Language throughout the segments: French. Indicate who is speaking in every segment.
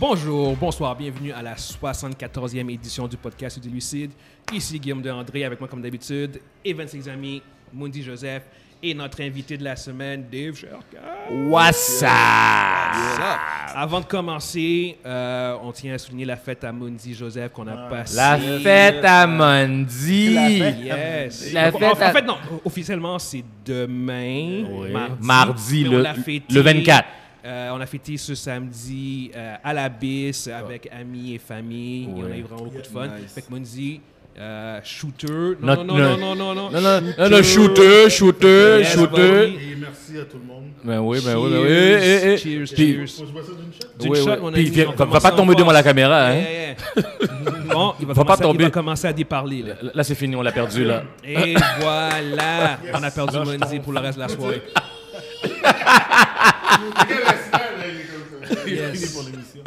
Speaker 1: Bonjour, bonsoir, bienvenue à la 74e édition du podcast du Lucide. Ici Guillaume de André avec moi comme d'habitude et 26 amis, Mundi Joseph et notre invité de la semaine, Dave Sherka.
Speaker 2: What's up?
Speaker 1: Avant de commencer, euh, on tient à souligner la fête à Mundi Joseph qu'on a passée.
Speaker 2: La fête à Mondi.
Speaker 1: Yes.
Speaker 2: La
Speaker 1: En-
Speaker 2: fête
Speaker 1: en, en
Speaker 2: à-
Speaker 1: fait, non, officiellement, c'est demain, mardi.
Speaker 2: Mardi,
Speaker 1: Mais
Speaker 2: le-
Speaker 1: on l'a fêté,
Speaker 2: le 24.
Speaker 1: euh, on a fêté ce samedi euh, à la bis avec amis et famille. Et on a eu vraiment beaucoup de fun.
Speaker 3: Nice.
Speaker 1: Fait que Mundi, euh, shooter.
Speaker 2: Notre-
Speaker 1: Non, non, non, non, non, non,
Speaker 2: Non, non, non, non, shooter, shooter,
Speaker 1: Yes,
Speaker 2: shooter.
Speaker 3: Et merci à tout le monde.
Speaker 2: Ben oui, ben oui, ben oui. Eh, eh, eh.
Speaker 1: Cheers, cheers,
Speaker 2: Puis-
Speaker 1: cheers.
Speaker 3: Faut que je vois ça d'une shot.
Speaker 1: D'une
Speaker 2: Oui,
Speaker 1: shot,
Speaker 2: oui.
Speaker 1: mon
Speaker 2: Puis,
Speaker 1: ami,
Speaker 2: viens,
Speaker 1: on
Speaker 2: va
Speaker 1: commence Eh.
Speaker 2: pas
Speaker 1: en
Speaker 2: tomber devant
Speaker 1: force.
Speaker 2: la caméra, hein.
Speaker 1: Yeah, yeah, yeah. bon, il va,
Speaker 2: Faut pas
Speaker 1: commencer à- il va
Speaker 2: tomber.
Speaker 1: commencer à déparler. Là.
Speaker 2: Là, c'est fini, on l'a perdu, là.
Speaker 1: Et voilà, on a perdu Mundi pour le reste de la soirée.
Speaker 3: Le gars, la finale, là, il est comme ça. Il est
Speaker 1: Yes.
Speaker 3: fini pour l'émission.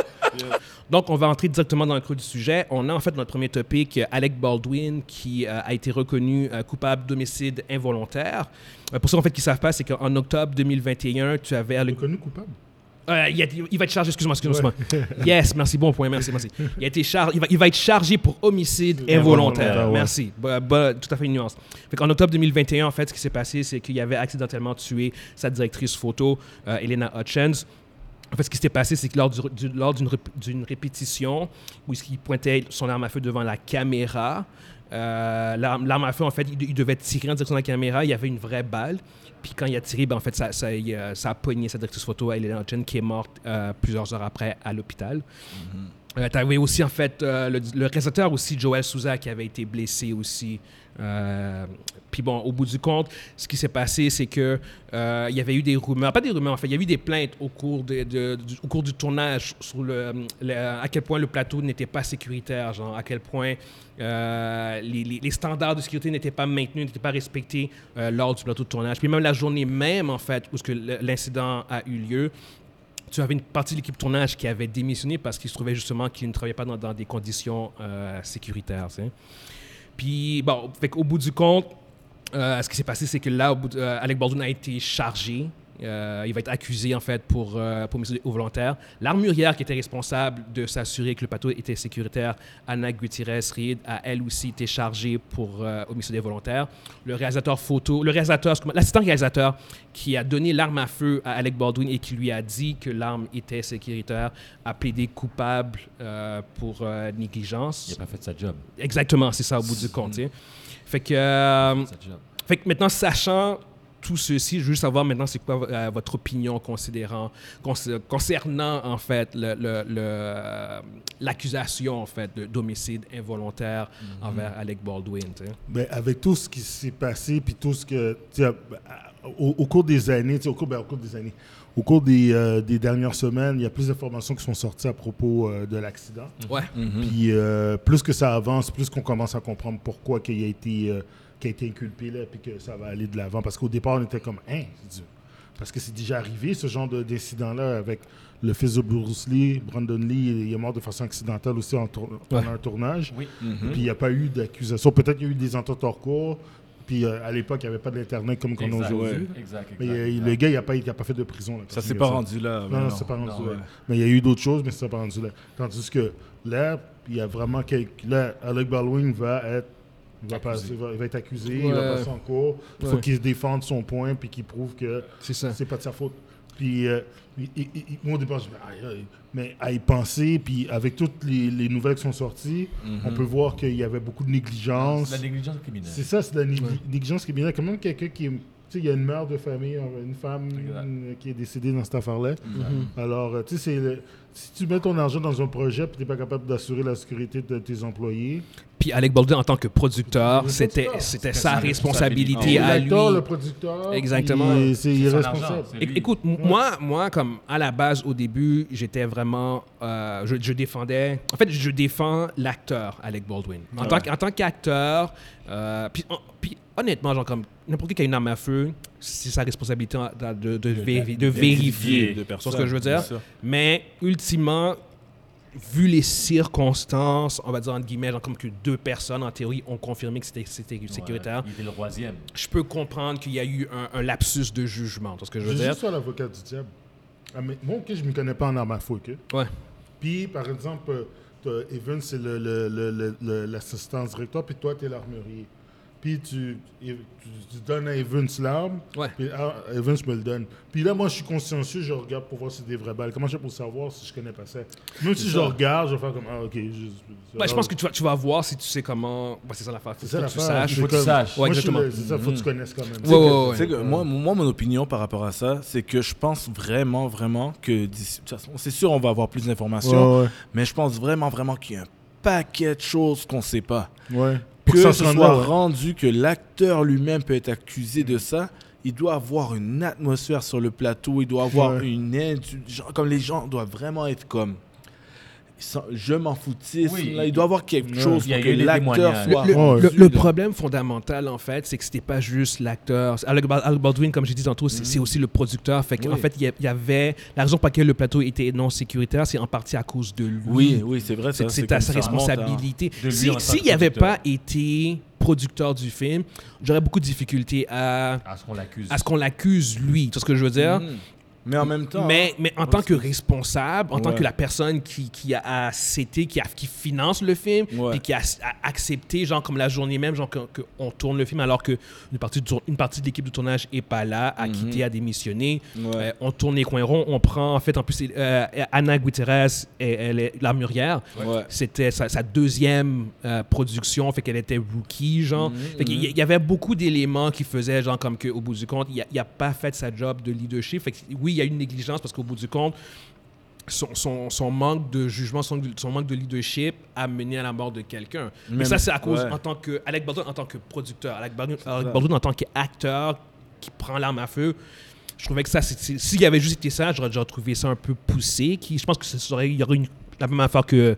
Speaker 1: Donc, on va entrer directement dans le creux du sujet. On a en fait notre premier topic, euh, Alec Baldwin, qui euh, a été reconnu euh, coupable d'homicide involontaire. Euh, pour ceux en fait qui ne savent pas, c'est qu'en octobre 2021, tu avais Alec
Speaker 3: Reconnu coupable.
Speaker 1: euh, il, a- il va être chargé, excuse-moi, excuse-moi. Yes, merci, bon point, merci, merci. Il, a été char- il, va, il va être chargé pour homicide involontaire.
Speaker 3: Involontaire, ouais.
Speaker 1: Merci, Bah, bah, tout à fait une nuance. en octobre 2021, en fait, ce qui s'est passé, c'est qu'il avait accidentellement tué sa directrice photo, euh, Elena Hutchins. En fait, ce qui s'était passé, c'est que lors, du- du- lors d'une, rép- d'une répétition, où il pointait son arme à feu devant la caméra, euh, l'arme, l'arme à feu, en fait, il, de- il devait tirer en direction de la caméra. Il y avait une vraie balle. Puis quand il a tiré, ben, en fait, ça, ça, il, euh, ça a pogné sa directrice photo, Elena Hutchin, qui est morte euh, plusieurs heures après à l'hôpital. Euh, T'avais aussi, en fait, euh, le, le réalisateur aussi, Joel Souza, qui avait été blessé aussi. Euh, Puis bon, au bout du compte, ce qui s'est passé, c'est que euh, il y avait eu des rumeurs, pas des rumeurs, en fait, il y a eu des plaintes au cours, de- de- du, au cours du tournage sur le, le- à quel point le plateau n'était pas sécuritaire, genre à quel point euh, les, les- les standards de sécurité n'étaient pas maintenus, n'étaient pas respectés euh, lors du plateau de tournage. Puis même la journée même, en fait, où ce que le- l'incident a eu lieu, tu avais une partie de l'équipe tournage qui avait démissionné parce qu'il se trouvait justement qu'ils ne travaillaient pas dans, dans des conditions euh, sécuritaires. tu sais. Puis, bon, fait au bout du compte, euh, ce qui s'est passé, c'est que là, au bout de- euh, Alec Baldwin a été chargé. Euh, il va être accusé, en fait, pour, euh, pour homicide volontaire. L'armurière qui était responsable de s'assurer que le plateau était sécuritaire, Anna Gutierrez-Reed, a elle aussi été chargée pour euh, homicide volontaire. Le réalisateur photo, le réalisateur, excuse-moi, l'assistant réalisateur qui a donné l'arme à feu à Alec Baldwin et qui lui a dit que l'arme était sécuritaire, a plaidé coupable euh, pour euh, négligence.
Speaker 4: Il a pas fait sa job.
Speaker 1: Exactement, c'est ça au bout du compte. tu sais. Fait que, euh,
Speaker 4: Sa job.
Speaker 1: fait que maintenant, sachant tout ceci, je veux juste savoir maintenant c'est quoi euh, votre opinion considérant, conce- concernant en fait le- le- le, euh, l'accusation en fait de- d'homicide involontaire envers Alec Baldwin. tu sais.
Speaker 5: Ben, avec tout ce qui s'est passé, puis tout ce que. tu sais, à- Au, au cours des années, tu sais, au cours, ben, au cours des années, au cours des, euh, des dernières semaines, il y a plus d'informations qui sont sorties à propos euh, de l'accident.
Speaker 1: Ouais.
Speaker 2: Hmm.
Speaker 5: Puis euh, plus que ça avance, plus qu'on commence à comprendre pourquoi qu'il a été, euh, qu'il a été inculpé, là, puis que ça va aller de l'avant. Parce qu'au départ, on était comme, hein, c'est du- parce que c'est déjà arrivé, ce genre de- d'incident-là, avec le fils de Bruce Lee, Brandon Lee, il est mort de façon accidentelle aussi en tour- pendant un tournage.
Speaker 4: Mm.
Speaker 2: Mm-hmm.
Speaker 5: Puis il n'y a pas eu d'accusation. Peut-être qu'il y a eu des ententes hors cours. Puis euh, à l'époque, il n'y avait pas d'Internet comme qu'on a aujourd'hui.
Speaker 4: Exact,
Speaker 5: Mais euh, il- le gars, il n'a pas, il a pas fait de prison. là,
Speaker 2: Ça
Speaker 5: quand
Speaker 2: s'est
Speaker 5: il est
Speaker 2: pas
Speaker 5: sorti.
Speaker 2: rendu là. mais
Speaker 5: Non, non,
Speaker 2: non.
Speaker 5: c'est pas rendu
Speaker 2: Non,
Speaker 5: là.
Speaker 2: ouais.
Speaker 5: Mais il y a eu d'autres choses, mais c'est pas rendu là. Tandis que là, il y a vraiment quelque... Là, Alec Baldwin va être... Il va, passer- il va- il va être accusé, il
Speaker 1: Ouais.
Speaker 5: va passer en cours. Il faut
Speaker 1: Ouais.
Speaker 5: qu'il défende son point puis qu'il prouve que
Speaker 1: C'est ça.
Speaker 5: c'est pas de sa faute. Puis, euh, il- il- il- moi, au départ, je me dis, Aïe, aïe. mais à y penser, puis avec toutes les, les nouvelles qui sont sorties,
Speaker 2: Mhm.
Speaker 5: on peut voir qu'il y avait beaucoup de négligence.
Speaker 4: C'est la négligence criminelle.
Speaker 5: C'est ça, c'est de la nég- négligence criminelle. Quand même, quelqu'un qui. est- Tu sais, il y a une mère de famille, une femme
Speaker 4: Exact.
Speaker 5: euh, qui est décédée dans cette affaire-là. Alors, euh, tu sais, c'est le- si tu mets ton argent dans un projet puis tu n'es pas capable d'assurer la sécurité de tes employés,
Speaker 1: Puis Alec Baldwin, en tant que producteur,
Speaker 5: Le
Speaker 1: c'était
Speaker 5: producteur.
Speaker 1: c'était sa
Speaker 4: responsabilité.
Speaker 1: responsabilité à lui.
Speaker 5: l'acteur, le producteur,
Speaker 1: Exactement.
Speaker 5: il est- c'est
Speaker 4: son
Speaker 5: irresponsable.
Speaker 4: argent, c'est
Speaker 1: É-
Speaker 4: lui.
Speaker 1: Écoute, m- moi, moi, comme à la base, au début, j'étais vraiment. euh, je, je défendais. En fait, je défends l'acteur, Alec Baldwin. En tant qu'- en tant qu'acteur, euh, puis hon- puis honnêtement, genre, comme n'importe qui qui a une arme à feu, c'est sa responsabilité en- de, de- de véri- de
Speaker 2: de
Speaker 1: vérifier. Tu vois
Speaker 2: personne,
Speaker 1: ce que je veux dire?
Speaker 2: c'est ça.
Speaker 1: Mais ultimement, vu les circonstances, on va dire entre guillemets, genre, comme que deux personnes, en théorie, ont confirmé que c'était c'était sécuritaire,
Speaker 4: Il était le troisième.
Speaker 1: je peux comprendre qu'il y a eu un, un lapsus de jugement. Tu vois ce que je
Speaker 5: Je
Speaker 1: veux
Speaker 5: suis
Speaker 1: dire?
Speaker 5: juste l'avocat du diable. Ah, mais moi, ok, je ne me connais pas en arme à feu, ok?
Speaker 1: Ouais.
Speaker 5: Puis Puis, par exemple, euh, t'as Evan, c'est le- le- le- le- le- l'assistant directeur, puis toi, tu es l'armurier. Puis tu, tu, tu donnes à Evans l'arme,
Speaker 1: Ouais.
Speaker 5: puis ah, Evans me le donne. Puis là, moi, je suis consciencieux, je regarde pour voir si c'est des vraies balles. Comment je fais pour savoir si je connais pas ça? Même si je le regarde, je vais faire comme, ah, ok. Je,
Speaker 1: Ben, je pense que tu vas, tu vas voir si tu sais comment. Ben, c'est ça l'affaire. Faut
Speaker 5: c'est ça
Speaker 1: que tu
Speaker 5: l'affaire.
Speaker 1: saches.
Speaker 5: C'est
Speaker 4: Faut que tu
Speaker 5: comme-
Speaker 4: saches.
Speaker 5: Moi,
Speaker 1: Ouais,
Speaker 5: je suis
Speaker 1: exactement. Mm-hmm.
Speaker 5: le- C'est ça, faut que tu connaisses quand même.
Speaker 1: Ouais, ouais, ouais.
Speaker 6: Tu sais que moi, mon- moi, mon opinion par rapport à ça, c'est que je pense vraiment, vraiment que d'ici- de toute façon, c'est sûr, on va avoir plus d'informations,
Speaker 5: Ouais,
Speaker 6: mais je pense vraiment, vraiment qu'il y a un paquet de choses qu'on ne sait pas.
Speaker 5: ouais. ouais. Pour
Speaker 6: Que
Speaker 5: ça
Speaker 6: ce
Speaker 5: se rende
Speaker 6: soit
Speaker 5: là, ouais.
Speaker 6: rendu que l'acteur lui-même peut être accusé de ça, il doit avoir une atmosphère sur le plateau, il doit avoir
Speaker 5: Ouais.
Speaker 6: une aide, genre, comme les gens doivent vraiment être comme. ils sont- Je m'en foutisse.
Speaker 4: Oui.
Speaker 6: là, il doit avoir quelque chose
Speaker 4: Il y a
Speaker 6: pour que
Speaker 4: eu les
Speaker 6: l'acteur
Speaker 4: témoignages.
Speaker 6: soit.
Speaker 1: Le,
Speaker 5: Ouais,
Speaker 1: le-
Speaker 6: rendu
Speaker 1: le
Speaker 6: là.
Speaker 1: problème fondamental, en fait, c'est que c'était pas juste l'acteur. Alec, Bal- Alec Baldwin, comme j'ai dit tantôt, c'est c'est aussi le producteur. Fait que,
Speaker 6: Oui.
Speaker 1: En fait, il y a- il y, avait. La raison pour laquelle le plateau était non sécuritaire, c'est en partie à cause de lui.
Speaker 6: Oui, oui, c'est vrai.
Speaker 1: C'est-
Speaker 6: ça,
Speaker 1: C'est
Speaker 6: comme
Speaker 1: à sa
Speaker 6: ça remonte, hein.
Speaker 1: responsabilité.
Speaker 4: De lui
Speaker 1: Si-
Speaker 4: en tant que
Speaker 1: S'il n'y avait
Speaker 4: producteur.
Speaker 1: pas été producteur du film, j'aurais beaucoup de difficultés à,
Speaker 4: À ce qu'on l'accuse.
Speaker 1: à ce qu'on l'accuse lui. Tu vois ce que je veux dire?
Speaker 6: Mhm. Mais en même temps.
Speaker 1: Mais, mais en tant que responsable, en tant
Speaker 6: Ouais.
Speaker 1: que la personne qui, qui a accepté, qui, a, qui finance le film,
Speaker 6: Ouais.
Speaker 1: puis qui a, a accepté, genre comme la journée même, genre qu'on tourne le film alors qu'une partie, du tour- une partie de l'équipe de tournage est pas là, a quitté, a démissionné.
Speaker 6: Mhm. hein. Ouais.
Speaker 1: Euh, on tourne les coins ronds, on prend, en fait, en plus, c'est, euh, Anna Gutierrez, elle, elle est l'armurière.
Speaker 6: Ouais.
Speaker 1: C'était sa, sa deuxième euh, production, fait qu'elle était rookie, genre.
Speaker 6: Mhm,
Speaker 1: Fait qu'il y- il y avait beaucoup d'éléments qui faisaient, genre, comme qu'au bout du compte, il n'a pas fait sa job de leadership. Fait que oui, il y a eu une négligence parce qu'au bout du compte, son, son- son manque de jugement, son, son manque de leadership a mené à la mort de quelqu'un. Mais
Speaker 6: Même-
Speaker 1: ça, c'est à cause,
Speaker 6: ouais.
Speaker 1: en tant que. Alec Baldwin en tant que producteur, Alec Baldwin, Alec Baldwin en tant qu'acteur qui prend l'arme à feu. Je trouvais que ça, c'est- c'est- s'il y avait juste été ça, j'aurais déjà trouvé ça un peu poussé. Qui, je pense que ce serait, il y aurait une, la même affaire que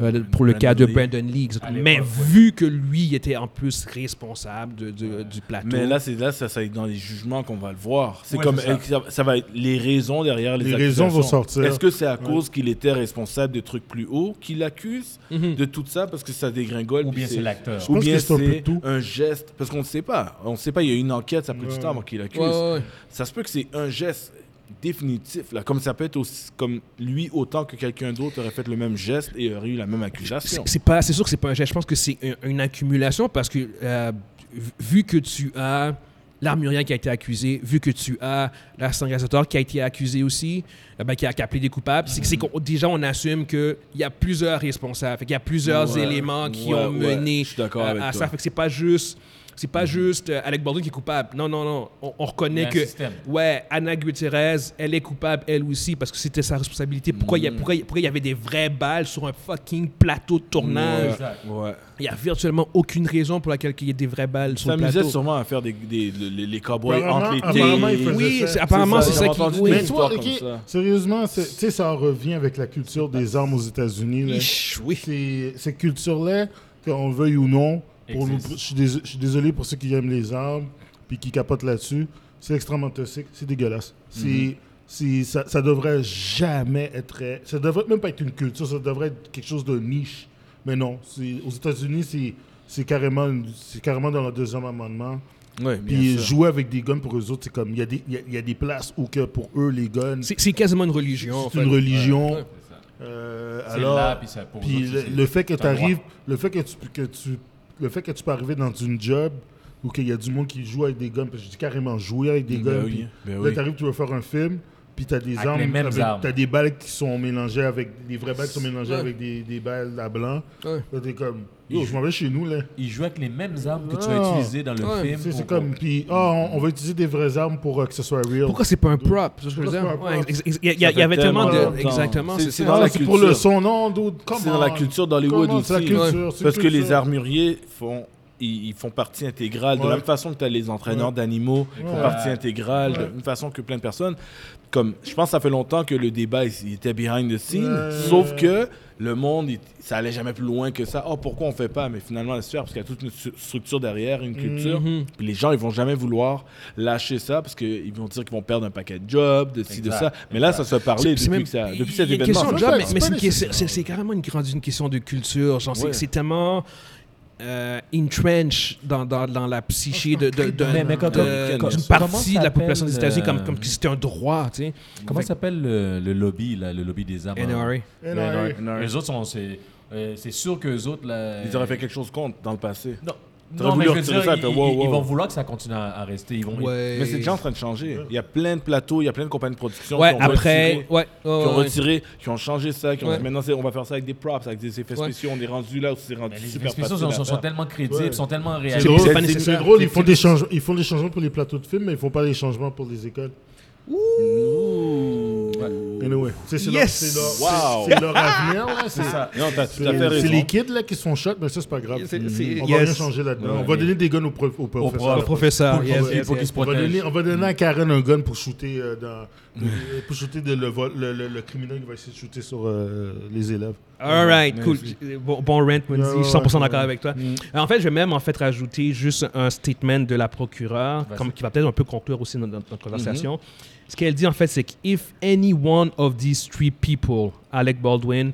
Speaker 1: euh, le- pour le
Speaker 6: Brandon
Speaker 1: cas de
Speaker 6: Lee.
Speaker 1: Brandon Lee. exactement.
Speaker 4: À
Speaker 1: Mais
Speaker 4: l'époque,
Speaker 1: vu que lui il était en plus responsable de, de- du plateau.
Speaker 6: Mais là, c'est là, ça, ça va être dans les jugements qu'on va le voir. C'est
Speaker 4: Ouais,
Speaker 6: comme
Speaker 4: c'est
Speaker 6: ça. ça va être les raisons derrière les,
Speaker 5: Les raisons
Speaker 6: accusations.
Speaker 5: vont sortir.
Speaker 6: Est-ce que c'est à cause qu'il était responsable de trucs plus hauts qu'il accuse de tout ça parce que ça dégringole
Speaker 4: Mhm. Ou
Speaker 6: puis
Speaker 4: bien c'est l'acteur.
Speaker 6: Ou
Speaker 5: pense
Speaker 6: bien
Speaker 5: que c'est un peu
Speaker 6: c'est
Speaker 5: tout.
Speaker 6: un geste parce qu'on ne sait pas. On ne sait pas. Il y a eu une enquête, ça prend du temps avant qu'il accuse. Ça se peut que c'est un geste définitif là, comme ça peut être aussi comme lui autant que quelqu'un d'autre aurait fait le même geste et aurait eu la même accusation.
Speaker 1: C'est- C'est pas, c'est sûr que c'est pas un geste. Je pense que c'est un- une accumulation parce que euh, vu- vu que tu as l'armurien qui a été accusé, vu que tu as la sangrasateur qui a été accusé aussi, euh, ben, qui, a, qui a plaidé coupable, c'est que- c'est qu'on déjà on assume que il y a plusieurs responsables, il y a plusieurs
Speaker 6: Ouais,
Speaker 1: éléments qui
Speaker 6: ouais,
Speaker 1: ont
Speaker 6: ouais,
Speaker 1: mené
Speaker 6: je suis d'accord
Speaker 1: à,
Speaker 6: avec
Speaker 1: à
Speaker 6: toi. Mm-hmm.
Speaker 1: ça. Fait que c'est pas juste. C'est pas juste euh, Alec Baldwin qui est coupable. Non, non, non. On, on
Speaker 4: Il y
Speaker 1: reconnaît
Speaker 4: a un
Speaker 1: que.
Speaker 4: système.
Speaker 1: Ouais, Anna Gutierrez, elle est coupable, elle aussi, parce que c'était sa responsabilité. Pourquoi
Speaker 5: Mm.
Speaker 1: il y a- pourquoi il pourquoi il y avait des vraies balles sur un fucking plateau de tournage?
Speaker 4: Exact.
Speaker 6: Ouais.
Speaker 1: Il n'y a virtuellement aucune raison pour laquelle il y ait des vraies balles sur le
Speaker 6: s'amusait
Speaker 1: plateau.
Speaker 6: sûrement à faire des, des- le- les, les cowboys
Speaker 5: Apparemment-
Speaker 6: entre les
Speaker 5: apparemment, il
Speaker 6: tailles.
Speaker 5: faisait
Speaker 1: Oui,
Speaker 5: ça.
Speaker 1: c'est- apparemment,
Speaker 6: C'est
Speaker 1: c'est
Speaker 6: ça,
Speaker 1: ça,
Speaker 6: j'ai
Speaker 1: qui...
Speaker 6: entendu
Speaker 1: oui.
Speaker 6: des
Speaker 5: Mais toi,
Speaker 6: histoires
Speaker 5: ok,
Speaker 6: comme ça.
Speaker 5: sérieusement, c'est- tu sais, ça en revient avec la culture des armes aux États-Unis. là.
Speaker 1: Ish, oui.
Speaker 5: Ces- Ces cultures-là, qu'on le veuille ou non, pour nous-
Speaker 4: Existe.
Speaker 5: je suis dés- je suis désolé pour ceux qui aiment les armes puis qui capotent là-dessus, c'est extrêmement toxique, c'est dégueulasse. C'est- c'est- ça, ça devrait jamais être. Ça devrait même pas être une culture, ça devrait être quelque chose de niche. Mais non, c'est- aux États-Unis, c'est- c'est carrément, une- c'est carrément dans le deuxième amendement.
Speaker 6: Ouais, bien
Speaker 5: Puis
Speaker 6: sûr.
Speaker 5: jouer avec des guns pour eux autres, c'est comme. Il y, a des- il y a- il y a des places où que pour eux, les guns, c'est
Speaker 1: C'est c'est quasiment une religion. en fait.
Speaker 5: une religion.
Speaker 4: C'est ça.
Speaker 5: Euh,
Speaker 4: C'est
Speaker 5: alors,
Speaker 4: là, puis ça pour
Speaker 5: puis
Speaker 4: eux autres,
Speaker 5: le,
Speaker 4: c'est-
Speaker 5: le fait que
Speaker 4: c'est
Speaker 5: tu
Speaker 4: un droit.
Speaker 5: arrives, le fait que tu, que tu, le fait que tu peux arriver dans une job où qu'il y a du monde qui joue avec des guns, parce que je dis carrément jouer avec des
Speaker 6: Ben
Speaker 5: guns.
Speaker 6: oui,
Speaker 5: puis
Speaker 6: ben
Speaker 5: là,
Speaker 6: oui.
Speaker 5: tu arrives, tu veux faire un film, puis tu as des
Speaker 4: Avec
Speaker 5: armes,
Speaker 4: les mêmes
Speaker 5: avec-
Speaker 4: armes.
Speaker 5: t'as des balles qui sont mélangées avec des vraies balles qui sont mélangées avec des, des balles à blanc.
Speaker 1: Ouais.
Speaker 5: Là, t'es comme, yo, je m'en vais chez nous là.
Speaker 4: Il joue avec les mêmes armes que tu
Speaker 5: Ah.
Speaker 4: as utilisées dans le
Speaker 1: Ouais,
Speaker 4: film.
Speaker 5: C'est c'est
Speaker 4: pour-
Speaker 5: comme, puis ah, on, on va utiliser des vraies armes pour euh, que ce soit real.
Speaker 1: Pourquoi c'est pas un prop tu vois ce que je veux
Speaker 5: Pourquoi
Speaker 1: dire?
Speaker 5: c'est pas un
Speaker 1: Ouais,
Speaker 5: prop?
Speaker 1: ex- ex- Il y, a- il y a-
Speaker 6: Ça fait
Speaker 1: il y avait tellement
Speaker 6: tellement
Speaker 1: de.
Speaker 6: longtemps.
Speaker 1: Exactement,
Speaker 6: C'est-
Speaker 1: c'est
Speaker 6: c'est
Speaker 1: ça.
Speaker 6: dans
Speaker 5: Ah,
Speaker 6: la
Speaker 5: c'est pour le
Speaker 6: culture.
Speaker 5: son, non, dude, come
Speaker 6: C'est dans la
Speaker 5: on.
Speaker 6: culture d'Hollywood
Speaker 5: Comment,
Speaker 6: aussi.
Speaker 5: c'est la culture,
Speaker 6: Ouais.
Speaker 5: c'est
Speaker 6: Parce que
Speaker 5: culture.
Speaker 6: les armuriers font, ils, ils font partie intégrale. De
Speaker 5: Ouais.
Speaker 6: la même façon que tu as les entraîneurs d'animaux, ils font
Speaker 5: Ouais.
Speaker 6: partie intégrale. De la même façon que plein de personnes. Comme, je pense que ça fait longtemps que le débat il- il était behind the scenes.
Speaker 5: Ouais.
Speaker 6: Sauf que le monde, il- ça allait jamais plus loin que ça. Oh, pourquoi on fait pas Mais finalement, la sphère, parce qu'il y a toute une stru- structure derrière, une culture.
Speaker 5: Mhm.
Speaker 6: Puis les gens, ils vont jamais vouloir lâcher ça parce qu'ils vont dire qu'ils vont perdre un paquet de jobs, de ci, de
Speaker 4: Exact.
Speaker 6: ça. Mais là, ça se parlait
Speaker 1: C'est
Speaker 6: Ah depuis,
Speaker 1: même-
Speaker 6: que ça,
Speaker 1: il-
Speaker 6: depuis cet
Speaker 1: il y a une
Speaker 6: événement.
Speaker 1: question de
Speaker 5: C'est
Speaker 1: genre,
Speaker 5: pas-
Speaker 1: mais-
Speaker 5: c'est
Speaker 1: mais
Speaker 5: pas
Speaker 1: c'est une question-
Speaker 5: nécessaire.
Speaker 1: c'est c'est carrément une grande une question de culture. genre, c'est-
Speaker 6: Ouais.
Speaker 1: C'est tellement. euh, entrench dans, dans, dans la psyché
Speaker 5: Oh,
Speaker 1: de, de, de-
Speaker 4: Mais- mais quand-
Speaker 1: de-
Speaker 4: quand-
Speaker 1: d'une
Speaker 4: comment
Speaker 1: partie de la population des
Speaker 4: s'appelle,
Speaker 1: États-Unis comme,
Speaker 4: euh,
Speaker 1: comme si c'était un droit, tu sais.
Speaker 4: Comment
Speaker 1: Fait-
Speaker 4: s'appelle le, le lobby, là, le lobby des armes?
Speaker 1: NRA.
Speaker 5: Eh non,
Speaker 6: Non,
Speaker 5: eh.
Speaker 6: non.
Speaker 4: Les autres sont. C'est euh, c'est sûr qu'eux autres. Là,
Speaker 6: Ils auraient fait quelque chose contre dans le passé.
Speaker 4: Non,
Speaker 6: T'aurais
Speaker 4: non mais
Speaker 6: voulu
Speaker 4: je veux
Speaker 6: retirer
Speaker 4: dire,
Speaker 6: ça,
Speaker 4: ils,
Speaker 6: puis wow,
Speaker 4: ils- ils
Speaker 6: wow.
Speaker 4: vont vouloir que ça continue à, à rester. Ils vont,
Speaker 1: Ouais.
Speaker 6: Mais c'est déjà en train de changer. Il y a plein de plateaux, il y a plein de compagnies de production
Speaker 1: Ouais,
Speaker 6: qui ont
Speaker 1: après.
Speaker 6: retiré-
Speaker 1: Ouais, ouais,
Speaker 6: qui ont
Speaker 1: ouais.
Speaker 6: retiré, qui ont changé ça, qui ont
Speaker 1: Ouais.
Speaker 6: dit, maintenant c'est- on va faire ça avec des props, avec des effets
Speaker 1: Ouais.
Speaker 6: spéciaux, on est rendu là, où c'est rendu
Speaker 4: Mais les
Speaker 6: super
Speaker 4: effets spéciaux
Speaker 6: facile
Speaker 4: sont,
Speaker 6: à
Speaker 4: sont- sont
Speaker 6: faire.
Speaker 4: tellement crédibles,
Speaker 5: Ouais.
Speaker 4: sont tellement
Speaker 5: C'est
Speaker 4: réalistes.
Speaker 1: drôle,
Speaker 5: drôle,
Speaker 1: pas
Speaker 5: Eh, c'est-
Speaker 1: nécessaire.
Speaker 5: c'est drôle, ils
Speaker 4: Des
Speaker 5: font, des change- ils font des changements pour les plateaux de films, mais ils font pas les changements pour les écoles. Ouh! Anyway, tu sais, c'est leur-
Speaker 1: Yes!
Speaker 5: c'est leur, c'est-
Speaker 6: Wow.
Speaker 5: c'est leur avenir, là. C'est
Speaker 6: Non, t'as tout à fait
Speaker 5: C'est c'est
Speaker 6: raison.
Speaker 5: les kids là, qui sont chocs, mais ça, c'est pas grave.
Speaker 1: C'est- c'est-
Speaker 5: On va
Speaker 1: yes.
Speaker 5: rien changer là-dedans. on va donner des guns aux, prof- aux professeurs.
Speaker 1: Au professeur,
Speaker 5: Pour-
Speaker 1: yes,
Speaker 5: pour-
Speaker 1: yes,
Speaker 4: pour
Speaker 1: yes.
Speaker 4: qu'ils se
Speaker 5: On va,
Speaker 4: protègent.
Speaker 5: donner, on va donner à Karen un gun pour shooter, euh, dans, de- pour shooter de- le, vol- le- le- le criminel qui va essayer de shooter sur euh, les élèves.
Speaker 1: All right, cool. Bon, bon rent, Wendy.
Speaker 5: Ouais,
Speaker 1: Je suis 100%
Speaker 5: ouais, Mm.
Speaker 1: d'accord
Speaker 5: ouais.
Speaker 1: avec toi. Euh, En fait, je vais même en fait rajouter juste un statement de la procureure, comme, qui va peut-être un peu conclure aussi notre, notre conversation.
Speaker 5: Mm-hmm.
Speaker 1: Ce qu'elle dit en fait, c'est que if any one of these three people, Alec Baldwin,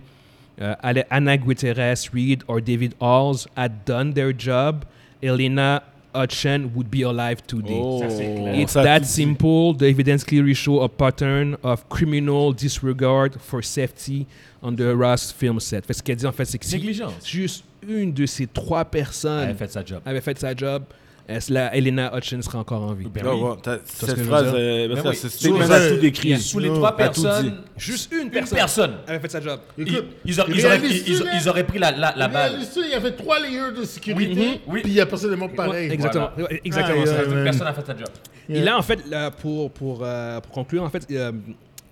Speaker 1: euh, Ale- Anna Guterres, Reed or David Halls, had done their job, Elena Hutchin would be alive today.
Speaker 5: Oh.
Speaker 6: Ça, c'est clair.
Speaker 1: It's
Speaker 6: Oh. Ça, tu
Speaker 1: that
Speaker 6: dis.
Speaker 1: simple. The evidence clearly show a pattern of criminal disregard for safety on the Ross film set. Fait que ce qu'elle dit en fait, c'est que si
Speaker 4: Négligence.
Speaker 1: juste une de ces trois personnes
Speaker 4: Elle a fait sa job.
Speaker 1: avait fait sa job, est-ce la Elena Hutchins serait encore en vie?
Speaker 4: Ben
Speaker 6: Non,
Speaker 4: oui.
Speaker 5: Oh,
Speaker 6: ouais, t'as-
Speaker 4: que
Speaker 6: cette
Speaker 4: je veux
Speaker 6: phrase,
Speaker 4: dire.
Speaker 6: euh,
Speaker 4: Ben
Speaker 6: parce que
Speaker 4: oui.
Speaker 6: c'est
Speaker 4: Sous
Speaker 6: statement
Speaker 5: les-
Speaker 6: a tout décrit.
Speaker 4: Sous les
Speaker 5: Non,
Speaker 4: trois
Speaker 6: t'as tout
Speaker 4: personnes,
Speaker 1: Juste une
Speaker 4: une
Speaker 1: personne.
Speaker 4: personne.
Speaker 1: avait fait sa job.
Speaker 4: Ils,
Speaker 5: Écoute,
Speaker 4: ils auraient- ils auraient pris-
Speaker 5: réalise-tu,
Speaker 4: ils-
Speaker 5: là?
Speaker 4: ils auraient pris la, la, la balle.
Speaker 5: Réalise-tu, Il y avait trois layers de sécurité,
Speaker 4: Oui, mhm, oui.
Speaker 5: puis il y a personne de mort pareil.
Speaker 1: Exactement. Ouais, Exactement.
Speaker 5: Aïe,
Speaker 1: ça.
Speaker 5: aïe, aïe.
Speaker 4: Une personne a fait sa job.
Speaker 1: Et là, en fait, là, pour, pour, euh, pour conclure, en fait, euh,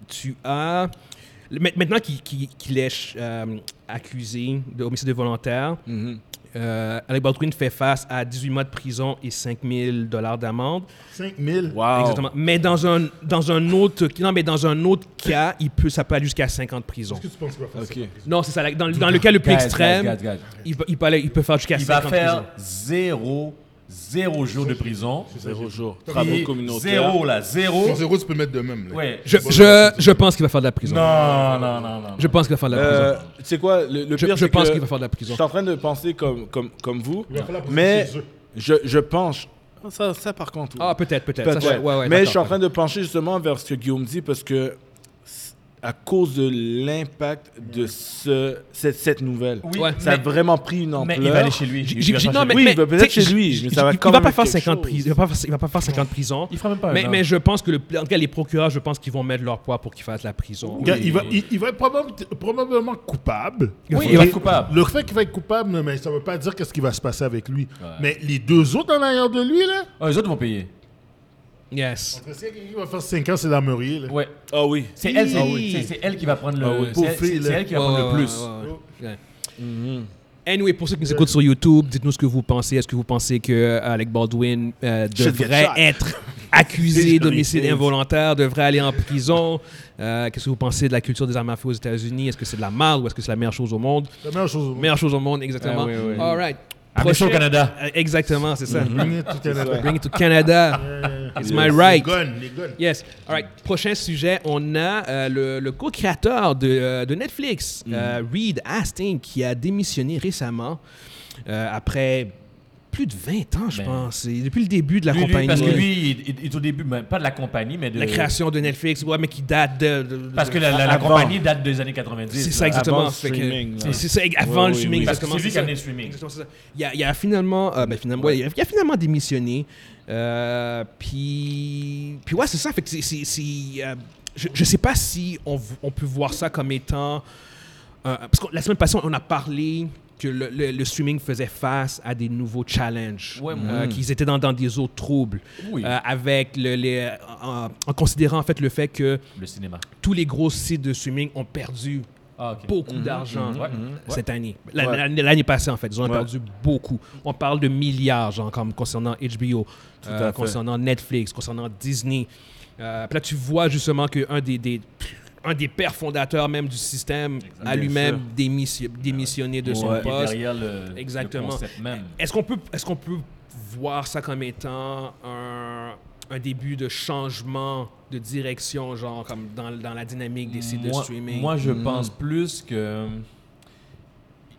Speaker 1: tu as. le- ma- Maintenant qu'il qu'il- qu'il est euh, accusé de homicide volontaire, euh, Alec Baldwin fait face à 18 mois de prison et 5 000 dollars d'amende.
Speaker 5: 5000.
Speaker 6: Wow.
Speaker 1: Exactement. Mais dans un, dans un autre non, mais dans un autre cas, il peut, ça peut aller jusqu'à 5 ans de prison.
Speaker 5: Qu'est-ce que tu penses qu'il va faire
Speaker 6: Ok.
Speaker 5: ça?
Speaker 1: Non, c'est ça. la- Dans, dans le cas le plus
Speaker 4: Guys, guys,
Speaker 1: extrême,
Speaker 4: guys, guys.
Speaker 1: Il, peut, il, peut aller- il peut faire jusqu'à
Speaker 4: Il
Speaker 1: 5 ans
Speaker 4: va
Speaker 1: de
Speaker 4: faire
Speaker 1: prison.
Speaker 4: zéro, zéro jour de prison.
Speaker 6: Zéro jour.
Speaker 4: Puis
Speaker 6: Travaux communautaires.
Speaker 4: Zéro, là, zéro.
Speaker 3: Ton zéro, tu peux mettre de même. Là.
Speaker 4: Ouais.
Speaker 1: Je, je, je pense qu'il va faire de la prison.
Speaker 4: Non, non, non, non.
Speaker 1: Je pense qu'il va faire de la prison.
Speaker 6: Euh, Tu sais quoi, le, le
Speaker 1: Je-
Speaker 6: pire,
Speaker 1: je
Speaker 6: c'est
Speaker 1: pense
Speaker 6: que
Speaker 1: qu'il va faire de la prison.
Speaker 6: Je suis en train de penser comme, comme, comme vous,
Speaker 5: Il va falloir poser
Speaker 6: mais
Speaker 5: ses œufs.
Speaker 6: je, je penche. Ah, Ça, ça, par contre. oui.
Speaker 1: Ah, peut-être, peut-être. Ça,
Speaker 6: Peut-être,
Speaker 1: je-
Speaker 6: ouais.
Speaker 1: ouais, ouais,
Speaker 6: mais je
Speaker 1: d'accord.
Speaker 6: suis en train de pencher justement vers ce que Guillaume dit parce que c'est- à cause de l'impact de ce, cette, cette nouvelle,
Speaker 4: Oui,
Speaker 1: Ouais.
Speaker 6: ça a
Speaker 4: mais-
Speaker 6: vraiment pris une
Speaker 4: Mais
Speaker 6: ampleur.
Speaker 4: il va aller chez lui.
Speaker 1: J'ai-
Speaker 4: Il
Speaker 1: j'ai-
Speaker 4: va
Speaker 1: j'ai-
Speaker 4: faire
Speaker 1: non,
Speaker 4: chez
Speaker 1: mais-
Speaker 6: Oui,
Speaker 1: mais-
Speaker 6: il va peut-être
Speaker 1: tu sais,
Speaker 6: chez lui,
Speaker 1: j'ai-
Speaker 6: mais
Speaker 1: j'ai-
Speaker 6: ça va
Speaker 1: il
Speaker 6: quand
Speaker 1: va
Speaker 6: même
Speaker 1: pas
Speaker 6: être
Speaker 1: faire
Speaker 6: quelque
Speaker 1: 50
Speaker 6: chose.
Speaker 1: prisons. Il va pas faire- il va pas faire 50 prisons.
Speaker 4: Il fera même pas un
Speaker 1: Mais,
Speaker 4: an.
Speaker 1: mais je pense que le, en tout cas, les procureurs, je pense qu'ils vont mettre leur poids pour qu'ils fassent la prison.
Speaker 5: Gars, Il va, il, il va être probable- probablement coupable.
Speaker 4: Oui,
Speaker 5: Mais
Speaker 4: il va être coupable.
Speaker 5: Le fait qu'il va être coupable, mais ça ne veut pas dire qu'est-ce qui va se passer avec lui. Mais les deux autres en arrière de lui, là,
Speaker 4: Ah, les autres vont payer.
Speaker 1: Yes.
Speaker 5: parce qu'il y a quelqu'un qui va faire 5 ans, c'est l'armurier. là.
Speaker 4: Ouais.
Speaker 6: Ah oui.
Speaker 4: C'est elle, c'est-
Speaker 1: Ah oui.
Speaker 4: c'est- c'est elle qui va prendre
Speaker 5: Ah oui.
Speaker 4: le.
Speaker 5: Pauvre
Speaker 4: C'est elle-
Speaker 5: fille,
Speaker 4: c'est-
Speaker 5: là.
Speaker 4: c'est elle qui va
Speaker 6: Oh,
Speaker 1: Ouais,
Speaker 4: prendre
Speaker 1: ouais,
Speaker 4: le plus.
Speaker 1: ouais, ouais, ouais. Ouais.
Speaker 6: Mm-hmm.
Speaker 1: Anyway, pour ceux qui nous écoutent sur YouTube, dites-nous ce que vous pensez. Est-ce que vous pensez que euh, Alec Baldwin euh,
Speaker 6: Should get
Speaker 1: devrait
Speaker 6: shot.
Speaker 1: être accusé
Speaker 6: Sorry,
Speaker 1: d'homicide
Speaker 6: please.
Speaker 1: involontaire, devrait aller en prison Euh, Qu'est-ce que vous pensez de la culture des armes à feu aux États-Unis Est-ce que c'est de la merde ou est-ce que c'est la meilleure chose au monde
Speaker 5: La meilleure chose au monde.
Speaker 1: Meilleure chose au monde, exactement.
Speaker 6: Ah oui, oui.
Speaker 1: All right.
Speaker 4: Amenez ça Ah, au
Speaker 1: Prochain-
Speaker 4: Canada. Mm-hmm.
Speaker 1: Euh, Exactement, c'est ça.
Speaker 5: Bring it to Canada.
Speaker 1: Bring it to Canada. It's my right.
Speaker 5: Les guns, les guns.
Speaker 1: Yes. All right. Prochain sujet, on a euh, le, le co-créateur de, euh, de Netflix,
Speaker 4: Mm.
Speaker 1: euh, Reed Hastings, qui a démissionné récemment euh, après plus de 20 ans, je
Speaker 4: Ben.
Speaker 1: pense. Et depuis le début de la
Speaker 4: Lui, lui,
Speaker 1: compagnie. euh,
Speaker 4: parce que lui, il, il- il est au début, mais pas de la compagnie, mais de.
Speaker 1: la création de Netflix, ouais, mais qui date de. de- de-
Speaker 4: Parce que la, la- la
Speaker 6: Avant.
Speaker 4: compagnie date des années 90.
Speaker 1: C'est
Speaker 4: là.
Speaker 1: ça exactement.
Speaker 6: avant le
Speaker 1: Fait que-
Speaker 6: streaming,
Speaker 1: c'est-
Speaker 6: là.
Speaker 1: c'est ça, avant
Speaker 6: Ouais,
Speaker 1: le
Speaker 6: oui,
Speaker 1: streaming,
Speaker 6: oui.
Speaker 4: Parce que
Speaker 1: exactement.
Speaker 4: c'est lui qui
Speaker 1: ça.
Speaker 4: a amené le streaming.
Speaker 1: Exactement, c'est ça. Il a, il a finalement, euh, ben, finalement, ouais, il a- il a finalement démissionné. Euh, puis, puis ouais, c'est ça. Fait que c'est- c'est- c'est, euh, je, je sais pas si on, v- on peut voir ça comme étant. euh, parce que la semaine passée, on a parlé que le, le- le streaming faisait face à des nouveaux challenges,
Speaker 4: Ouais, moi.
Speaker 1: euh, qu'ils étaient dans, dans des eaux troubles,
Speaker 4: Oui.
Speaker 1: Euh, avec le- les, en, en considérant en fait le fait que
Speaker 4: Le cinéma.
Speaker 1: tous les gros sites de streaming ont perdu
Speaker 4: Ah, ok.
Speaker 1: beaucoup d'argent
Speaker 4: mhm, Ouais.
Speaker 1: cette année. L'an- L'année l'année passée, en fait. Ils ont perdu beaucoup. On parle de milliards, genre, comme concernant HBO, euh,
Speaker 6: à fait.
Speaker 1: concernant Netflix, concernant Disney. Euh, puis là, tu vois justement qu'un des, des, un des pères fondateurs même du système a
Speaker 6: Bien
Speaker 1: lui-même
Speaker 6: sûr.
Speaker 1: démissi- démissionné de son
Speaker 4: Ouais. Il est
Speaker 1: poste.
Speaker 4: derrière le,
Speaker 1: Exactement.
Speaker 4: le concept même.
Speaker 1: Est-ce qu'on peut, est qu'on peut voir ça comme étant un, un début de changement de direction, genre, comme dans, dans la dynamique des sites de
Speaker 4: moi,
Speaker 1: streaming?
Speaker 4: moi, je pense plus que euh,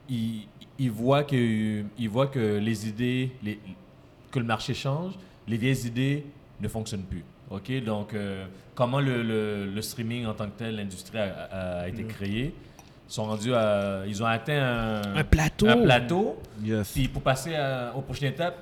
Speaker 4: il, ils voient que, ils voient que les idées, les- que le marché change, les vieilles idées ne fonctionnent plus. OK? Donc, euh, comment le, le- le streaming en tant que tel, l'industrie a, a- a été créée, ils sont rendus à- Ils ont atteint un,
Speaker 1: Un plateau.
Speaker 4: un plateau.
Speaker 6: Yes.
Speaker 4: Puis pour passer à- aux prochaines étapes,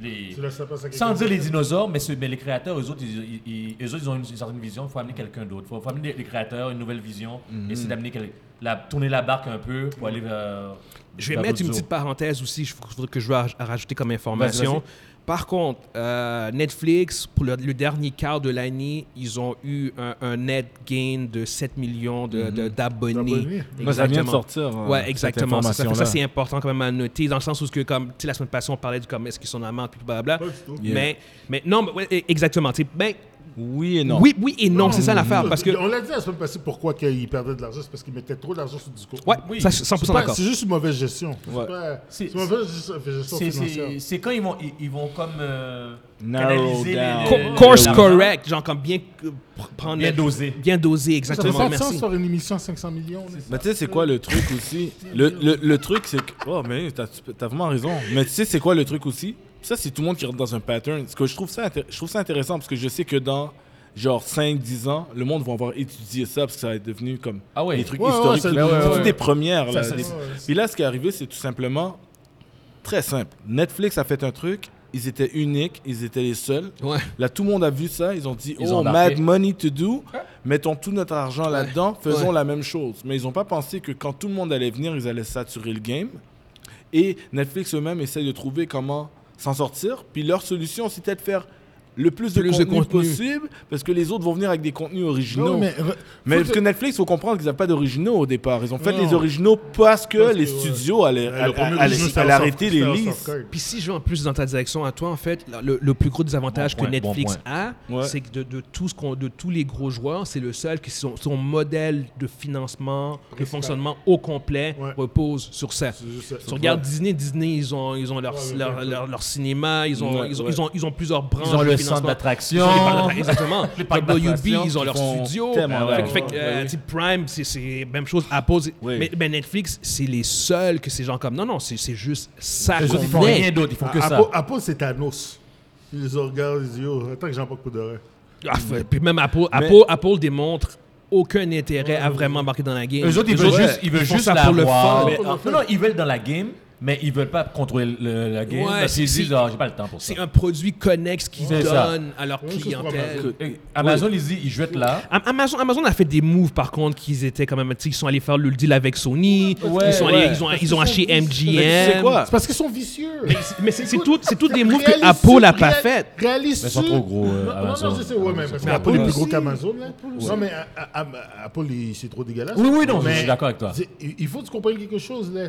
Speaker 4: les,
Speaker 5: Tu laisses ça passer
Speaker 4: sans
Speaker 5: à quelqu'un
Speaker 4: dire
Speaker 5: d'autre.
Speaker 4: les dinosaures, mais, ce- mais les créateurs, eux autres, ils, ils- ils- eux autres, ils ont une, une certaine vision. Il faut amener quelqu'un d'autre. Il faut, faut amener les, les créateurs une nouvelle vision.
Speaker 1: Mhm.
Speaker 4: Essayer d'amener quel- la, tourner la barque un peu pour aller vers.
Speaker 1: Je vais
Speaker 4: vers
Speaker 1: mettre une
Speaker 4: d'autres
Speaker 1: petite parenthèse aussi je- que je veux aj- rajouter comme information.
Speaker 4: Vas-y,
Speaker 1: Par contre, euh, Netflix, pour le, le dernier quart de l'année, ils ont eu un, un net gain de 7 millions de- de- d'abonnés.
Speaker 5: D'abonnés.
Speaker 6: Moi, ça vient de
Speaker 1: Exactement.
Speaker 6: sortir. hein,
Speaker 1: Ouais,
Speaker 6: cette
Speaker 1: exactement. Ça, ça fait- ça,
Speaker 6: information-là.
Speaker 1: c'est important quand même à noter, dans le sens où, ce que, comme, tu sais, la semaine passée, on parlait du comme est-ce qu'ils sont amants, puis blablabla.
Speaker 5: Pas du tout.
Speaker 6: Yeah.
Speaker 1: Mais, mais non, mais, ouais, exactement. tu sais, Ben,
Speaker 6: Oui et non.
Speaker 1: oui, oui et non, c'est ça l'affaire. Parce que,
Speaker 5: Mmh. On l'a dit la semaine passée pourquoi qu'ils perdaient de l'argent, c'est parce qu'ils mettaient trop d'argent sur le discours.
Speaker 1: ouais,
Speaker 4: Oui.
Speaker 1: ça, je suis
Speaker 5: C'est
Speaker 1: 100%
Speaker 5: pas-
Speaker 1: d'accord.
Speaker 5: C'est juste une mauvaise gestion.
Speaker 6: Ouais.
Speaker 5: C'est pas-
Speaker 4: C'est-
Speaker 5: C'est une mauvaise gestion gestion
Speaker 4: eaux. C'est- C'est
Speaker 5: financière.
Speaker 4: c'est quand ils vont, ils, ils vont comme. euh,
Speaker 6: Narrow
Speaker 4: canaliser les-
Speaker 6: down.
Speaker 1: Co-
Speaker 4: les-
Speaker 1: Course
Speaker 4: l'argent.
Speaker 1: correct, genre comme bien euh, pr- prendre.
Speaker 4: Euh, Bien
Speaker 1: le-
Speaker 4: dosé.
Speaker 1: Bien dosé,
Speaker 5: Ça fait
Speaker 1: exactement.
Speaker 5: pas de sens
Speaker 1: Merci.
Speaker 5: sur une émission à 500 millions. là.
Speaker 6: Mais tu sais, c'est quoi le truc aussi le, le, le truc, c'est que. Oh, mais t'as t'as vraiment raison. Mais tu sais, c'est quoi le truc aussi Ça, c'est tout le monde qui rentre dans un pattern. Ce que je trouve ça, intér- je trouve ça intéressant parce que je sais que dans genre 5-10 ans, le monde va avoir étudié ça parce que ça va être devenu comme
Speaker 4: Ah ouais.
Speaker 6: des trucs
Speaker 5: Ouais, ouais,
Speaker 6: historiques.
Speaker 5: ça-
Speaker 6: C'est
Speaker 5: ouais, ouais,
Speaker 6: toutes
Speaker 5: ouais.
Speaker 6: des premières. Là,
Speaker 5: Ça, ça-
Speaker 6: des-
Speaker 5: ouais, ouais,
Speaker 6: Puis là, ce qui est arrivé, c'est tout simplement très simple. Netflix a fait un truc. Ils étaient uniques, ils étaient les seuls.
Speaker 1: Ouais.
Speaker 6: Là, tout le monde a vu ça. Ils ont dit
Speaker 4: Ils
Speaker 6: Oh,
Speaker 4: ont embarqué.
Speaker 6: mad money to do. Mettons tout notre argent là-dedans. Faisons la même chose. Mais ils n'ont pas pensé que quand tout le monde allait venir, ils allaient saturer le game. Et Netflix eux-mêmes essayent de trouver comment s'en sortir. Puis leur solution, c'était de faire le plus, de,
Speaker 1: Plus de
Speaker 6: contenu
Speaker 1: contenu.
Speaker 6: possible parce que les autres vont venir avec des contenus originaux.
Speaker 5: Non,
Speaker 6: mais
Speaker 5: mais re-
Speaker 6: parce que Netflix, il faut comprendre qu'ils n'avaient pas d'originaux au départ. Ils ont fait
Speaker 5: Non.
Speaker 6: les originaux parce que
Speaker 5: Parce que,
Speaker 6: les
Speaker 5: ouais.
Speaker 6: studios allaient,
Speaker 5: le premier
Speaker 6: allaient-
Speaker 5: original, c'était
Speaker 6: allaient
Speaker 5: House of-
Speaker 6: arrêter les
Speaker 5: c'était House of
Speaker 6: listes.
Speaker 5: Cards.
Speaker 1: Puis si je vais en plus dans ta direction à toi, en fait, le, le plus gros désavantage
Speaker 4: Bon
Speaker 1: que
Speaker 4: point, bon
Speaker 1: Netflix
Speaker 4: point.
Speaker 1: a,
Speaker 6: Ouais.
Speaker 1: c'est que de, de tout ce qu'on- de tous les gros joueurs, c'est le seul qui son, son modèle de financement, de fonctionnement au complet
Speaker 5: Ouais.
Speaker 1: repose sur ça.
Speaker 5: C'est juste ça.
Speaker 1: Tu regardes Disney, Disney, ils ont, ils ont leur,
Speaker 5: Ouais, ouais,
Speaker 1: leur,
Speaker 5: ouais.
Speaker 1: leur- leur cinéma, ils ont,
Speaker 6: Ouais,
Speaker 1: ils, ont,
Speaker 6: ouais.
Speaker 1: ils, ont, ils ont plusieurs branches
Speaker 4: Ils ont
Speaker 1: de
Speaker 4: le
Speaker 1: financement.
Speaker 4: centre d'attraction.
Speaker 1: Ils ont les parcs d'attra- Exactement.
Speaker 4: Les parcs d'attraction
Speaker 1: WB, ils ont
Speaker 4: qui
Speaker 1: leur
Speaker 4: font
Speaker 1: studio.
Speaker 6: tellement,
Speaker 1: Fait
Speaker 6: ouais,
Speaker 1: que- fait que,
Speaker 6: ouais,
Speaker 1: euh,
Speaker 6: ouais.
Speaker 1: tu sais, Prime, c'est- c'est même chose. Apple, c'est-
Speaker 6: Oui.
Speaker 1: mais, mais Netflix, c'est les seuls que ces gens comme. Non, non, c'est c'est juste ça.
Speaker 4: Eux
Speaker 1: qu'on
Speaker 4: autres, ils font
Speaker 1: est.
Speaker 4: rien d'autre. Ils font que
Speaker 1: Ah,
Speaker 4: ça.
Speaker 5: Apple, Apple, c'est Thanos. Ils les regardent, ils disent Yo, oh, attends que j'en parle pour de vrai.
Speaker 1: Ah, fait- puis même Apple,
Speaker 6: Mais-
Speaker 1: Apple, Apple démontre aucun intérêt à vraiment embarquer dans la game.
Speaker 4: Eux autres, ils
Speaker 1: Les
Speaker 4: veulent
Speaker 1: autres,
Speaker 4: juste, ils veulent
Speaker 1: font
Speaker 4: juste
Speaker 1: ça
Speaker 4: la
Speaker 1: pour le
Speaker 4: voir.
Speaker 1: fun.
Speaker 4: Mais, ah, non, non, ils veulent dans la game, mais ils veulent pas contrôler le- la game
Speaker 1: Ouais,
Speaker 4: parce qu'ils
Speaker 1: c'est-
Speaker 4: disent, ah, j'ai pas le temps pour ça.
Speaker 1: C'est un produit connexe qu'ils
Speaker 4: C'est
Speaker 1: donnent
Speaker 4: ça.
Speaker 1: à leur
Speaker 5: Ouais, ça, c'est pas
Speaker 1: clientèle.
Speaker 5: mal.
Speaker 4: Et Amazon, ils disent, ils jettent là.
Speaker 1: Am- Amazon, Amazon a fait des moves par contre qu'ils étaient quand même, tu sais, ils sont allés faire le deal avec Sony,
Speaker 4: Ouais,
Speaker 1: ils, sont
Speaker 4: ouais.
Speaker 1: allés, ils ont, ils ont acheté
Speaker 6: Mais
Speaker 1: MGM.
Speaker 6: tu sais quoi
Speaker 5: C'est parce qu'ils sont vicieux.
Speaker 1: Mais c'est c'est
Speaker 5: Écoute,
Speaker 1: tout, c'est tout des moves que
Speaker 5: réalise-
Speaker 1: Apple n'a pas
Speaker 5: réa-
Speaker 1: fait.
Speaker 5: Réalise
Speaker 4: Mais ils sont
Speaker 5: sur-
Speaker 4: trop gros, euh,
Speaker 5: Non,
Speaker 4: Amazon.
Speaker 5: Non, non, je sais, ouais, mais parce
Speaker 4: Mais
Speaker 5: que Apple est
Speaker 1: Apple
Speaker 5: plus gros
Speaker 1: aussi.
Speaker 5: qu'Amazon, là. Non, mais euh, à- à- à- Apple, il- c'est trop dégueulasse.
Speaker 4: Oui, oui, non, je
Speaker 5: Mais
Speaker 4: suis d'accord avec toi.
Speaker 5: c'est- Il il faut que tu comprennes quelque chose, là.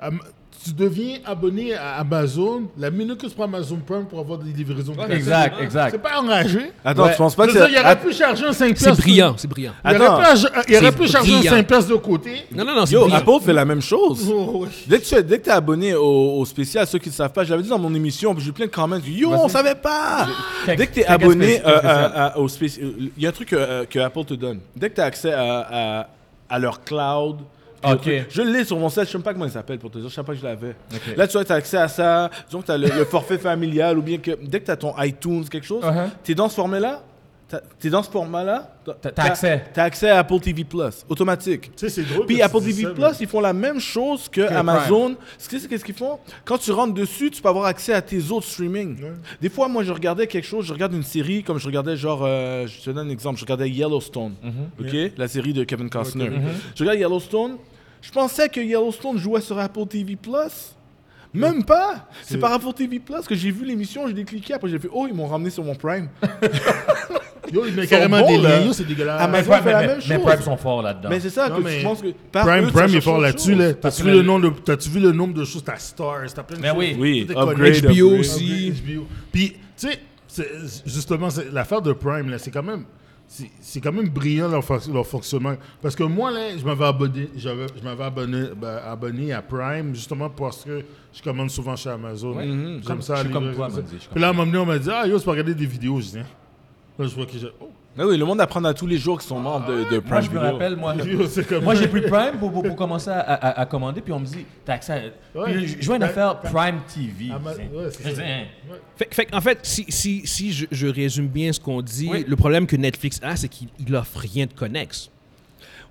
Speaker 5: Am- Tu deviens abonné à Amazon la minute que tu prends Amazon Prime pour avoir des livraisons. de cassettes.
Speaker 4: exact, exact.
Speaker 5: C'est pas enragé.
Speaker 6: Attends,
Speaker 4: Ouais.
Speaker 6: tu penses
Speaker 5: Je
Speaker 6: Ah, pas que
Speaker 5: veux dire, il
Speaker 6: c'est.
Speaker 5: aurait
Speaker 6: Att-
Speaker 5: pu charger un 5
Speaker 1: C'est brillant, c'est brillant.
Speaker 5: Il aurait
Speaker 6: Attends.
Speaker 5: pu, ach- il aurait
Speaker 1: C'est
Speaker 5: pu charger un
Speaker 1: brillant.
Speaker 5: 5 piastres de côté.
Speaker 1: Non,
Speaker 4: Ah,
Speaker 1: non, non, c'est
Speaker 6: Yo,
Speaker 1: brillant.
Speaker 6: Apple fait la même chose.
Speaker 5: Oh, ouais.
Speaker 6: Dès que tu es, dès que t'es abonné au, au spécial, ceux qui ne savent pas, j'avais dit dans mon émission, puis j'ai eu plein de comments, yo, on savait pas!
Speaker 4: Quel-
Speaker 6: Dès que tu es
Speaker 4: quel
Speaker 6: abonné
Speaker 4: spécial-
Speaker 6: euh,
Speaker 4: quel spécial?
Speaker 6: à- à- au spécial, il y a un truc que, euh, que Apple te donne. Dès que tu as accès à, à- à leur cloud,
Speaker 4: Ok.
Speaker 6: puis- je l'ai sur mon site, je sais même pas comment il s'appelle pour te dire, je sais pas que je l'avais.
Speaker 4: Ok.
Speaker 6: Là, tu as accès à ça, disons que tu as le, le forfait familial, ou bien que dès que tu as ton iTunes, quelque chose,
Speaker 4: Uh-huh.
Speaker 6: tu es dans ce format-là, tu es dans ce format-là,
Speaker 4: T'as- t'as accès.
Speaker 6: Tu as accès à Apple TV Plus, automatique.
Speaker 5: Tu sais, c'est drôle.
Speaker 6: Puis
Speaker 5: que tu
Speaker 6: Apple
Speaker 5: dis
Speaker 6: TV
Speaker 5: ça, mais-
Speaker 6: Plus, ils font la même chose que Amazon. Ce qu'ils- Qu'est-ce qu'ils font Quand tu rentres dessus, tu peux avoir accès à tes autres streamings. Des fois, moi, je regardais quelque chose, je regarde une série, comme je regardais genre, euh, je te donne un exemple, je regardais Yellowstone,
Speaker 5: Mm-hmm.
Speaker 6: ok, la série de Kevin Costner. Je regarde Yellowstone. Je pensais que Yellowstone jouait sur Apple TV Plus.
Speaker 5: Mm.
Speaker 6: Même pas! C'est par Apple TV Plus que j'ai vu l'émission, je l'ai cliqué, après j'ai fait Oh, ils m'ont ramené sur mon Prime.
Speaker 5: Ah. Yo, il met
Speaker 6: Ils
Speaker 5: carrément
Speaker 6: sont
Speaker 5: des
Speaker 6: bons, là. Ah,
Speaker 5: liens. Yo, c'est dégueulasse.
Speaker 6: Amazon
Speaker 4: Mais,
Speaker 6: fait la
Speaker 4: mais-
Speaker 6: même
Speaker 4: mais
Speaker 6: chose.
Speaker 4: Prime sont forts là-dedans.
Speaker 6: Mais c'est ça
Speaker 5: Non,
Speaker 6: que
Speaker 5: mais
Speaker 6: je pense que. par eux,
Speaker 5: Prime,
Speaker 6: tu
Speaker 5: Prime est
Speaker 6: cherches
Speaker 5: fort
Speaker 6: autre
Speaker 5: là-dessus.
Speaker 6: chose.
Speaker 5: Là.
Speaker 4: Parce
Speaker 5: T'as-tu
Speaker 4: que
Speaker 5: vu, le
Speaker 4: le-
Speaker 5: nombre de- t'as-tu vu le nombre de choses T'as Stars, t'as plein de
Speaker 4: Mais
Speaker 5: choses.
Speaker 4: Ben oui.
Speaker 6: Oui,
Speaker 5: Tout est
Speaker 6: upgrade,
Speaker 5: connecté.
Speaker 1: HBO
Speaker 6: upgrade.
Speaker 1: aussi.
Speaker 5: HBO. Puis, tu sais, c'est- justement, c'est- l'affaire de Prime, là, c'est quand même. c'est- C'est quand même brillant leur, fonc- leur fonctionnement. Parce que moi, là, je m'avais abonné, j'avais- je m'avais abonné, ben, abonné à Prime justement parce que je commande souvent chez Amazon. J'aime
Speaker 4: Comme-
Speaker 5: ça,
Speaker 4: Mm-hmm. je suis
Speaker 5: les
Speaker 4: comme
Speaker 5: gars,
Speaker 4: toi,
Speaker 5: ça.
Speaker 4: Mandy, je suis
Speaker 5: Puis là, à un moment donné, on m'a dit Ah, yo, tu peux regarder des vidéos. Je dis Hein? Là, je vois que j'ai. Oh,
Speaker 6: Mais oui, le monde apprend à tous les jours qu'ils sont membres de,
Speaker 1: Ah,
Speaker 6: de Prime
Speaker 4: Moi, je me
Speaker 6: Video.
Speaker 4: rappelle, moi,
Speaker 5: C'est comme
Speaker 4: moi
Speaker 5: ça.
Speaker 4: j'ai pris Prime pour, pour, pour commencer à, à- à commander, puis on me dit, t'as accès à...
Speaker 5: Ouais.
Speaker 4: Puis je- je vois une
Speaker 5: T'as-
Speaker 4: affaire Prime TV.
Speaker 5: Ah, ma-
Speaker 4: Je dis,
Speaker 5: ouais, c'est
Speaker 4: je
Speaker 5: ça.
Speaker 4: dis, hein.
Speaker 1: Fait, fait qu'en fait, si, si, si je, je résume bien ce qu'on dit,
Speaker 4: Oui.
Speaker 1: le problème que Netflix a, c'est qu'il il offre rien de connexe.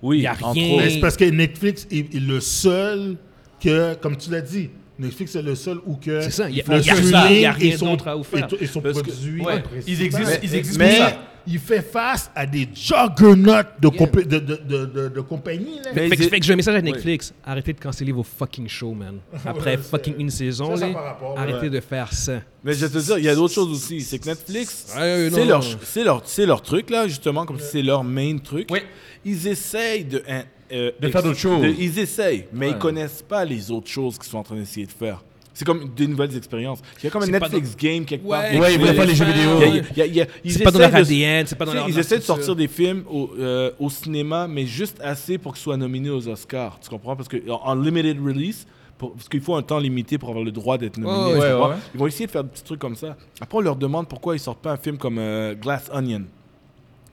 Speaker 6: Oui,
Speaker 1: Il y a
Speaker 6: entre
Speaker 1: rien.
Speaker 6: autres.
Speaker 5: Mais c'est parce que Netflix est, est le seul que, comme tu l'as dit, Netflix est le seul où que
Speaker 1: C'est ça, il y a-
Speaker 5: le
Speaker 1: il y a
Speaker 5: streaming
Speaker 1: ça, il y a
Speaker 5: et
Speaker 1: rien
Speaker 5: son-
Speaker 1: d'autre à vous faire.
Speaker 5: et to- Et, son
Speaker 6: Parce que-
Speaker 5: produit
Speaker 4: ouais,
Speaker 5: principal.
Speaker 4: ils existent- ils existent
Speaker 5: mais
Speaker 4: pour ça.
Speaker 5: il fait face à des juggernauts de, compé- de, de, de, de- de compagnie. Là.
Speaker 6: Mais
Speaker 1: Fait que,
Speaker 6: ils-
Speaker 1: fait que j'ai un message à Netflix. Arrêtez de canceller vos fucking shows, man. Après
Speaker 5: Ouais, c'est-
Speaker 1: fucking une saison,
Speaker 5: ça, ça
Speaker 1: là,
Speaker 5: par rapport,
Speaker 1: arrêtez
Speaker 5: ouais.
Speaker 1: de faire ça.
Speaker 6: Mais je vais te dire, il y a d'autres choses aussi. C'est que Netflix,
Speaker 1: Ouais, ouais, non,
Speaker 6: c'est leur,
Speaker 1: non.
Speaker 6: c'est leur, c'est leur truc, là, justement, comme si c'est leur main truc.
Speaker 4: Oui.
Speaker 6: Ils essayent de. hein, euh,
Speaker 4: De
Speaker 6: ex-
Speaker 4: faire d'autres choses.
Speaker 6: de- ils essayent, mais
Speaker 4: Ouais.
Speaker 6: ils connaissent pas les autres choses qu'ils sont en train d'essayer de faire. C'est comme des nouvelles expériences. Il y a comme un
Speaker 1: C'est pas
Speaker 6: Netflix game quelque part.
Speaker 1: Ouais, ils voulaient pas les jeux vidéo.
Speaker 6: Il y a- il y a- il y a- ils
Speaker 1: C'est pas dans leur
Speaker 6: essayent de-
Speaker 1: ADN, c'est pas dans
Speaker 6: tu sais,
Speaker 1: leur
Speaker 6: ils essaient de
Speaker 1: architecture.
Speaker 6: sortir des films au, euh, au cinéma, mais juste assez pour qu'ils soient nominés aux Oscars. Tu comprends? Parce que en- en limited release, pour- parce qu'il faut un temps limité pour avoir le droit d'être nominé.
Speaker 4: ouais,
Speaker 6: tu
Speaker 4: ouais,
Speaker 6: comprends?
Speaker 4: ouais.
Speaker 6: Ils vont essayer de faire des petits trucs comme ça. Après, on leur demande pourquoi ils sortent pas un film comme euh, Glass Onion,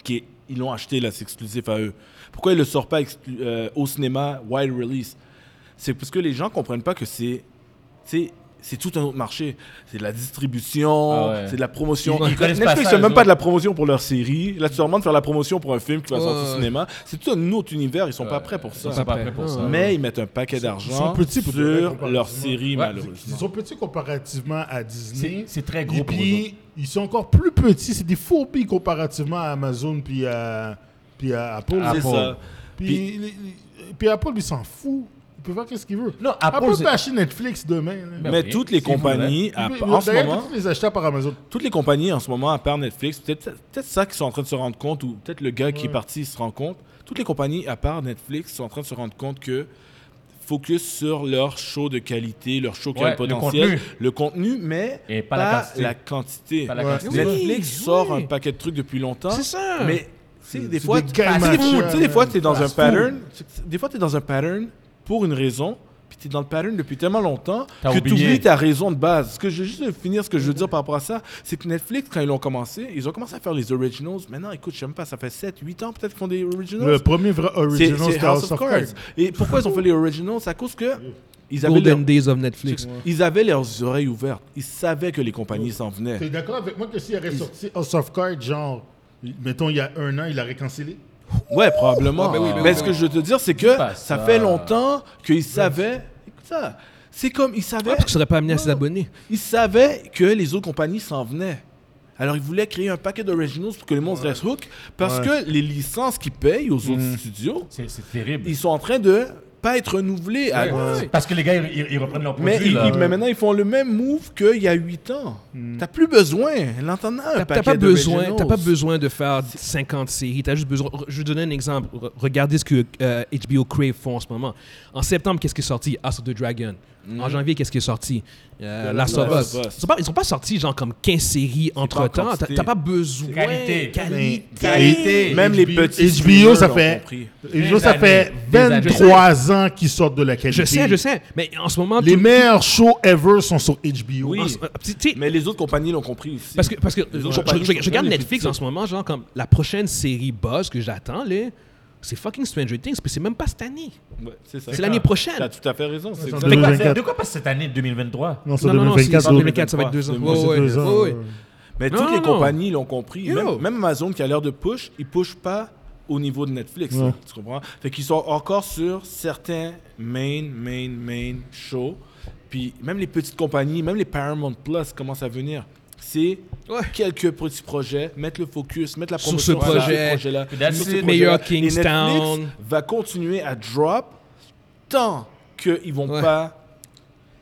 Speaker 6: qui est- ils l'ont acheté là, c'est exclusif à eux. Pourquoi ils le sortent pas exclu- euh, au cinéma wide release? C'est parce que les gens comprennent pas que c'est, tu sais, c'est tout un autre marché. C'est de la distribution,
Speaker 4: Ah ouais.
Speaker 6: c'est de la promotion.
Speaker 4: Ils- ils connaissent pas
Speaker 6: Netflix
Speaker 4: ça,
Speaker 6: fait
Speaker 4: eux
Speaker 6: même pas
Speaker 4: autres.
Speaker 6: de la promotion pour leur série. Là, tu leur demandes de faire la promotion pour un film qui va sortir
Speaker 1: Ouais.
Speaker 6: au cinéma. C'est tout un autre univers. Ils sont
Speaker 5: Euh,
Speaker 6: pas prêts pour
Speaker 4: Ils
Speaker 6: ça.
Speaker 4: sont pas prêts pour ça.
Speaker 6: Mais ils mettent un paquet
Speaker 5: Ils sont
Speaker 6: d'argent
Speaker 5: petits pour de vrai,
Speaker 6: sur
Speaker 5: comparativement.
Speaker 6: leur série,
Speaker 5: Ouais, Ils
Speaker 6: malheureusement.
Speaker 5: sont petits comparativement à
Speaker 4: C'est-
Speaker 5: Disney.
Speaker 4: c'est très gros
Speaker 5: Et
Speaker 4: pour eux
Speaker 5: puis, ils sont encore plus petits. C'est des fourpilles comparativement à Amazon puis à, puis à Apple.
Speaker 6: C'est ça.
Speaker 5: Puis,
Speaker 6: Puis-
Speaker 5: les- les- puis Apple, il s'en fout. Il peut faire qu'est-ce qu'il veut.
Speaker 4: Non, Apple,
Speaker 5: Apple
Speaker 4: c'est-
Speaker 5: peut acheter Netflix demain. là.
Speaker 4: Ben
Speaker 6: Mais
Speaker 4: oui,
Speaker 6: toutes les
Speaker 4: s'ils voulaient.
Speaker 6: compagnies, à-
Speaker 5: Il peut-
Speaker 6: en ce
Speaker 5: d'ailleurs,
Speaker 6: moment,
Speaker 5: peut-être les acheter par Amazon.
Speaker 6: toutes les compagnies en ce moment, à part Netflix, peut-être peut-être ça qu'ils sont en train de se rendre compte, ou peut-être le gars qui est parti il se rend compte. Toutes les compagnies, à part Netflix, sont en train de se rendre compte que focus sur leur show de qualité, leur show qui a
Speaker 4: Ouais,
Speaker 6: le
Speaker 4: le
Speaker 6: potentiel,
Speaker 4: contenu.
Speaker 6: le contenu, mais
Speaker 4: Et pas la quantité.
Speaker 6: la quantité.
Speaker 4: Pas la
Speaker 5: Ouais.
Speaker 4: quantité.
Speaker 6: Netflix
Speaker 1: Oui,
Speaker 6: sort
Speaker 1: oui.
Speaker 6: un paquet de trucs depuis longtemps.
Speaker 1: C'est ça.
Speaker 6: Mais tu sais, des
Speaker 5: c'est
Speaker 6: fois,
Speaker 5: des
Speaker 6: tu
Speaker 5: game
Speaker 6: tu sais, des fois,
Speaker 5: matchers,
Speaker 6: tu sais, des fois,
Speaker 5: man.
Speaker 6: t'es dans un
Speaker 5: Fast
Speaker 6: pattern. tu- tu- Des fois, t'es dans un pattern pour une raison. Puis t'es dans le pattern depuis tellement longtemps
Speaker 4: T'as
Speaker 6: que tu
Speaker 4: oublié.
Speaker 6: oublies ta raison de base. Ce que je veux juste finir, ce que je veux dire par rapport à ça, c'est que Netflix, quand ils l'ont commencé, ils ont commencé à faire les originals. Maintenant, écoute, je sais même pas, ça fait 7, 8 ans peut-être qu'ils font des originals.
Speaker 5: Le premier vrai
Speaker 6: C'est-
Speaker 5: original,
Speaker 6: c'est
Speaker 5: c'était House of Cards.
Speaker 6: Et pourquoi ils ont fait les originals C'est à cause que ils avaient,
Speaker 1: Golden
Speaker 6: leur-
Speaker 1: Days of Netflix.
Speaker 6: ils avaient leurs oreilles ouvertes. Ils savaient que les compagnies s'en venaient.
Speaker 5: T'es d'accord avec moi que s'il aurait sorti House of Cards, genre, mettons, il y a un an, il l'aurait cancellé
Speaker 6: Ouais, probablement.
Speaker 1: ben oui, ben
Speaker 6: mais
Speaker 1: oui,
Speaker 6: ce
Speaker 1: ben
Speaker 6: que je veux te dire, c'est que
Speaker 4: pas ça.
Speaker 6: ça. fait longtemps qu'ils savaient. Écoute ça. C'est comme ils savaient.
Speaker 1: Ouais, parce qu'ils seraient pas amenés à
Speaker 6: Non.
Speaker 1: s'abonner.
Speaker 6: Ils savaient que les autres compagnies s'en venaient. Alors ils voulaient créer un paquet d'originals pour que le monde se reste hook. Parce que les licences qu'ils payent aux
Speaker 1: Mm.
Speaker 6: autres studios,
Speaker 4: C'est c'est terrible.
Speaker 6: ils sont en train de pas être renouvelés. à-
Speaker 4: Parce que les gars, ils, ils- ils reprennent leur produit.
Speaker 6: Mais, ils-
Speaker 4: là.
Speaker 6: ils- mais maintenant, ils font le même move qu'il y a 8 ans. T'as plus besoin. L'entendant, un
Speaker 1: Mm. T'as
Speaker 6: paquet
Speaker 1: t'as pas, besoin-
Speaker 6: d'originals.
Speaker 1: t'as pas besoin de faire 50 séries. T'as juste besoin. Je vais donner un exemple. Re- Regardez ce que euh, HBO Crave font en ce moment. En septembre, qu'est-ce qui est sorti House of the Dragon. En janvier, qu'est-ce qui est sorti Euh, Last of
Speaker 6: Mm. Last
Speaker 1: Us.
Speaker 6: of Us.
Speaker 1: Ils sont pas- Ils sont pas sortis genre comme 15 séries entre temps. T'as
Speaker 6: quantité.
Speaker 1: t'as pas besoin.
Speaker 4: Qualité.
Speaker 5: Ben,
Speaker 1: Qualité.
Speaker 4: Qualité.
Speaker 6: Même les
Speaker 5: HBO
Speaker 6: petits.
Speaker 5: HBO, ça
Speaker 6: streamers
Speaker 5: fait-
Speaker 6: l'ont compris.
Speaker 5: Et je- ça
Speaker 4: Des
Speaker 5: fait
Speaker 4: années.
Speaker 5: 23 ans qu'ils sortent de la qualité.
Speaker 1: Je sais, je sais. Mais en ce moment.
Speaker 5: Les
Speaker 1: tout-
Speaker 5: meilleurs shows ever sont sur HBO.
Speaker 1: en
Speaker 6: Oui.
Speaker 1: ce- euh, tu sais,
Speaker 6: Mais les autres compagnies l'ont compris aussi.
Speaker 1: Parce que, parce que
Speaker 6: Les
Speaker 1: je,
Speaker 6: autres
Speaker 1: je-
Speaker 6: compagnies
Speaker 1: je- je
Speaker 6: sont
Speaker 1: regarde
Speaker 6: bien
Speaker 1: Netflix
Speaker 6: les
Speaker 1: en ce moment, genre comme la prochaine série buzz que j'attends, là, c'est fucking Stranger Things, mais c'est même pas cette année.
Speaker 6: Ouais, c'est ça.
Speaker 1: C'est l'année prochaine.
Speaker 6: T'as tout à fait raison. C'est
Speaker 5: Attends,
Speaker 6: exact.
Speaker 4: De quoi-
Speaker 5: 2024.
Speaker 4: de quoi passe cette année 2023
Speaker 5: Non, c'est
Speaker 1: Non, non, non, c'est
Speaker 5: 2024.
Speaker 1: en 2024, ça va être deux ans.
Speaker 6: C'est-
Speaker 1: Ouais,
Speaker 5: c'est
Speaker 1: ouais,
Speaker 5: deux
Speaker 1: ouais,
Speaker 5: ans,
Speaker 1: ouais.
Speaker 5: ouais.
Speaker 6: Mais
Speaker 1: Non,
Speaker 6: toutes les
Speaker 1: non.
Speaker 6: compagnies l'ont compris.
Speaker 1: Yo.
Speaker 6: Même, même Amazon qui a l'air de push, ils push pas au niveau de Netflix.
Speaker 5: Ouais.
Speaker 6: hein, tu comprends? Fait qu'ils sont encore sur certains main, main, main shows. Puis même les petites compagnies, même les Paramount Plus commencent à venir. C'est
Speaker 1: Ouais.
Speaker 6: quelques petits projets, mettre le focus, mettre la
Speaker 1: Sur
Speaker 6: promotion
Speaker 1: ce projet.
Speaker 6: là
Speaker 4: Puis that's it.
Speaker 1: Meilleur
Speaker 6: Et
Speaker 1: Kingstown.
Speaker 6: Netflix va continuer à drop tant qu'ils vont
Speaker 1: Ouais.
Speaker 6: pas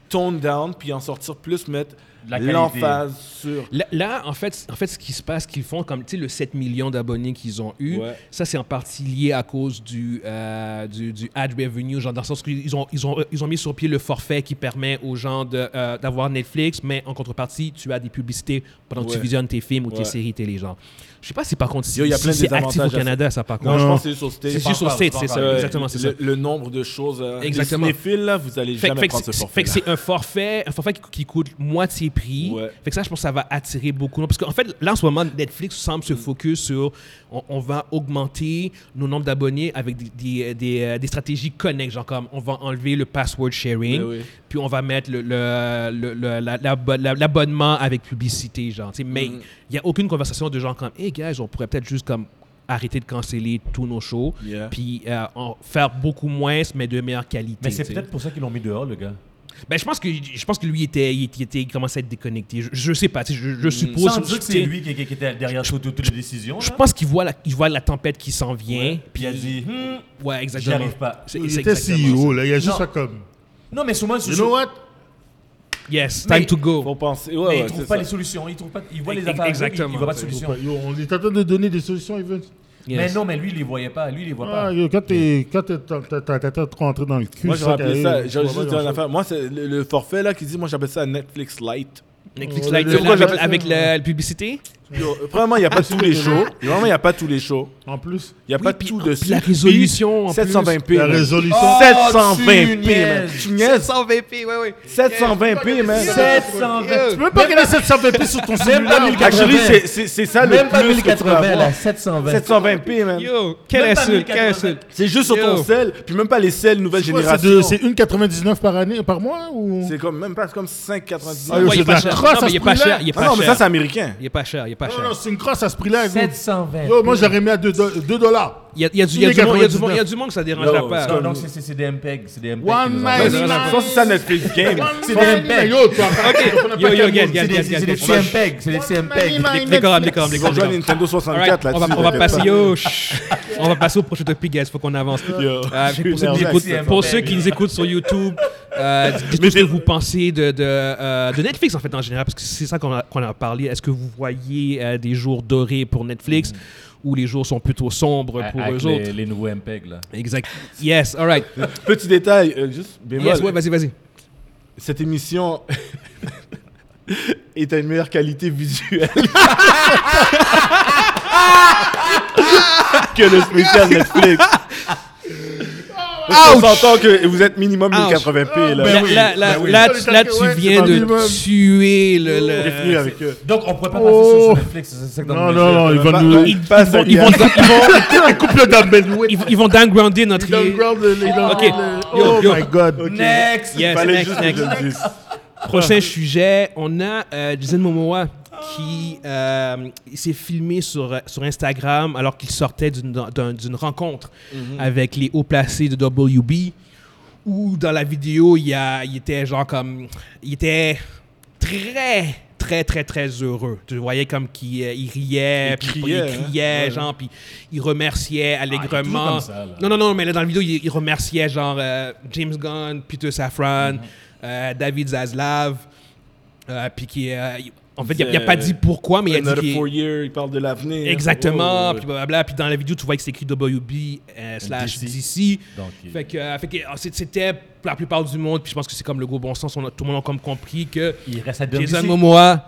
Speaker 6: tone down puis en sortir plus, mettre
Speaker 4: De la qualité.
Speaker 6: l'emphase sur
Speaker 1: Là, là, en, fait, en fait, ce qui se passe, qu'ils font, comme tu sais, le 7 millions d'abonnés qu'ils ont eu,
Speaker 6: Ouais.
Speaker 1: ça, c'est en partie lié à cause du, euh, du, du ad revenue, genre dans le sens qu'ils ont, ils ont, euh, ils ont mis sur pied le forfait qui permet aux gens de, euh, d'avoir Netflix, mais en contrepartie, tu as des publicités pendant que tu
Speaker 6: Ouais.
Speaker 1: visionnes tes films ou tes
Speaker 6: Ouais.
Speaker 1: séries télé, genre. Je sais pas si par contre, si,
Speaker 6: Yo, il y a
Speaker 1: si
Speaker 6: plein de
Speaker 1: c'est actif
Speaker 6: désavantages à
Speaker 1: au
Speaker 6: ça.
Speaker 1: Canada, ça par
Speaker 6: Non,
Speaker 1: contre.
Speaker 6: je pense que c'est sur State.
Speaker 1: C'est juste au
Speaker 4: encore,
Speaker 1: States,
Speaker 4: c'est
Speaker 1: c'est
Speaker 4: pas
Speaker 1: ça.
Speaker 4: encore.
Speaker 1: Exactement, c'est
Speaker 6: le,
Speaker 1: ça.
Speaker 6: le nombre de choses. euh,
Speaker 1: Exactement.
Speaker 6: Les cinéphiles, là, vous allez
Speaker 1: Fait,
Speaker 6: jamais
Speaker 1: fait que
Speaker 6: prendre ce
Speaker 1: c'est-
Speaker 6: forfait.
Speaker 1: fait que c'est un forfait, un forfait qui, qui coûte moitié prix.
Speaker 6: Ouais.
Speaker 1: Fait que ça, je pense que ça va attirer beaucoup. Parce qu'en fait, là, en ce moment, Netflix semble
Speaker 6: Mm.
Speaker 1: se focus sur on, on va augmenter nos nombres d'abonnés avec des, des, des, euh, des stratégies connect, genre comme on va enlever le password sharing,
Speaker 6: Ouais, ouais.
Speaker 1: puis on va mettre le- le- le- le- la- la- la- l'abonnement avec publicité, genre. tu sais. Mais il
Speaker 6: Mm.
Speaker 1: n'y a aucune conversation de genre comme Hey guys, on pourrait peut-être juste comme arrêter de canceller tous nos shows,
Speaker 6: Yeah.
Speaker 1: puis euh, en faire beaucoup moins, mais de meilleure qualité.
Speaker 4: Mais c'est
Speaker 1: tu sais.
Speaker 4: peut-être pour ça qu'ils l'ont mis dehors, le gars.
Speaker 1: Ben, je pense que je pense que lui était il, était- il était- il commençait à être déconnecté. Je, je sais pas, tu sais, je, je suppose.
Speaker 4: Hmm. Sans dire que c'est
Speaker 1: tu sais,
Speaker 4: lui qui, qui- qui était derrière tout- toutes les décisions.
Speaker 1: Je
Speaker 4: là.
Speaker 1: pense qu'il voit la il voit la tempête qui s'en vient.
Speaker 4: Puis il a dit, Hmm,
Speaker 1: Ouais,
Speaker 4: j'y
Speaker 1: exactement.
Speaker 4: arrive pas.
Speaker 1: C'est-
Speaker 5: Il
Speaker 1: c'est
Speaker 5: était
Speaker 1: exactement
Speaker 5: CEO, là. Il y a juste
Speaker 4: Non.
Speaker 5: ça comme.
Speaker 4: Non, mais souvent, je
Speaker 5: You know what?
Speaker 1: ça. Yes, time
Speaker 4: Mais-
Speaker 1: to go.
Speaker 6: Faut penser. Ouais,
Speaker 4: mais
Speaker 6: ouais,
Speaker 4: il trouve
Speaker 6: c'est
Speaker 4: pas
Speaker 6: ça.
Speaker 4: les solutions. Il trouve pas. Il voit
Speaker 1: E-
Speaker 4: les affaires.
Speaker 1: exactement.
Speaker 4: Il voit pas de
Speaker 1: C'est-
Speaker 4: solution.
Speaker 5: Yo, on est en train de donner des solutions, Evan.
Speaker 1: Yes.
Speaker 4: Mais non, mais lui, il les voyait pas. Lui, il les voit pas.
Speaker 5: Ah, yo, quand t'es quand t'es- t'as- t'as- t'as- t'as- t'as trop rentré dans le cul,
Speaker 6: Moi,
Speaker 5: c'est
Speaker 6: je
Speaker 5: ça
Speaker 6: rappelais
Speaker 1: euh,
Speaker 5: qui
Speaker 6: ça.
Speaker 5: arrive.
Speaker 6: J'ai
Speaker 5: Tu vois
Speaker 6: juste
Speaker 5: pas
Speaker 6: dit une
Speaker 5: grand-chose.
Speaker 6: affaire. Moi, c'est le, le forfait là qui dit, moi, j'appelle ça Netflix Lite.
Speaker 1: Netflix
Speaker 5: Oh,
Speaker 1: Live
Speaker 5: le- hein.
Speaker 1: avec,
Speaker 5: le-
Speaker 1: avec,
Speaker 5: le-
Speaker 1: la, la publicité.
Speaker 6: Yo, euh, premièrement, il n'y a pas tous les shows. Vraiment, il n'y a pas tous les shows.
Speaker 5: En plus,
Speaker 6: Il n'y a pas tout de
Speaker 1: la résolution, en plus.
Speaker 6: 720p.
Speaker 5: la
Speaker 6: man.
Speaker 5: résolution.
Speaker 4: Oh,
Speaker 6: Ah! 720p,
Speaker 4: tu
Speaker 6: man.
Speaker 4: niaises.
Speaker 6: Tu niaises?
Speaker 1: 720p, ouais, ouais.
Speaker 6: 720p, man.
Speaker 4: 720.
Speaker 5: Tu peux pas regarder 720p sur ton
Speaker 4: pas
Speaker 5: cellulaire.
Speaker 4: 1080.
Speaker 6: Actually, c'est- c'est c'est ça le
Speaker 4: Même pas
Speaker 6: plus que tu peux
Speaker 4: 1080, là,
Speaker 6: avoir.
Speaker 4: 720.
Speaker 6: 720p, man.
Speaker 1: Yo, quelle
Speaker 4: Même pas
Speaker 1: insulte, quelle
Speaker 4: 1080.
Speaker 1: insulte.
Speaker 6: C'est juste sur
Speaker 1: Yo.
Speaker 6: ton sel, puis même pas les sels nouvelle
Speaker 5: C'est quoi, c'est de-
Speaker 6: génération.
Speaker 5: C'est 1,99 par année, par mois ou
Speaker 6: C'est comme même pas c'est comme 5,99.
Speaker 5: Ah, yo,
Speaker 1: Ouais, il
Speaker 5: c'est
Speaker 1: est
Speaker 5: de la
Speaker 1: pas cher.
Speaker 5: crosse
Speaker 1: Non,
Speaker 5: à
Speaker 1: mais
Speaker 5: ce
Speaker 1: il est pas
Speaker 5: prix-là.
Speaker 1: cher. Il est
Speaker 6: Ah
Speaker 1: pas
Speaker 6: non, mais ça, c'est
Speaker 1: cher.
Speaker 6: américain.
Speaker 1: Il est pas cher. Il est pas
Speaker 5: Non,
Speaker 1: cher.
Speaker 5: non, Oh, c'est une crosse à ce prix-là. gros.
Speaker 4: 720.
Speaker 5: Yo, moi j'aurais mis à 2 dollars.
Speaker 1: Il y a- il y a du- il y a du monde- il y a du monde- il y a
Speaker 5: 99.
Speaker 1: du monde que ça dérangera
Speaker 6: Yo,
Speaker 1: pas.
Speaker 6: c'est
Speaker 4: Non, donc c'est- c'est c'est des MPEG. C'est des MPEG.
Speaker 5: One
Speaker 4: qui nous
Speaker 5: man.
Speaker 6: Ouais,
Speaker 4: envoient.
Speaker 6: c'est- Je pense que c'est ça Netflix Game.
Speaker 5: C'est
Speaker 4: des pecs.
Speaker 1: Yo,
Speaker 5: Yo, tu as on a
Speaker 1: yo,
Speaker 5: pas qu'à
Speaker 1: gars,
Speaker 5: monde.
Speaker 1: gars,
Speaker 4: C'est des-
Speaker 1: gars,
Speaker 4: c'est des
Speaker 1: gars.
Speaker 4: CMPEG. E C'est des CMPEG.
Speaker 1: Décorum, décorum,
Speaker 6: Ils vont
Speaker 1: décorum.
Speaker 6: jouer à
Speaker 1: décorum.
Speaker 6: Nintendo 64
Speaker 1: Alright,
Speaker 6: là-dessus.
Speaker 1: on va, on va passer yo, chut. on va passer au prochain topic, guys. Faut qu'on avance.
Speaker 6: Yo.
Speaker 1: Euh,
Speaker 6: Je suis
Speaker 1: pour, ceux qui
Speaker 6: énervé.
Speaker 1: écoutent-
Speaker 4: Merci,
Speaker 1: pour
Speaker 4: Fabien.
Speaker 1: ceux qui nous écoutent sur YouTube, euh, dites-nous ce que vous pensez de, de, euh, de Netflix en fait en général, parce que c'est ça qu'on a, qu'on a parlé. Est-ce que vous voyez euh, des jours dorés pour Netflix ou les jours sont plutôt sombres pour
Speaker 4: Mm. Avec
Speaker 1: eux autres
Speaker 4: les- Les nouveaux MPEG, là.
Speaker 1: Exact. Yes, all right.
Speaker 6: Petit détail, euh, juste bémol.
Speaker 1: Yes, ouais, vas-y, vas-y.
Speaker 6: Cette émission est à une meilleure qualité visuelle que le spécial Netflix. Parce qu'on s'entend que vous êtes minimum
Speaker 1: Ouch. Ah, ben
Speaker 6: 1080p là.
Speaker 1: Là, là, là, là, tu- là, tu
Speaker 5: Ouais, c'est
Speaker 1: viens
Speaker 5: pas
Speaker 1: de
Speaker 5: minimum.
Speaker 1: tuer le. le-
Speaker 6: J'ai fini avec eux.
Speaker 4: Donc, on pourrait pas passer
Speaker 5: Oh.
Speaker 4: sur- sur Netflix. c'est ça que
Speaker 5: Non,
Speaker 4: dans le
Speaker 5: non,
Speaker 4: jeu.
Speaker 5: non, ils vont
Speaker 6: Pas-
Speaker 5: nous.
Speaker 6: ils passent à
Speaker 1: ils vont,
Speaker 6: Yann.
Speaker 1: ils vont,
Speaker 5: Ils coupent le dumbbell.
Speaker 1: ils vont- ils vont downgrounder notre.
Speaker 5: Downground, les- les-
Speaker 1: Ok.
Speaker 5: les-
Speaker 1: Yo,
Speaker 5: Oh
Speaker 1: yo.
Speaker 5: my god.
Speaker 6: Ok.
Speaker 4: Next!
Speaker 1: Yes,
Speaker 6: Fallait
Speaker 1: next,
Speaker 6: juste
Speaker 1: next.
Speaker 6: que je le dise.
Speaker 1: Prochain sujet, on a euh, Jason Momoa qui euh, il s'est filmé sur, euh, sur Instagram alors qu'il sortait d'une d'un- d'une rencontre avec les hauts placés de WB où dans la vidéo, il, y a, il était genre comme... Il était très, très, très, très heureux. Tu voyais comme qu'il euh, il riait,
Speaker 6: Il
Speaker 1: puis il
Speaker 6: criait, hein.
Speaker 1: criait, genre, puis il remerciait
Speaker 4: Ah, il
Speaker 1: allègrement.
Speaker 4: est toujours comme ça, là.
Speaker 1: non, non, non, mais là, dans la vidéo, il, il remerciait genre euh, James Gunn, Peter Safran,
Speaker 4: Mm-hmm.
Speaker 1: euh, David Zaslav, euh, puis qui... euh, il- en fait, il n'a pas dit pourquoi, mais il a dit
Speaker 6: Another
Speaker 1: qu'il-
Speaker 6: four year, il parle de l'avenir.
Speaker 1: Exactement,
Speaker 6: Oh,
Speaker 1: puis blablabla. Puis dans la vidéo, tu vois que c'est écrit WB euh, slash DC.
Speaker 4: Donc, il-
Speaker 1: Fait que, euh, fait que, euh, c'est- c'était pour la plupart du monde, puis je pense que c'est comme le gros bon sens, on a- tout le monde a comme compris que
Speaker 4: Il reste à
Speaker 1: Jason
Speaker 4: domicile.
Speaker 1: Momoa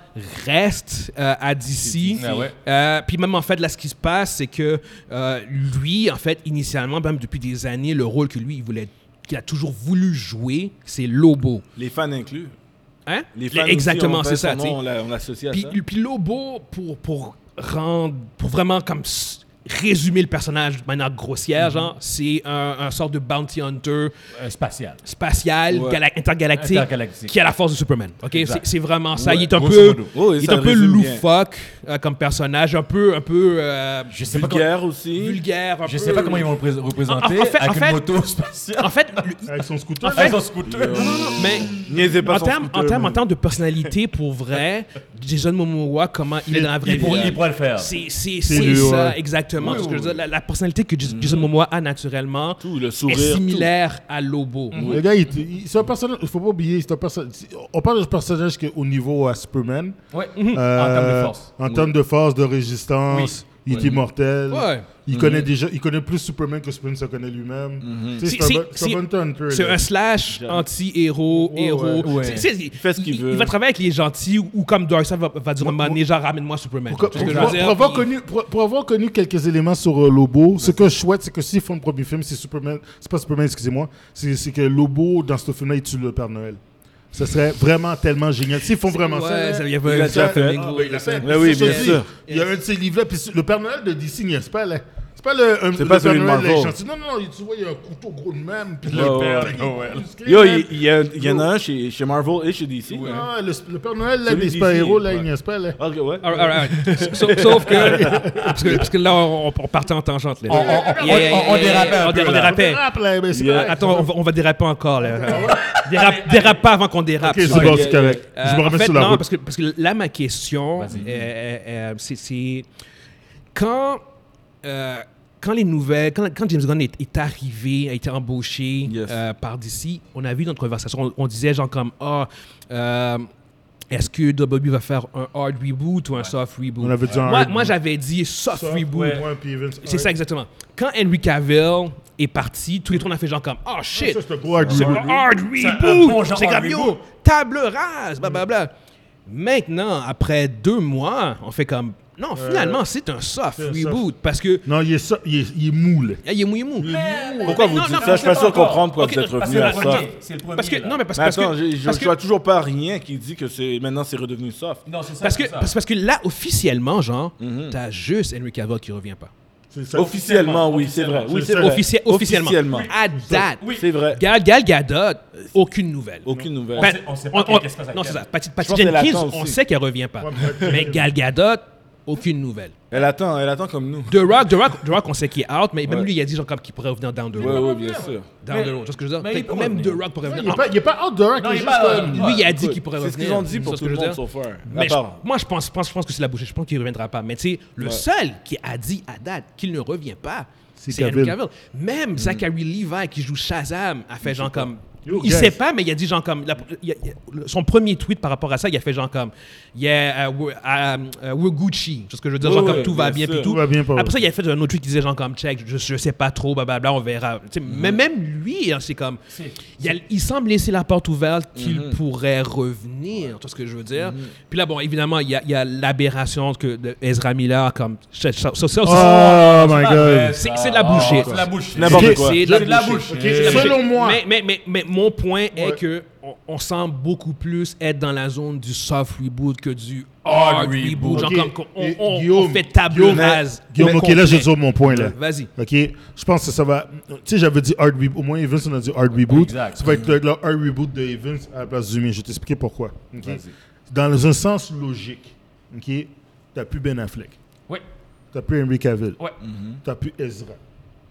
Speaker 1: reste euh, à DC.
Speaker 4: Ah ouais.
Speaker 1: Euh, puis même en fait, là, ce qui se passe, c'est que euh, lui, en fait, initialement, même depuis des années, le rôle que lui, il voulait qu'il a toujours voulu jouer, c'est Lobo.
Speaker 6: Les fans inclus.
Speaker 1: Hein?
Speaker 6: Les fans
Speaker 1: Exactement,
Speaker 6: aussi,
Speaker 1: c'est ça.
Speaker 6: on fait son
Speaker 1: tu sais.
Speaker 6: nom, On l'a- on l'associe à
Speaker 1: Puis,
Speaker 6: ça.
Speaker 1: puis Lobo, pour, pour rendre, pour vraiment comme s- résumer le personnage de manière
Speaker 4: Mhm.
Speaker 1: grossière, genre, c'est un, un sort de bounty hunter
Speaker 4: Euh, Spatial.
Speaker 1: spatial,
Speaker 6: Ouais.
Speaker 1: gala- intergalactique,
Speaker 4: Intergalactique.
Speaker 1: qui a la force de Superman. Ok,
Speaker 4: Exact.
Speaker 1: c'est, c'est vraiment ça. Il est un
Speaker 6: grosso
Speaker 1: peu,
Speaker 6: modo. Oh, et
Speaker 1: il est
Speaker 6: ça
Speaker 1: un peu
Speaker 6: résume bien.
Speaker 1: loufoque euh, comme personnage, un peu, un peu euh,
Speaker 4: Je sais pas comment-
Speaker 6: Vulgaire aussi.
Speaker 1: vulgaire. un
Speaker 4: Je
Speaker 1: peu-
Speaker 4: sais pas comment ils vont le pré- représenter
Speaker 1: En- en fait- en
Speaker 4: avec
Speaker 1: fait-
Speaker 4: une moto spatiale.
Speaker 1: En fait, le-
Speaker 5: Avec son scooter.
Speaker 1: fait-
Speaker 5: là.
Speaker 4: Avec son scooter.
Speaker 1: mais
Speaker 6: Niaisez pas
Speaker 1: en
Speaker 6: son
Speaker 1: termes, en
Speaker 6: scooter,
Speaker 1: termes, en
Speaker 6: man.
Speaker 1: termes de personnalité, pour vrai, Jason Momoa, comment il est dans la vraie
Speaker 4: Il pourrait
Speaker 1: vie.
Speaker 4: il pourrait le
Speaker 6: Ah.
Speaker 4: faire.
Speaker 1: C'est c'est-
Speaker 5: C'est
Speaker 1: c'est
Speaker 5: lui,
Speaker 1: ça,
Speaker 5: ouais.
Speaker 1: exactement.
Speaker 6: Oui,
Speaker 1: Parce que je veux dire,
Speaker 6: oui.
Speaker 1: la, la personnalité que Jas- Jason Momoa a naturellement
Speaker 6: Mm-hmm. Tout, Mm-hmm. le
Speaker 1: est
Speaker 6: sourire.
Speaker 1: similaire à Lobo.
Speaker 5: Le gars, il, il- c'est un personnage. Il faut pas oublier, c'est un personnage. On parle de personnage qui est au niveau à Superman.
Speaker 4: Ouais.
Speaker 5: Euh,
Speaker 4: En termes de force.
Speaker 5: En termes de force, de résistance. Il est immortel.
Speaker 1: Ouais. Mm-hmm.
Speaker 5: Il connaît déjà, il connaît plus Superman que Superman se connaît lui-même. Tu
Speaker 1: C'est-
Speaker 5: sais, C'est un
Speaker 1: c'est-
Speaker 5: bon- c'est un bon hunter,
Speaker 1: C'est
Speaker 5: là.
Speaker 1: un slash anti-héros,
Speaker 5: Ouais,
Speaker 1: héros.
Speaker 5: ouais, ouais.
Speaker 1: C'est- c'est- Il
Speaker 6: fait ce qu'il veut.
Speaker 1: Il va travailler avec les gentils ou, ou comme Darkseid va, va dire à un moment donné, genre, ramène-moi Superman.
Speaker 5: Pour,
Speaker 1: Tu vois ce que
Speaker 5: pour-
Speaker 1: je veux
Speaker 5: pour avoir
Speaker 1: dire?
Speaker 5: connu, pour, pour avoir connu quelques éléments sur euh, Lobo, ce que je souhaite, c'est que s'ils font le premier film, c'est Superman, c'est pas Superman, excusez-moi, c'est c'est que Lobo, dans ce film-là, il tue le Père Noël. Ce serait vraiment tellement génial. S'ils font vraiment
Speaker 1: Ouais,
Speaker 5: ça.
Speaker 1: ça- il y avait
Speaker 6: Il
Speaker 1: un
Speaker 6: a
Speaker 1: ça,
Speaker 6: déjà fait.
Speaker 1: Flamingo,
Speaker 5: Ah, ben, il l'a fait.
Speaker 6: Mais oui,
Speaker 5: Ça, je
Speaker 6: bien
Speaker 5: te dis,
Speaker 6: sûr.
Speaker 5: Il y a un de ces livres-là, puis le Père Noël de DC, c'est pas la- C'est pas le, un-
Speaker 6: C'est
Speaker 5: le
Speaker 6: pas
Speaker 5: Père
Speaker 6: celui de
Speaker 5: Noël
Speaker 6: Marvel. Oh,
Speaker 5: l'échantillon. Non, non, non, tu vois, il y a un couteau gros de même. Puis là,
Speaker 6: Ouais,
Speaker 5: le
Speaker 6: ouais,
Speaker 5: Père Noël. il
Speaker 6: Yo,
Speaker 5: est
Speaker 6: il
Speaker 5: musclé,
Speaker 6: il y, a- il y en a un chez, chez Marvel et chez DC.
Speaker 5: man.
Speaker 6: hein.
Speaker 5: Ah, le, le Père Noël, là,
Speaker 6: Celui
Speaker 5: des
Speaker 6: d'ici,
Speaker 5: super-héros, là,
Speaker 6: ouais.
Speaker 5: il n'y a pas, là.
Speaker 6: Ok, ouais.
Speaker 1: All right, all right, all right. Sa- Sauf que. Parce que, parce que là, on, on partait en tangente. Là.
Speaker 5: Ah,
Speaker 4: On, on- on-
Speaker 1: Yeah, yeah,
Speaker 4: on- on
Speaker 1: yeah,
Speaker 4: dérapait
Speaker 1: yeah,
Speaker 4: un
Speaker 1: on
Speaker 4: peu.
Speaker 1: dé- on
Speaker 4: là.
Speaker 1: dérapait.
Speaker 5: Rap, là, ben, c'est
Speaker 6: Yeah.
Speaker 5: correct.
Speaker 1: Attends, on va, on va déraper encore. Là. Dérape, dérape pas avant qu'on dérape.
Speaker 5: Ah, Ok,
Speaker 1: s'il
Speaker 5: c'est
Speaker 1: vous
Speaker 5: bon,
Speaker 1: plaît.
Speaker 5: c'est correct.
Speaker 1: Euh,
Speaker 5: Je me
Speaker 1: en
Speaker 5: remets
Speaker 1: fait,
Speaker 5: sur la
Speaker 1: non,
Speaker 5: route.
Speaker 1: Parce que, parce que là, ma question, euh,
Speaker 4: Vas-y.
Speaker 1: euh, euh, c'est- c'est quand, euh, quand les nouvelles, quand, quand James Gunn est, est arrivé, a été embauché
Speaker 6: Yes.
Speaker 1: euh, par DC, on a vu notre conversation, on, on disait genre comme ah. euh, est-ce que WWE va faire un hard reboot ou un soft reboot?
Speaker 5: On avait dit un
Speaker 1: moi,
Speaker 5: hard
Speaker 1: moi,
Speaker 5: reboot.
Speaker 1: j'avais dit soft
Speaker 5: Ça,
Speaker 1: reboot.
Speaker 5: ouais, ouais, puis Vince-
Speaker 1: C'est ça
Speaker 5: ouais.
Speaker 1: exactement. Quand Henry Cavill est parti, tous les trois on a fait genre comme oh shit,
Speaker 5: Ah, Ça, c'est un gros hard
Speaker 1: c'est
Speaker 5: reboot.
Speaker 1: un hard
Speaker 4: bon
Speaker 1: reboot,
Speaker 4: genre
Speaker 1: c'est
Speaker 4: hard
Speaker 1: comme yo,
Speaker 4: reboot.
Speaker 1: table rase, blablabla. Maintenant, après deux mois, on fait comme non, finalement c'est un soft
Speaker 5: Euh, c'est un
Speaker 1: reboot parce que
Speaker 5: Non, il est, ça- il est, il est mou, là.
Speaker 1: ah, il est mouillé mou.
Speaker 6: Pourquoi vous
Speaker 1: Non,
Speaker 6: dites
Speaker 1: non,
Speaker 6: ça? Je suis pas
Speaker 4: c'est
Speaker 6: sûr
Speaker 4: pas encore.
Speaker 6: comprendre pourquoi
Speaker 4: Ok,
Speaker 6: vous êtes
Speaker 4: parce
Speaker 6: revenu
Speaker 4: que
Speaker 6: à
Speaker 4: le
Speaker 6: ça.
Speaker 4: premier, C'est le premier.
Speaker 1: Parce que
Speaker 4: là.
Speaker 1: non mais parce,
Speaker 6: Mais
Speaker 1: parce
Speaker 6: attends,
Speaker 1: que
Speaker 6: j'ai- je,
Speaker 1: parce
Speaker 6: je
Speaker 1: que-
Speaker 6: vois toujours pas rien qui dit que c'est maintenant c'est redevenu soft.
Speaker 4: Non, c'est ça.
Speaker 1: parce que
Speaker 4: c'est ça.
Speaker 1: parce, parce que là officiellement genre
Speaker 6: Mhm.
Speaker 1: t'as juste Henry Cavill qui revient pas.
Speaker 5: C'est ça.
Speaker 6: Officiellement, oui, c'est vrai. Oui,
Speaker 5: C'est
Speaker 6: c'est
Speaker 5: ça.
Speaker 6: vrai.
Speaker 1: Officie- officiellement. À date.
Speaker 4: Oui.
Speaker 6: C'est vrai.
Speaker 1: Gal Gal Gadot, aucune nouvelle.
Speaker 6: Aucune nouvelle.
Speaker 1: Ben,
Speaker 4: sait- on sait pas qu'est-ce qui se passe avec
Speaker 1: Non, c'est
Speaker 4: elle.
Speaker 1: ça. Patty, Patty
Speaker 6: pense qu'elle attend
Speaker 1: Jenkins,
Speaker 6: aussi.
Speaker 1: on sait qu'elle revient pas.
Speaker 5: Ouais, mais-
Speaker 1: mais Gal Gadot, aucune nouvelle.
Speaker 6: Elle attend, elle attend comme nous.
Speaker 1: The Rock, The Rock, The Rock, on sait qu'il est out, mais même
Speaker 6: Ouais.
Speaker 1: lui, il a dit genre comme qu'il pourrait revenir down the
Speaker 6: Oui,
Speaker 1: road.
Speaker 6: oui, bien sûr.
Speaker 1: Down the road. Tu vois ce que je veux dire?
Speaker 4: mais
Speaker 1: Fait
Speaker 4: il
Speaker 1: que
Speaker 4: peut
Speaker 1: même
Speaker 4: revenir.
Speaker 1: The Rock pourrait
Speaker 5: Il
Speaker 1: revenir.
Speaker 5: est pas- il est pas out de
Speaker 4: Non,
Speaker 5: il
Speaker 4: il
Speaker 5: est
Speaker 4: est
Speaker 5: juste
Speaker 4: pas
Speaker 5: comme-
Speaker 1: lui,
Speaker 4: out.
Speaker 1: il a dit
Speaker 6: Écoute,
Speaker 1: qu'il pourrait
Speaker 6: C'est
Speaker 1: revenir.
Speaker 6: ce qu'ils ont dit
Speaker 1: Tu vois
Speaker 6: pour
Speaker 1: ce
Speaker 6: tout
Speaker 1: que
Speaker 6: le
Speaker 1: je veux
Speaker 6: monde,
Speaker 1: dire?
Speaker 6: sauf un.
Speaker 1: Mais
Speaker 6: À
Speaker 1: je-
Speaker 6: part.
Speaker 1: moi, je pense, je pense, je pense que c'est la bouche. Je pense qu'il ne reviendra pas. Mais tu sais, le seul qui a dit à date qu'il ne revient pas,
Speaker 5: C'est
Speaker 1: c'est Henry
Speaker 5: Cavill. Mm.
Speaker 1: Cavill. Même Zachary Levi, qui joue Shazam, a fait genre comme.
Speaker 5: Yo,
Speaker 1: il
Speaker 5: guys.
Speaker 1: sait pas, mais il a dit genre comme. la- il a- il a- son premier tweet par rapport à ça, il a fait genre comme. Yeah, uh, we're, um, uh, we're Gucci. Tu vois ce que je veux dire? Genre
Speaker 6: Ouais,
Speaker 1: comme
Speaker 6: ouais,
Speaker 1: tout va bien,
Speaker 6: bien
Speaker 1: puis
Speaker 6: sûr.
Speaker 1: tout.
Speaker 5: Tout va bien pour
Speaker 1: Après
Speaker 5: eux.
Speaker 1: ça, il a fait un autre tweet qui disait genre comme check, je, je sais pas trop, blablabla, on verra. Tu sais, Mais même lui, hein, c'est comme. Il, a- il semble laisser la porte ouverte qu'il pourrait revenir, tu vois ce que je veux dire. Puis là, bon, évidemment, il y a, il y a l'aberration que de Ezra Miller, comme. Ça, ça- ça- ça-
Speaker 5: Oh my
Speaker 4: Ah,
Speaker 5: god.
Speaker 4: ouais,
Speaker 1: c'est-
Speaker 4: ça-
Speaker 1: c'est de la bouchée.
Speaker 4: Oh, C'est de la bouche.
Speaker 6: N'importe
Speaker 5: Ok,
Speaker 6: quoi.
Speaker 1: c'est de
Speaker 4: C'est
Speaker 1: la
Speaker 4: de la
Speaker 1: bouche.
Speaker 4: bouche.
Speaker 5: Ok,
Speaker 4: C'est de la
Speaker 1: Selon
Speaker 4: bouche.
Speaker 5: Selon moi.
Speaker 1: Mais, mais, mais, mais mon point est
Speaker 5: Ouais.
Speaker 1: que on, on semble beaucoup plus être dans la zone du soft reboot que du
Speaker 4: Hard
Speaker 1: hard reboot.
Speaker 4: reboot.
Speaker 1: Genre
Speaker 5: Euh, Ok.
Speaker 1: comme qu'on- on,
Speaker 5: Et
Speaker 1: on- on
Speaker 5: Guillaume,
Speaker 1: fait table
Speaker 5: Guillaume,
Speaker 1: rase.
Speaker 5: Guillaume, ok, là, je
Speaker 1: complet.
Speaker 5: sur mon point, là.
Speaker 1: Vas-y.
Speaker 5: OK? Je pense que ça va. Tu sais, j'avais dit hard reboot. Au moins, Evans, on a dit hard reboot.
Speaker 4: Exact.
Speaker 5: Ça va être le, le hard reboot de Evans à la place du mien. Je vais t'expliquer pourquoi. OK? Dans un sens logique, OK? T'as plus Ben Affleck.
Speaker 4: Oui.
Speaker 5: T'as plus Henry Cavill.
Speaker 4: Ouais.
Speaker 6: Mm-hmm.
Speaker 5: T'as plus Ezra.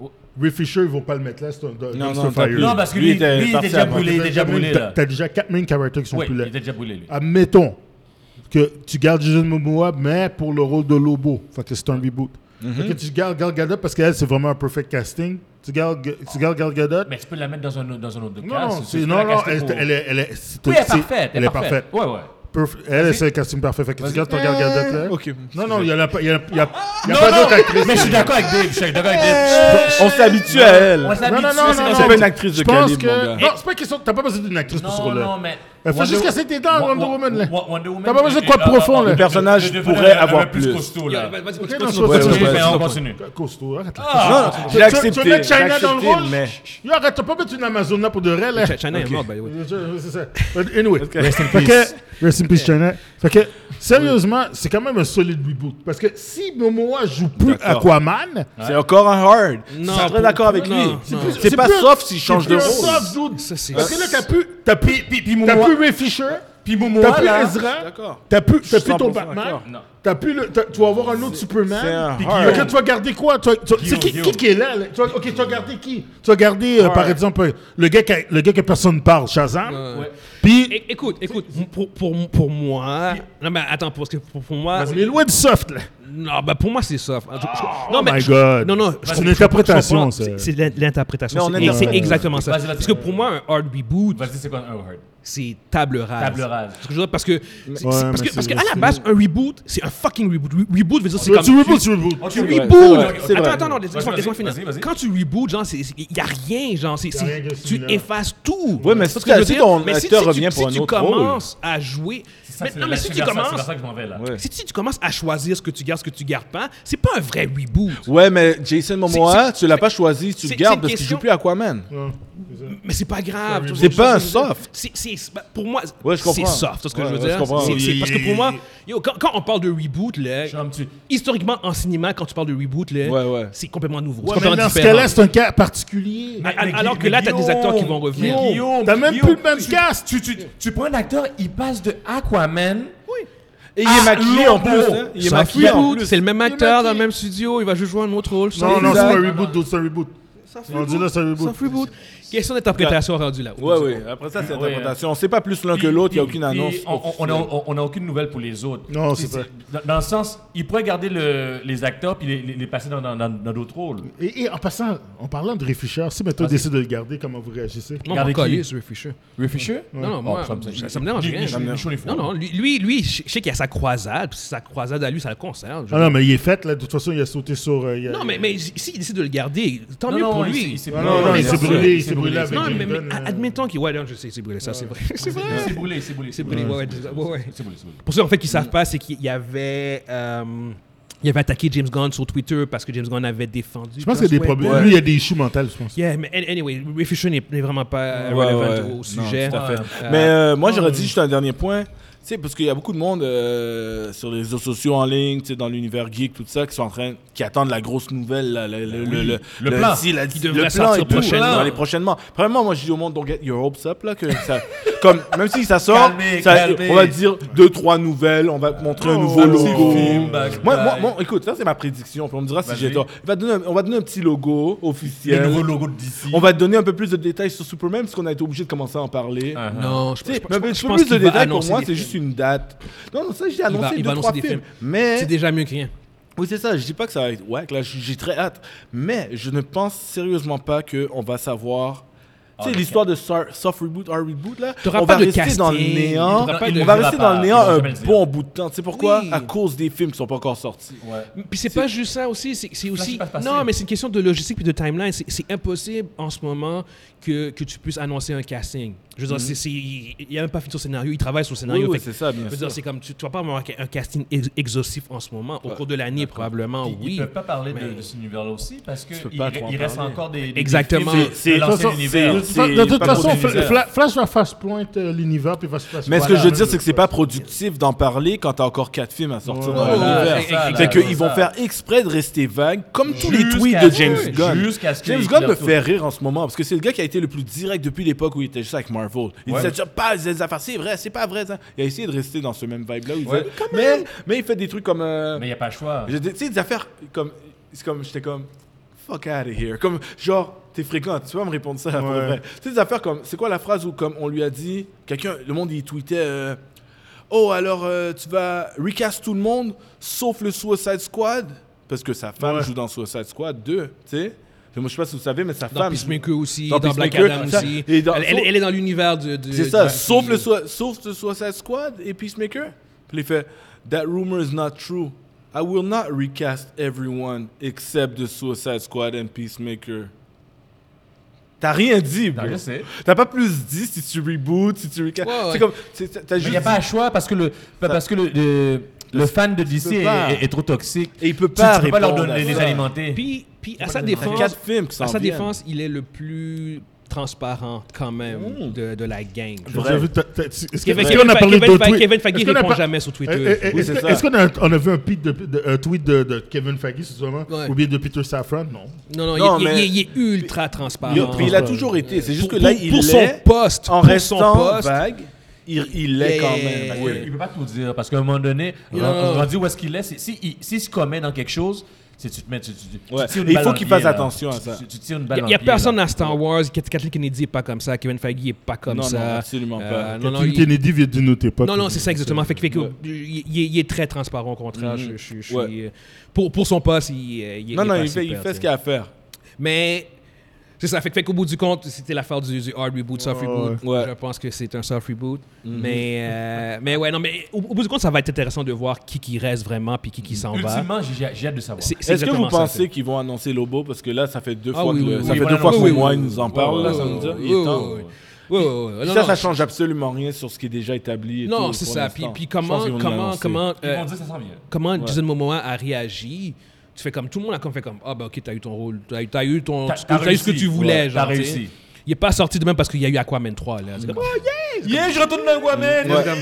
Speaker 4: Ouais.
Speaker 5: Ray Fisher, ils vont pas le mettre là. C'est un c'est
Speaker 6: Non,
Speaker 5: un
Speaker 6: non,
Speaker 5: fire.
Speaker 6: t'as plus-
Speaker 4: Non, parce que
Speaker 6: Lui,
Speaker 4: lui,
Speaker 6: il
Speaker 4: lui,
Speaker 6: était
Speaker 4: il est
Speaker 6: parti
Speaker 4: déjà
Speaker 6: avant.
Speaker 4: brûlé. Il est déjà brûlé,
Speaker 5: T'as
Speaker 4: là.
Speaker 5: t'as déjà quatre main characters qui sont
Speaker 4: Oui,
Speaker 5: plus
Speaker 4: il
Speaker 5: là.
Speaker 4: est déjà brûlé, lui.
Speaker 5: Admettons que tu gardes Jason Momoa, mais pour le rôle de Lobo. Fait que c'est un reboot.
Speaker 6: Mm-hmm.
Speaker 5: Fait que tu gardes Gal Gadot parce qu'elle, c'est vraiment un perfect casting. Tu gardes, Ga- tu gardes Gal Gadot.
Speaker 4: Mais tu peux la mettre dans un autre dans un autre
Speaker 5: non,
Speaker 4: cas.
Speaker 5: non,
Speaker 4: c'est-
Speaker 5: c'est-
Speaker 4: tu peux
Speaker 5: non,
Speaker 4: la
Speaker 5: non,
Speaker 4: caster
Speaker 5: elle,
Speaker 4: pour-
Speaker 5: elle, est- elle est- c'est-
Speaker 4: Oui, elle est
Speaker 5: c'est-
Speaker 4: parfaite.
Speaker 5: Elle est parfaite.
Speaker 4: Ouais, ouais.
Speaker 5: Perf- Elle, c'est le casting parfait. Fait que tu gardes ton Gal Gadot là.
Speaker 6: Ok.
Speaker 5: Non, non, il n'y a, pas- il y a, il y a- il y a
Speaker 4: Non,
Speaker 5: pas
Speaker 4: non,
Speaker 5: d'autre actrice.
Speaker 4: Mais je suis d'accord avec Dave. Je suis d'accord avec Dave.
Speaker 6: On s'habitue à
Speaker 4: On
Speaker 6: elle.
Speaker 4: s'habitue.
Speaker 5: non, non, non,
Speaker 6: C'est
Speaker 5: non,
Speaker 6: pas une actrice de
Speaker 5: Je pense
Speaker 6: calibre, mon
Speaker 5: que.
Speaker 6: gars.
Speaker 5: Non, c'est pas une question. T'as pas besoin d'une actrice pour ce
Speaker 4: Non,
Speaker 5: rôle-là.
Speaker 4: non, mais.
Speaker 5: Elle fait
Speaker 4: Wonder-
Speaker 5: juste casser tes dents,
Speaker 4: Wo-
Speaker 5: Wonder
Speaker 4: Wo-
Speaker 5: Woman, là.
Speaker 4: Wo- Wonder Woman.
Speaker 5: T'as pas besoin de quoi de
Speaker 4: euh,
Speaker 5: profond,
Speaker 4: euh,
Speaker 5: là.
Speaker 6: Le personnage
Speaker 4: devrait
Speaker 6: pourrait
Speaker 4: un peu
Speaker 6: avoir plus.
Speaker 4: costaud, là.
Speaker 1: Vas-y, vas-y,
Speaker 5: Ok,
Speaker 1: continue,
Speaker 5: non,
Speaker 1: continue.
Speaker 5: c'est pas- c'est pas-
Speaker 6: Ouais, ouais,
Speaker 5: c'est pas-
Speaker 4: Mais
Speaker 5: c'est
Speaker 4: on
Speaker 5: pas-
Speaker 4: continue.
Speaker 5: Costaud, arrête.
Speaker 4: Ah,
Speaker 5: Tu-
Speaker 6: J'ai
Speaker 5: tu-
Speaker 6: accepté.
Speaker 5: Tu veux mettre
Speaker 6: j'ai
Speaker 5: China dans le
Speaker 6: accepté,
Speaker 5: rôle?
Speaker 6: mais-
Speaker 5: Yo, arrête, t'as pas mettre une Amazona pour de vrai, là.
Speaker 1: Ch- China est morte, by the way.
Speaker 5: C'est ça. But Anyway.
Speaker 6: Rest in
Speaker 5: Fait que- Rest in peace, China. Fait que, sérieusement, c'est quand même un solide reboot. Parce que si Momoa joue plus
Speaker 6: D'accord.
Speaker 5: Aquaman,
Speaker 4: Ah.
Speaker 6: C'est encore un hard. Je
Speaker 1: Non,
Speaker 6: suis très
Speaker 1: pour-
Speaker 6: d'accord avec
Speaker 1: non,
Speaker 6: lui.
Speaker 1: non. C'est plus-
Speaker 6: C'est
Speaker 5: c'est
Speaker 6: pas
Speaker 5: plus-
Speaker 6: soft s'il change
Speaker 5: c'est
Speaker 6: de
Speaker 5: plus un
Speaker 6: rôle.
Speaker 5: soft, dude.
Speaker 1: Ça, c'est-
Speaker 5: Parce que là, t'as plus. T'as plus.
Speaker 4: Puis- puis
Speaker 5: T'as
Speaker 4: Momoa-
Speaker 5: plus Ray Fisher.
Speaker 4: Puis
Speaker 5: T'as
Speaker 4: Momoa,
Speaker 5: plus
Speaker 4: là.
Speaker 5: Ezra.
Speaker 6: D'accord.
Speaker 5: T'as plus, t'as
Speaker 6: Je suis
Speaker 5: plus ton
Speaker 6: 100%
Speaker 5: Batman.
Speaker 6: d'accord.
Speaker 4: Non.
Speaker 5: T'as plus le, t'as- tu vas avoir un autre Superman.
Speaker 6: c'est un
Speaker 5: Puis
Speaker 6: hard.
Speaker 5: Guillaume. Fait que tu vas garder quoi Tu vas- tu vas- C'est qui,
Speaker 4: Guillaume.
Speaker 5: qui qui est là, là? Tu vas- Ok, tu vas garder qui Tu vas garder, euh, par exemple, euh, le gars, qui a- le gars que personne ne parle, Shazam. Puis
Speaker 1: É- Écoute, écoute, pour, pour, pour moi. Non, mais attends, parce que pour, pour moi.
Speaker 5: on est Ah, loin du soft, là.
Speaker 1: Non, ben pour moi, c'est soft. Je- je- non,
Speaker 5: oh my
Speaker 1: je-
Speaker 5: God.
Speaker 1: Non, non,
Speaker 5: C'est
Speaker 1: je-
Speaker 5: une
Speaker 1: je- je- je-
Speaker 5: interprétation,
Speaker 1: je comprends.
Speaker 5: ça.
Speaker 1: C'est- C'est l'in- l'interprétation.
Speaker 6: Non, on
Speaker 1: c'est-
Speaker 6: interprète.
Speaker 1: C'est exactement ça.
Speaker 4: Vas-y, vas-y.
Speaker 1: Parce que pour moi, un hard reboot,
Speaker 4: Vas-y, c'est quoi un hard?
Speaker 1: c'est table rase.
Speaker 4: Table rase.
Speaker 1: Parce que, je veux dire, parce que, c'est-
Speaker 5: Ouais,
Speaker 1: c'est-
Speaker 5: mais
Speaker 1: parce que,
Speaker 5: c'est-
Speaker 1: parce que à la
Speaker 5: c'est-
Speaker 1: base, un reboot, c'est un fucking reboot. Re- Reboot veut dire c'est
Speaker 5: Tu
Speaker 1: comme.
Speaker 5: reboots, tu reboots.
Speaker 4: Ok,
Speaker 1: tu
Speaker 4: oui.
Speaker 6: C'est
Speaker 1: reboots!
Speaker 6: vrai, c'est
Speaker 1: Attends,
Speaker 6: vrai.
Speaker 1: attends, non, laisse-moi
Speaker 4: Vas-y,
Speaker 1: laisse-moi
Speaker 4: vas-y,
Speaker 1: finir.
Speaker 4: vas-y.
Speaker 1: Quand tu reboots, genre, il n'y a rien, genre, c'est-
Speaker 5: Y a rien de
Speaker 1: c'est- tu
Speaker 5: similaire.
Speaker 1: effaces tout.
Speaker 6: Ouais, mais
Speaker 1: C'est
Speaker 6: si
Speaker 1: ce que je veux
Speaker 6: t'as- si
Speaker 1: dire.
Speaker 6: ton
Speaker 1: Mais
Speaker 6: acteur
Speaker 1: tu-
Speaker 6: revient pour un
Speaker 1: Si tu
Speaker 6: autre rôle.
Speaker 1: commences à jouer. Mais- Non, mais si tu
Speaker 4: C'est vers
Speaker 1: commences.
Speaker 4: ça que je m'en vais, là.
Speaker 6: Ouais.
Speaker 1: Si tu, tu commences à choisir ce que tu gardes, ce que tu gardes pas, c'est pas un vrai reboot.
Speaker 6: Ouais, mais Jason Momoa,
Speaker 1: c'est-
Speaker 6: tu l'as pas choisi,
Speaker 1: c'est-
Speaker 6: tu le
Speaker 1: c'est
Speaker 6: gardes
Speaker 1: une
Speaker 6: parce qu'il
Speaker 1: question-
Speaker 6: joue plus Aquaman.
Speaker 1: Mais c'est pas grave. tu vois,
Speaker 6: C'est
Speaker 1: je-
Speaker 6: pas
Speaker 1: je-
Speaker 6: un soft.
Speaker 1: C'est- c'est- bah, pour moi,
Speaker 6: Ouais, je
Speaker 1: c'est
Speaker 6: comprends.
Speaker 1: soft. C'est ce que
Speaker 6: Ouais,
Speaker 1: je veux
Speaker 6: ouais, je
Speaker 1: dire.
Speaker 6: comprends.
Speaker 1: C'est- c'est-
Speaker 6: Oui.
Speaker 1: parce que pour moi, yo, quand, quand on parle de reboot, là,
Speaker 4: Je suis un petit-
Speaker 1: historiquement, en cinéma, quand tu parles de reboot, là,
Speaker 6: Ouais, ouais.
Speaker 1: c'est complètement nouveau.
Speaker 5: Ouais,
Speaker 1: c'est
Speaker 5: mais
Speaker 1: complètement
Speaker 5: dans ce
Speaker 1: différent.
Speaker 5: cas-là, c'est un cas particulier.
Speaker 1: Ah, alors que là, t'as des acteurs qui vont revenir.
Speaker 4: mais Guillaume,
Speaker 5: T'as même
Speaker 4: Guillaume,
Speaker 5: plus le même
Speaker 4: tu-
Speaker 5: cast.
Speaker 4: Tu, tu, tu prends un acteur, il passe de Aquaman.
Speaker 6: Et il est
Speaker 4: Ah,
Speaker 6: maquillé en plus.
Speaker 4: Lobo.
Speaker 6: hein. Il est
Speaker 1: C'est un
Speaker 6: maquillé en
Speaker 1: reboot,
Speaker 6: plus.
Speaker 1: c'est le même
Speaker 6: Il est
Speaker 1: acteur dans le
Speaker 6: maquillé.
Speaker 1: même studio, il va juste jouer un autre rôle.
Speaker 5: Non, non, c'est
Speaker 6: Exact.
Speaker 5: pas un reboot, d'autres, c'est un reboot. On dit là, c'est un
Speaker 1: Sauf
Speaker 5: reboot.
Speaker 1: reboot. Question d'interprétation rendue là.
Speaker 6: Ouais, ouais. Après ça, c'est
Speaker 4: Ouais.
Speaker 6: l'interprétation. On sait pas plus l'un que l'autre, il n'y a aucune
Speaker 4: Puis,
Speaker 6: annonce.
Speaker 4: on- on- On n'a aucune nouvelle pour les autres.
Speaker 5: Non,
Speaker 4: Puis
Speaker 5: c'est vrai.
Speaker 4: Dans, dans le sens, ils pourraient garder le- les acteurs puis les, les- les passer dans dans- dans- dans d'autres rôles.
Speaker 5: Et, et en passant, en parlant de Ray Fisher, si maintenant on décide de le garder, comment vous réagissez
Speaker 1: Non,
Speaker 4: Regardez
Speaker 1: mon
Speaker 4: qui?
Speaker 1: collier, c'est Ray Fisher.
Speaker 4: Ray Fisher
Speaker 1: Non, non,
Speaker 4: Oh,
Speaker 1: moi,
Speaker 4: ça
Speaker 1: ça,
Speaker 4: me-
Speaker 1: ça, me dérange
Speaker 4: Lui-
Speaker 1: rien.
Speaker 4: lui, lui, chaud les
Speaker 1: Non,
Speaker 4: fours.
Speaker 1: non, lui, lui, lui, je je sais qu'il y a sa croisade, puis sa croisade à lui, ça le concerne. Je-
Speaker 5: Ah non, mais il est fait, là. De toute façon, il a sauté sur. euh, il a-
Speaker 1: non, mais, mais s'il s'il décide de le garder, tant
Speaker 4: Non,
Speaker 1: mieux
Speaker 4: non,
Speaker 1: pour
Speaker 4: il
Speaker 1: lui.
Speaker 4: s'est- il s'est
Speaker 5: Non, non,
Speaker 4: brûlé,
Speaker 5: il
Speaker 4: bien
Speaker 5: s'est
Speaker 4: sûr.
Speaker 5: brûlé, il s'est brûlé avec.
Speaker 1: non, mais, mais
Speaker 5: Jordan, euh,
Speaker 1: admettons qu'il. Ouais, non, je sais, c'est brûlé, ça, c'est vrai. C'est vrai.
Speaker 4: C'est brûlé, c'est brûlé.
Speaker 1: C'est brûlé, ouais, ouais, ouais, ouais.
Speaker 4: C'est brûlé, c'est brûlé.
Speaker 1: Pour ceux en fait qui savent pas, c'est qu'il y avait, euh, il avait attaqué James Gunn sur Twitter parce que James Gunn avait défendu.
Speaker 5: Je pense qu'il y a des
Speaker 1: Joss Whedon.
Speaker 5: problèmes. Lui, il y a des issues mentales, je pense.
Speaker 1: Yeah, mais an- anyway, Ray Fisher n'est n'est vraiment pas euh,
Speaker 6: Ouais,
Speaker 1: relevant
Speaker 6: ouais.
Speaker 1: au- au
Speaker 6: Non,
Speaker 1: sujet.
Speaker 6: tout à fait.
Speaker 1: Euh,
Speaker 6: Mais euh, moi, j'aurais dit juste un dernier point. Tu sais, parce qu'il y a beaucoup de monde euh, sur les réseaux sociaux en ligne, tu sais, dans l'univers geek, tout ça, qui sont en train, qui attendent la grosse nouvelle, là, le, le, le, le,
Speaker 4: Le plan.
Speaker 6: si, la-
Speaker 1: Qui
Speaker 6: le
Speaker 1: devrait
Speaker 6: plan
Speaker 1: sortir
Speaker 6: et tout,
Speaker 1: prochainement.
Speaker 6: Dans les prochainement. Premièrement, moi, je dis au monde, donc, get your hopes up, là, que ça, comme, même si ça sort,
Speaker 4: Calmez,
Speaker 6: ça-
Speaker 4: calmez.
Speaker 6: on va dire deux, trois nouvelles, on va te montrer un nouveau
Speaker 4: un
Speaker 6: logo.
Speaker 4: petit film, bye,
Speaker 6: Moi,
Speaker 4: bye.
Speaker 6: moi, moi, écoute, ça, c'est ma prédiction, puis on me dira si
Speaker 4: Vas-y.
Speaker 6: j'ai tort. Il va donner un- On va donner un petit logo officiel.
Speaker 4: Le nouveau logo de DC.
Speaker 6: On va te donner un peu plus de détails sur Superman parce qu'on a été obligé de commencer à en parler.
Speaker 4: Ah, ah.
Speaker 1: Non, je,
Speaker 6: euh, Tu
Speaker 1: je,
Speaker 6: sais,
Speaker 1: je,
Speaker 6: mais un peu
Speaker 1: je
Speaker 6: plus
Speaker 1: pense
Speaker 6: de
Speaker 1: qu'il va
Speaker 6: détails pour
Speaker 1: annoncer
Speaker 6: moi,
Speaker 1: des
Speaker 6: c'est
Speaker 1: films.
Speaker 6: juste une date. Non, non, ça j'ai
Speaker 1: va-
Speaker 6: annoncé
Speaker 1: il
Speaker 6: deux
Speaker 1: va
Speaker 6: trois
Speaker 1: annoncer des
Speaker 6: films.
Speaker 1: films.
Speaker 6: Mais
Speaker 1: Eh, C'est déjà mieux que rien.
Speaker 6: oui, c'est ça. Je dis pas que ça va être whack. Là, j'ai très hâte. Mais je ne pense sérieusement pas que on va savoir. Tu sais, l'histoire de Sar- soft reboot, hard reboot, là,
Speaker 1: Ah, T'auras
Speaker 6: on
Speaker 1: pas
Speaker 6: va
Speaker 1: de
Speaker 6: rester dans le
Speaker 1: casting,
Speaker 6: néant.
Speaker 1: t'auras pas
Speaker 6: On
Speaker 1: de-
Speaker 6: va
Speaker 1: il
Speaker 6: rester
Speaker 4: va pas-
Speaker 6: dans le
Speaker 4: ils
Speaker 6: néant
Speaker 4: vont
Speaker 6: un
Speaker 4: jamais le dire.
Speaker 6: bon bout de temps. Tu sais pourquoi
Speaker 1: Oui.
Speaker 6: À cause des films qui sont pas encore sortis.
Speaker 4: Ouais.
Speaker 1: Puis c'est pas juste ça aussi, c'est c'est aussi...
Speaker 4: pas passé.
Speaker 1: Non, mais c'est une question de logistique puis de timeline. C'est- C'est impossible en ce moment que, que tu puisses annoncer un casting. Je veux dire, c'est- c'est- il n'y a même pas fini son scénario, il travaille sur le
Speaker 6: Mm-hmm. Oui,
Speaker 1: scénario.
Speaker 6: oui,
Speaker 1: fait que-
Speaker 6: c'est ça, bien
Speaker 1: je veux
Speaker 6: sûr.
Speaker 1: dire, c'est comme, tu ne vas pas avoir un casting ex- exhaustif en ce moment. Au cours de l'année, probablement,
Speaker 4: Puis
Speaker 1: oui.
Speaker 4: Ils ne peuvent pas parler de,
Speaker 1: mais-
Speaker 4: de cet univers-là aussi parce qu'il
Speaker 6: peux pas trop en
Speaker 4: il reste
Speaker 6: parler.
Speaker 4: encore des. des-
Speaker 1: Exactement.
Speaker 4: des films de
Speaker 6: C'est- c'est-
Speaker 4: l'ancien
Speaker 5: de toute façon,
Speaker 4: univers.
Speaker 6: c'est-
Speaker 5: Fa- De toute
Speaker 6: pas
Speaker 5: façon,
Speaker 6: pour
Speaker 5: Fla-
Speaker 6: l'univers.
Speaker 5: Fla- Flash va fast point euh, l'univers, puis va se flash
Speaker 6: Mais ce que
Speaker 5: voilà,
Speaker 6: je veux dire,
Speaker 5: là,
Speaker 6: c'est que c'est pas productif d'en parler quand t'as encore quatre films à sortir
Speaker 5: Ouais.
Speaker 6: dans
Speaker 5: Ouais,
Speaker 6: l'univers.
Speaker 1: ouais, ouais,
Speaker 6: C'est
Speaker 1: ouais,
Speaker 6: qu'ils
Speaker 4: ouais,
Speaker 6: vont
Speaker 4: ça.
Speaker 6: faire exprès de rester vague, comme tous les
Speaker 4: Jusqu'à
Speaker 6: tweets
Speaker 4: ce
Speaker 6: de
Speaker 4: que-
Speaker 6: James Gunn.
Speaker 4: jusqu'à ce que
Speaker 6: James
Speaker 4: les-
Speaker 6: Gunn
Speaker 4: leur
Speaker 6: me
Speaker 4: tour.
Speaker 6: fait rire en ce moment, parce que c'est le gars qui a été le plus direct depuis l'époque où il était juste avec Marvel. Il
Speaker 4: Ouais.
Speaker 6: disait déjà pas des affaires, c'est vrai, c'est pas vrai. ça. Il a essayé de rester dans ce même vibe-là. où il
Speaker 4: Ouais.
Speaker 6: disait, mais, mais il fait des trucs comme. euh,
Speaker 4: Mais il n'y a pas le choix.
Speaker 6: je dis- Tu sais, des affaires comme. C'est comme. J'étais comme. Fuck out of here. Comme, genre, t'es fréquente, tu vas me répondre ça pour
Speaker 5: Ouais.
Speaker 6: vrai. Tu sais, des affaires comme. C'est quoi la phrase où, comme, on lui a dit. Quelqu'un. Le monde, il tweetait. euh, oh, alors, euh, tu vas recast tout le monde, sauf le Suicide Squad. Parce que sa femme
Speaker 5: Ouais.
Speaker 6: joue dans Suicide Squad 2, tu sais. Moi, je sais pas si vous savez, mais sa
Speaker 1: Dans
Speaker 6: femme.
Speaker 1: Peacemaker aussi, dans,
Speaker 6: Dans
Speaker 1: Black
Speaker 6: Peacemaker,
Speaker 1: Adam
Speaker 6: ça,
Speaker 1: aussi.
Speaker 6: et dans-
Speaker 1: elle, elle- elle est dans l'univers de, de-
Speaker 6: C'est ça,
Speaker 1: de-
Speaker 6: sauf le, soi- sauf le Suicide Squad et Peacemaker. Puis il fait That rumor is not true. I will not recast everyone except the Suicide Squad and Peacemaker. T'as rien dit, bro.
Speaker 4: Non, je sais.
Speaker 6: T'as pas plus dit si tu reboot, si tu recast.
Speaker 1: Ouais, ouais.
Speaker 6: C'est comme. c'est- T'as
Speaker 4: Mais il
Speaker 6: juste.
Speaker 4: n'y a pas un choix parce que le, parce que le, le, le fan de DC est,
Speaker 6: pas.
Speaker 4: est- est trop toxique.
Speaker 6: Et il peut
Speaker 4: Tu-
Speaker 6: pas
Speaker 4: tu peux pas leur
Speaker 6: répondre
Speaker 4: donner,
Speaker 6: à
Speaker 4: les
Speaker 6: ça.
Speaker 4: alimenter.
Speaker 1: Puis, puis à sa
Speaker 6: dit, t'as
Speaker 1: défense,
Speaker 6: quatre films qui s'en
Speaker 1: à sa
Speaker 6: viennent.
Speaker 1: défense, il est le plus transparent quand
Speaker 6: Mm.
Speaker 1: même de, de la gang.
Speaker 5: Je veux dire, t'as- t'as- Est-ce que-
Speaker 1: Kevin,
Speaker 5: est-ce
Speaker 1: Kevin,
Speaker 5: qu'on a parlé
Speaker 1: Kevin,
Speaker 5: d'autres
Speaker 1: Fa-
Speaker 5: tweets?
Speaker 1: Kevin Faggy
Speaker 5: Est-ce qu'on a
Speaker 1: répond
Speaker 5: pas-
Speaker 1: jamais sur Twitter.
Speaker 5: Eh, eh,
Speaker 6: Oui,
Speaker 5: Est-ce
Speaker 6: c'est
Speaker 5: que-
Speaker 6: ça.
Speaker 5: est-ce qu'on a, on a vu un, tweet de, de- un tweet de, de Kevin Faggy, justement,
Speaker 1: Ouais.
Speaker 5: ou bien de Peter Safran Non.
Speaker 1: Non, non,
Speaker 6: eh. Non,
Speaker 1: il, est-
Speaker 6: mais-
Speaker 1: il est- il est ultra
Speaker 6: Il,
Speaker 1: transparent.
Speaker 6: puis il a toujours été. C'est juste
Speaker 1: euh, pour,
Speaker 6: que là,
Speaker 1: pour-
Speaker 6: il
Speaker 1: pour son
Speaker 6: l'est.
Speaker 1: poste,
Speaker 6: En
Speaker 1: pour
Speaker 6: restant
Speaker 1: son poste,
Speaker 6: vague, il, il l'est
Speaker 1: Yeah,
Speaker 6: quand
Speaker 1: yeah,
Speaker 6: même.
Speaker 1: yeah,
Speaker 4: Parce
Speaker 1: yeah.
Speaker 4: que Il ne peut pas tout dire parce qu'à un moment donné,
Speaker 1: Non.
Speaker 4: on rendu où est-ce qu'il est, c'est- si- il- s'il se commet dans quelque chose, c'est tu te mets. Tu, tu- tu- tu
Speaker 6: Ouais.
Speaker 4: tires une
Speaker 6: Et il
Speaker 4: balle
Speaker 6: faut
Speaker 4: dans
Speaker 6: qu'il
Speaker 4: le pied,
Speaker 6: fasse
Speaker 4: là.
Speaker 6: attention à ça.
Speaker 4: Tu, tu tires une
Speaker 1: Il
Speaker 4: balle
Speaker 1: n'y a
Speaker 4: dans le pied, là.
Speaker 1: personne à Star Wars. Kath- Kathleen Kennedy n'est pas comme ça. Kevin Feige n'est pas comme
Speaker 6: Non, non,
Speaker 1: ça.
Speaker 6: absolument pas.
Speaker 1: Euh, non, non,
Speaker 5: Kathleen
Speaker 1: il-
Speaker 5: Kennedy vient de noter pas.
Speaker 1: Non, non, c'est ça exactement. Fait que, fait que, il, il est- il est très transparent au contraire. Je- je- je suis- euh,
Speaker 6: Ouais.
Speaker 1: pour, pour son poste, il, euh, il est-
Speaker 6: Non,
Speaker 1: est
Speaker 6: non,
Speaker 1: pas
Speaker 6: il fait, il
Speaker 1: super, tu
Speaker 6: fait ce
Speaker 1: sais.
Speaker 6: qu'il a à faire.
Speaker 1: Mais c'est ça. Fait, que- fait qu'au bout du compte, c'était l'affaire du, du hard reboot, soft reboot.
Speaker 6: Ouais. Mhm.
Speaker 1: Je pense que c'est un soft reboot. mais, euh, mais ouais, non, mais au, au bout du compte, ça va être intéressant de voir qui qui reste vraiment puis qui qui s'en va.
Speaker 4: Ultimement, j'ai- j'ai j'ai hâte de savoir.
Speaker 1: C'est- c'est
Speaker 6: Est-ce que vous
Speaker 1: exactement ça,
Speaker 6: pensez
Speaker 1: c'est-
Speaker 6: qu'ils vont annoncer Lobo Parce que là, ça fait deux
Speaker 1: Ah
Speaker 6: fois
Speaker 1: oui,
Speaker 6: que
Speaker 1: oui,
Speaker 6: le-
Speaker 1: oui,
Speaker 6: ça
Speaker 1: oui,
Speaker 6: fait
Speaker 1: voilà,
Speaker 6: deux fois
Speaker 1: oui,
Speaker 6: qu'au
Speaker 1: oui,
Speaker 6: mois,
Speaker 1: oui.
Speaker 6: ils nous en parlent. là, ça
Speaker 1: oui,
Speaker 6: me dit,
Speaker 1: oui,
Speaker 6: il est
Speaker 1: euh, oui,
Speaker 6: temps.
Speaker 1: oui, Ouais, ouais, ouais. Non,
Speaker 6: Puis
Speaker 1: non,
Speaker 6: ça, ça change absolument rien sur ce qui est déjà établi. et
Speaker 1: Non,
Speaker 6: tout,
Speaker 1: c'est
Speaker 6: pour
Speaker 1: ça. Puis,
Speaker 6: l'instant.
Speaker 1: puis
Speaker 6: Je pense
Speaker 1: comment,
Speaker 6: qu'ils vont
Speaker 1: comment,
Speaker 6: l'annoncer.
Speaker 1: comment,
Speaker 4: Ils
Speaker 1: euh,
Speaker 4: vont dire que ça s'en vient.
Speaker 1: comment Jason Momoa a réagi Tu fais comme tout le monde a comme fait comme ah ben ok t'as eu ton rôle, t'as, t'as eu ton,
Speaker 4: T'as-
Speaker 1: ce que-
Speaker 4: t'as
Speaker 1: t'as eu ce que
Speaker 4: réussi.
Speaker 1: tu voulais,
Speaker 4: Ouais,
Speaker 1: genre.
Speaker 4: t'as
Speaker 1: tu sais.
Speaker 4: réussi.
Speaker 1: Il est pas sorti de même parce qu'il y a eu Aquaman 3. Là. C'est comme, oh, yeah!
Speaker 4: Yeah, je retourne dans Guamen!
Speaker 6: Ouais.
Speaker 5: Regarde,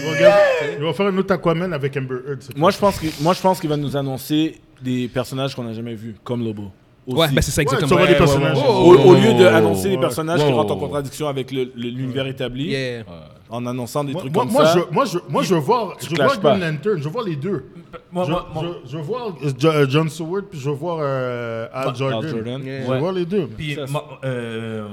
Speaker 5: ils vont faire un autre Aquaman avec Amber Heard. c'est
Speaker 6: Moi, je pense que- moi, je pense qu'il va nous annoncer des personnages qu'on n'a jamais vus, comme Lobo. Aussi.
Speaker 1: Ouais, ben, c'est ça
Speaker 5: tout. Ouais,
Speaker 1: exactement.
Speaker 5: ça va
Speaker 1: Ouais,
Speaker 5: des personnages.
Speaker 1: ouais, ouais.
Speaker 6: Au,
Speaker 4: Oh.
Speaker 6: au lieu d'annoncer des personnages qui
Speaker 4: Oh.
Speaker 6: rentrent en contradiction avec le- le- l'univers établi,
Speaker 1: Yeah.
Speaker 6: en annonçant des
Speaker 5: Moi,
Speaker 6: trucs
Speaker 5: moi,
Speaker 6: comme
Speaker 5: moi,
Speaker 6: ça.
Speaker 5: je, moi, je, moi, je veux voir, je veux voir
Speaker 6: clashes pas.
Speaker 5: Green Lantern, je veux voir les deux.
Speaker 4: Moi,
Speaker 5: je,
Speaker 4: moi, moi-
Speaker 5: je- je veux voir euh, Jo- euh, John Stewart, puis je veux voir euh, Al Jordan.
Speaker 6: Jordan.
Speaker 5: Je veux
Speaker 4: Ouais.
Speaker 5: voir les deux.
Speaker 4: Puis, ma- euh,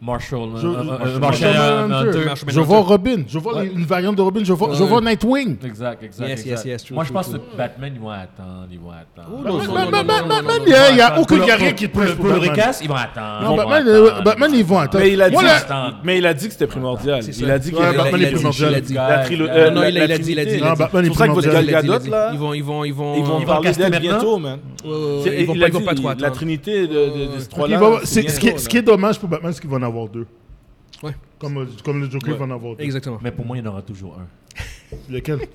Speaker 4: Marshall.
Speaker 5: Je,
Speaker 4: euh,
Speaker 5: je-
Speaker 4: euh,
Speaker 5: je-
Speaker 4: Marshall
Speaker 5: Marshall
Speaker 4: Hunter.
Speaker 5: Hunter.
Speaker 1: Marshall
Speaker 5: Je
Speaker 1: Hunter.
Speaker 5: vois Robin, je vois
Speaker 4: Ouais.
Speaker 5: les- une variante de Robin, je vois, je vois Nightwing.
Speaker 4: Exact, exact.
Speaker 1: Yes, yes,
Speaker 4: exact.
Speaker 1: yes, true,
Speaker 4: Moi, je
Speaker 1: true,
Speaker 4: pense
Speaker 1: true.
Speaker 4: que Batman, ils vont attendre. Ils vont attendre.
Speaker 1: non, non, non,
Speaker 5: Batman,
Speaker 1: non, non,
Speaker 5: Batman,
Speaker 1: non, non,
Speaker 5: il y a- il y a
Speaker 4: Pour
Speaker 5: aucun, il
Speaker 4: le-
Speaker 5: y a rien qui
Speaker 4: Pour
Speaker 5: presse
Speaker 4: le,
Speaker 5: pour
Speaker 4: pour le
Speaker 5: Batman.
Speaker 4: recast, ils vont attendre. ils
Speaker 5: Non,
Speaker 4: vont
Speaker 5: Batman,
Speaker 4: attendre,
Speaker 5: euh, Batman, ils vont attendre.
Speaker 6: Mais il a dit,
Speaker 5: Moi, la-
Speaker 4: Attendre.
Speaker 6: mais il a dit que c'était primordial.
Speaker 1: C'est ça. ben,
Speaker 6: Il a dit que
Speaker 5: Ouais,
Speaker 1: Il a-
Speaker 5: Batman
Speaker 1: il a
Speaker 5: est
Speaker 1: dit,
Speaker 5: primordial.
Speaker 1: il a dit.
Speaker 4: Guys,
Speaker 6: la trilogie.
Speaker 4: guys.
Speaker 1: Non, non, il a- il a dit, il a dit, il a
Speaker 5: Non,
Speaker 1: dit.
Speaker 5: Batman est
Speaker 6: C'est pour ça qu'il faut
Speaker 1: Il a
Speaker 5: primordial.
Speaker 6: Gal
Speaker 1: dit, il a dit, il a
Speaker 6: Gadot,
Speaker 1: dit.
Speaker 6: là.
Speaker 1: Ils vont, ils vont, ils vont.
Speaker 6: Ils vont
Speaker 4: Ils
Speaker 6: parler
Speaker 4: castent
Speaker 6: d'elle
Speaker 4: maintenant.
Speaker 6: bientôt, man.
Speaker 1: Ouais, ouais, ouais,
Speaker 6: C'est-
Speaker 1: Ils vont
Speaker 6: il
Speaker 1: pas-
Speaker 6: a
Speaker 1: ils vont
Speaker 6: dit,
Speaker 1: pas trop
Speaker 6: La
Speaker 1: attendre.
Speaker 6: trinité de- de, de ce
Speaker 5: Il
Speaker 6: trois-là.
Speaker 5: va avoir- c'est-
Speaker 6: bientôt,
Speaker 5: ce, qui est,
Speaker 6: là.
Speaker 5: ce qui est dommage pour Batman, c'est qu'il va en avoir deux.
Speaker 1: Ouais.
Speaker 5: Comme, euh, comme le Joker va en avoir deux.
Speaker 1: Exactement.
Speaker 4: Mais pour moi, il y en aura toujours un.
Speaker 5: Lequel
Speaker 1: Yes,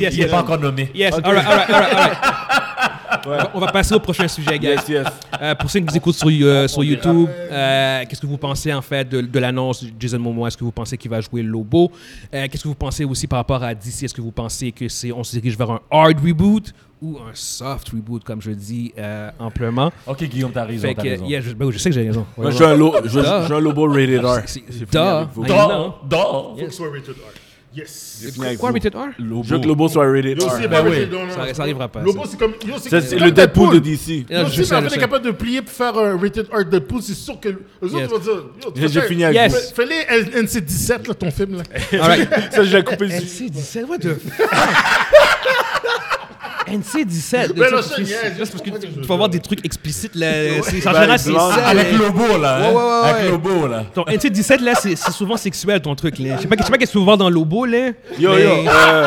Speaker 1: yes,
Speaker 4: Il n'est
Speaker 1: yes.
Speaker 4: pas encore nommé.
Speaker 1: Yes, alright, alright, alright, alright. On va- On va passer au prochain sujet, guys.
Speaker 6: Yes, yes.
Speaker 1: Euh, pour ceux qui nous écoutent sur, euh, sur YouTube, euh, qu'est-ce que vous pensez en fait de, de l'annonce de Jason Momoa Est-ce que vous pensez qu'il va jouer Lobo Euh, Qu'est-ce que vous pensez aussi par rapport à DC Est-ce que vous pensez que c'est on se dirige vers un hard reboot ou un soft reboot, comme je dis euh, amplement
Speaker 4: Ok, Guillaume, t'as raison.
Speaker 1: Fait
Speaker 4: T'as
Speaker 1: que,
Speaker 4: raison.
Speaker 1: yeah, je, ben oui, je sais que j'ai raison.
Speaker 6: Moi, je veux un, lo- je veux-
Speaker 1: Duh.
Speaker 6: je veux un Lobo rated R.
Speaker 1: C'est-
Speaker 6: J'ai fini
Speaker 1: duh.
Speaker 6: avec vous.
Speaker 1: I know.
Speaker 4: Dors, dors.
Speaker 5: Faut que ce soit rated R. Yes.
Speaker 6: J'ai fini avec
Speaker 1: Pourquoi
Speaker 6: vous.
Speaker 1: rated R
Speaker 6: Je veux que Lobo soit rated
Speaker 5: Yo,
Speaker 6: R. Ben
Speaker 5: c'est pas
Speaker 1: oui.
Speaker 5: rated R, non,
Speaker 1: Ça-
Speaker 5: non,
Speaker 1: ça
Speaker 5: c'est
Speaker 1: arrivera pas,
Speaker 5: Lobo,
Speaker 1: ça.
Speaker 5: c'est comme. yo,
Speaker 6: Ça, C'est le
Speaker 5: comme
Speaker 6: Deadpool de DC.
Speaker 1: Non,
Speaker 5: Yo,
Speaker 1: je
Speaker 5: si
Speaker 1: sais, je
Speaker 5: Marvel est
Speaker 1: sais.
Speaker 5: capable de plier pour faire un rated R Deadpool, c'est sûr que. Eux autres
Speaker 1: Yes.
Speaker 5: vont dire. yo,
Speaker 6: J'ai- J'ai
Speaker 5: fais-
Speaker 6: fini avec
Speaker 1: Yes.
Speaker 6: vous.
Speaker 5: fais- Fais-les L- NC-17, là, ton film. là.
Speaker 1: Alright.
Speaker 6: Ça, je l'ai coupé le sujet.
Speaker 1: NC17, what the NC17.
Speaker 5: Mais non,
Speaker 1: tu-
Speaker 5: ça,
Speaker 1: tu-
Speaker 5: yes,
Speaker 1: juste parce que
Speaker 5: je comprends ce que
Speaker 1: tu
Speaker 5: je
Speaker 1: faut
Speaker 5: veux
Speaker 1: avoir des
Speaker 5: dire.
Speaker 1: trucs explicites là. c'est- En
Speaker 6: Bah,
Speaker 1: général, c'est
Speaker 6: blanc.
Speaker 1: ça.
Speaker 4: Avec
Speaker 1: là.
Speaker 4: Lobo, là. hein.
Speaker 1: Ouais, ouais, ouais,
Speaker 4: Avec
Speaker 1: ouais.
Speaker 4: Lobo, là.
Speaker 1: Ton NC17 là, c'est c'est souvent sexuel ton truc là. Je sais pas, je sais pas qu'est-ce que tu vois dans Lobo là.
Speaker 6: Yo,
Speaker 1: mais
Speaker 6: yo. euh,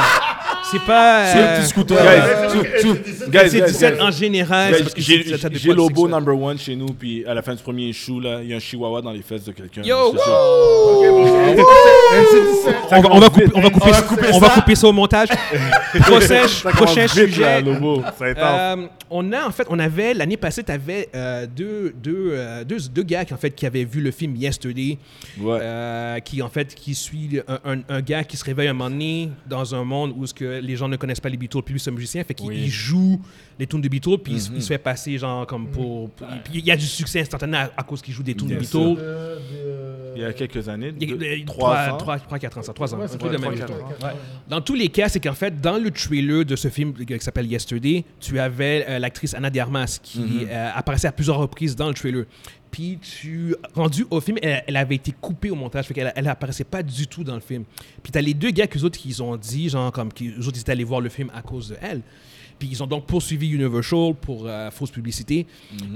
Speaker 1: C'est pas.
Speaker 4: C'est le
Speaker 1: euh,
Speaker 4: petit scooter.
Speaker 6: Guys,
Speaker 4: là.
Speaker 5: C'est sûr que NC-17,
Speaker 6: guys, guys,
Speaker 1: NC17
Speaker 6: guys.
Speaker 1: en général, c'est
Speaker 6: Guys,
Speaker 1: parce que c'est- ça
Speaker 6: J'ai
Speaker 1: tape des
Speaker 6: j'ai
Speaker 1: poils
Speaker 6: Lobo
Speaker 1: sexuels.
Speaker 6: number one chez nous, puis à la fin du premier chou, là, il y a un chihuahua dans les fesses de quelqu'un.
Speaker 1: Yo,
Speaker 6: C'est ça.
Speaker 1: on va, on va
Speaker 6: Ça commence
Speaker 1: couper, on va couper, ça- on va couper ça au montage. prochain
Speaker 6: Ça commence
Speaker 1: prochain
Speaker 6: vite, là,
Speaker 1: sujet.
Speaker 6: Lobo. C'est intense.
Speaker 1: Euh, on a en fait, on avait l'année passée, tu avais deux, deux, euh, deux, deux gars qui en fait qui avaient vu le film Yesterday,
Speaker 6: Ouais.
Speaker 1: euh, qui en fait qui suit un, un- un gars qui se réveille un moment donné dans un monde où ce que les gens ne connaissent pas les Beatles, puis lui c'est un musicien, fait qu'il
Speaker 4: Oui.
Speaker 1: il joue les tunes de Beatles, puis il se- il,
Speaker 6: Mhm.
Speaker 1: se fait passer genre comme pour, pour- puis il y a du succès instantané à, à cause qu'il joue des tunes de
Speaker 6: Bien
Speaker 1: Beatles.
Speaker 6: Il y a quelques années,
Speaker 1: Il y a- il y a
Speaker 6: 3
Speaker 1: trois-
Speaker 6: ans.
Speaker 1: trois- trois, quatre ans, ça, trois ans,
Speaker 5: Ouais,
Speaker 1: un
Speaker 5: c'est
Speaker 1: truc de
Speaker 5: trois,
Speaker 1: même.
Speaker 5: quatre ans.
Speaker 1: Dans tous les cas, c'est qu'en fait, dans le trailer de ce film qui s'appelle Yesterday, tu avais euh, l'actrice Anna Diarmas qui
Speaker 4: Mhm.
Speaker 1: euh, apparaissait à plusieurs reprises dans le trailer. Puis, tu, rendu au film, elle, elle avait été coupée au montage, fait qu'elle elle apparaissait pas du tout dans le film. Puis, tu as les deux gars qu'eux autres, qui ont dit, genre, comme qu'eux autres, ils étaient allés voir le film à cause de elle. Puis, ils ont donc poursuivi Universal pour euh, fausse publicité.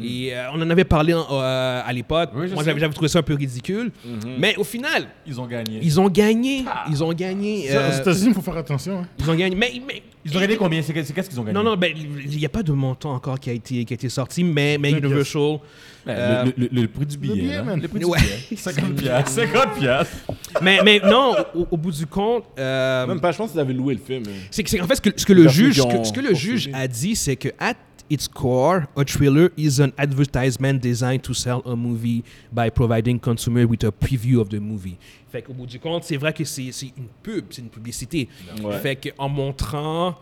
Speaker 1: Et euh, on en avait parlé en- euh, à l'époque.
Speaker 4: Mhm. Oui, je
Speaker 1: Moi,
Speaker 4: sais. Mhm.
Speaker 1: j'avais j'avais trouvé ça un peu ridicule. Mais au final,
Speaker 4: Ils ont gagné.
Speaker 1: ils ont gagné.
Speaker 4: Ah.
Speaker 1: Ils ont gagné.
Speaker 5: Ça,
Speaker 1: euh,
Speaker 5: Aux États-Unis, il faut faire attention. hein.
Speaker 1: ils ont gagné. Mais, mais-
Speaker 4: Ils ont gagné combien C'est qu'est-ce qu'est-ce qu'ils ont gagné
Speaker 1: Non, non, ben, il n'y a pas de montant encore qui a été, qui a été sorti, mais, mais Universal. euh,
Speaker 4: Ben, le- le- le prix du
Speaker 5: Le
Speaker 4: billet.
Speaker 5: billet,
Speaker 4: là.
Speaker 5: man.
Speaker 4: Le prix du
Speaker 1: Ouais.
Speaker 5: hein.
Speaker 4: billet. 50 piastres. 50 piastres.
Speaker 1: mais, mais non, au, au bout du compte. euh,
Speaker 6: Même pas, je pense qu'ils avaient loué le film. hein.
Speaker 1: c'est que- c'est qu'en fait, ce que, ce que le,
Speaker 6: personnes
Speaker 1: juge,
Speaker 6: qui
Speaker 1: ce que,
Speaker 6: ont
Speaker 1: ce que le juge
Speaker 6: poursuivi.
Speaker 1: a dit, c'est que, at its core, a thriller is an advertisement designed to sell a movie by providing consumer with a preview of the movie. Fait qu'au bout du compte, c'est vrai que c'est c'est une pub, c'est une publicité.
Speaker 6: Ouais.
Speaker 1: Fait qu'en montrant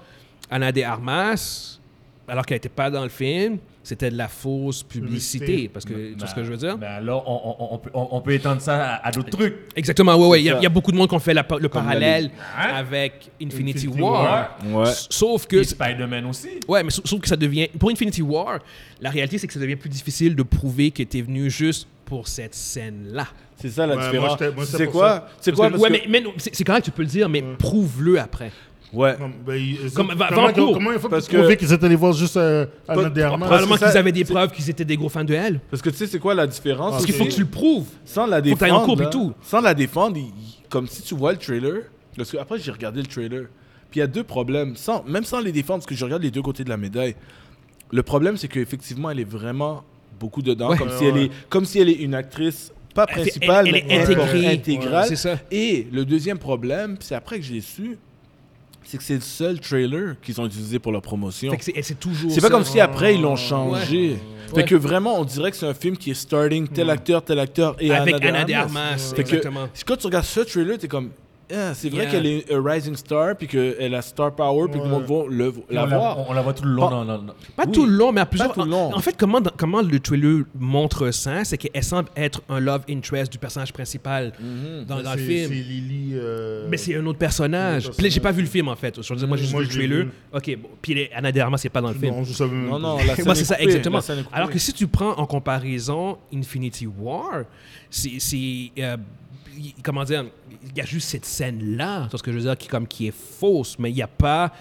Speaker 1: Anna de Armas, alors qu'elle n'était pas dans le film, c'était de la fausse publicité.
Speaker 5: Publicité.
Speaker 1: Parce que, tu vois
Speaker 4: Ben,
Speaker 6: Bah,
Speaker 1: ce que je veux dire?
Speaker 4: ben alors, on, on- on- on peut, on- on peut étendre ça à, à d'autres trucs.
Speaker 1: Exactement, ouais, ouais. Il y, a-
Speaker 6: ça.
Speaker 1: il y a beaucoup de monde qui ont fait la pa- le
Speaker 6: Comme la Hein?
Speaker 1: parallèle avec Infinity,
Speaker 5: Infinity
Speaker 1: War.
Speaker 5: War.
Speaker 6: Ouais.
Speaker 1: S- Sauf que
Speaker 4: Et Spider-man aussi.
Speaker 1: Ouais, mais sauf, sauf que ça devient. Pour Infinity War, la réalité, c'est que ça devient plus difficile de prouver que t'es venu juste pour cette scène-là.
Speaker 6: C'est ça la
Speaker 5: Ouais, moi,
Speaker 6: différence.
Speaker 5: j'étais- moi, j'étais
Speaker 6: C'est
Speaker 5: pour
Speaker 6: quoi C'est
Speaker 1: Parce
Speaker 6: quoi
Speaker 1: que-
Speaker 6: parce
Speaker 1: ouais,
Speaker 6: que-
Speaker 1: mais, mais non, c'est c'est correct, tu peux le dire, mais prouve-le après.
Speaker 6: Ouais.
Speaker 5: Non, ben, ils-
Speaker 1: Comme-
Speaker 5: comment-
Speaker 1: va- va en
Speaker 5: Comment
Speaker 1: cours.
Speaker 5: comment il faut
Speaker 6: Parce que-
Speaker 5: prouver qu'ils étaient allés voir juste euh, Anna de Armas?
Speaker 1: Probablement
Speaker 6: parce que ça-
Speaker 1: qu'ils avaient des preuves qu'ils étaient des gros fans de elle.
Speaker 6: Parce que tu sais, c'est quoi la différence
Speaker 1: Parce
Speaker 6: c'est
Speaker 1: qu'il faut que tu le prouves.
Speaker 6: Sans la
Speaker 1: Faut que t'ailles
Speaker 6: défendre.
Speaker 1: en courbe et
Speaker 6: là,
Speaker 1: tout.
Speaker 6: Sans la défendre, il- il- comme si tu vois le trailer. Parce que après, j'ai regardé le trailer. Puis il y a deux problèmes. Sans, même sans les défendre, parce que je regarde les deux côtés de la médaille. Le problème, c'est qu'effectivement, elle est vraiment beaucoup dedans.
Speaker 1: Ouais.
Speaker 6: Comme,
Speaker 5: Ouais,
Speaker 6: si elle
Speaker 5: ouais.
Speaker 6: est, comme si elle est une actrice, pas
Speaker 1: Elle fait-
Speaker 6: principale,
Speaker 1: elle- elle est
Speaker 6: mais
Speaker 1: intégrée.
Speaker 6: intégrale.
Speaker 1: Ouais, c'est ça.
Speaker 6: Et le deuxième problème, c'est après que je l'ai su, c'est que c'est le seul trailer qu'ils ont utilisé pour leur promotion.
Speaker 1: Fait que c'est- et c'est toujours.
Speaker 6: C'est pas
Speaker 1: ça.
Speaker 6: comme si après ils l'ont changé. Fait que vraiment, on dirait que c'est un film qui est starting tel acteur, tel acteur et
Speaker 1: Avec
Speaker 6: Anna,
Speaker 1: Anna de Armas,
Speaker 6: Fait que
Speaker 1: exactement.
Speaker 6: quand tu regardes ce trailer, t'es comme. Ah, c'est vrai
Speaker 1: Yeah.
Speaker 6: qu'elle est a rising star, puis qu'elle a star power, puis que le monde va le- la Ah.
Speaker 4: on, la,
Speaker 6: voir.
Speaker 4: on- on la voit tout le long. dans- dans- dans-
Speaker 1: Pas
Speaker 6: Oui.
Speaker 1: tout le long, mais à plusieurs.
Speaker 6: tout le
Speaker 1: en-
Speaker 6: long.
Speaker 1: En, fait, comment, comment le trailer montre ça, c'est qu'elle semble être un love interest du personnage principal dans, dans le
Speaker 5: Ben, C'est-
Speaker 1: film.
Speaker 5: C'est Lily. euh,
Speaker 1: Mais c'est un autre personnage.
Speaker 5: un autre
Speaker 1: Puis là, j'ai
Speaker 5: personnage.
Speaker 1: pas vu le film en fait. Je veux dire, moi, j'ai juste
Speaker 5: Moi,
Speaker 1: vu le
Speaker 5: je l'ai
Speaker 1: trailer.
Speaker 5: vu.
Speaker 1: Ok, bon. puis les- Anna de Armas, c'est pas dans le film.
Speaker 5: Non, je savais même
Speaker 6: Non,
Speaker 5: pas.
Speaker 6: non, la scène
Speaker 1: Moi, c'est
Speaker 6: est
Speaker 1: ça,
Speaker 6: coupée, la
Speaker 1: exactement.
Speaker 6: scène est coupée.
Speaker 1: Alors que si tu prends en comparaison Infinity War, c'est. c'est, euh, y- comment dire Il y a juste cette scène-là, c'est ce que je veux dire, qui, comme, qui est fausse, mais il n'y a pas.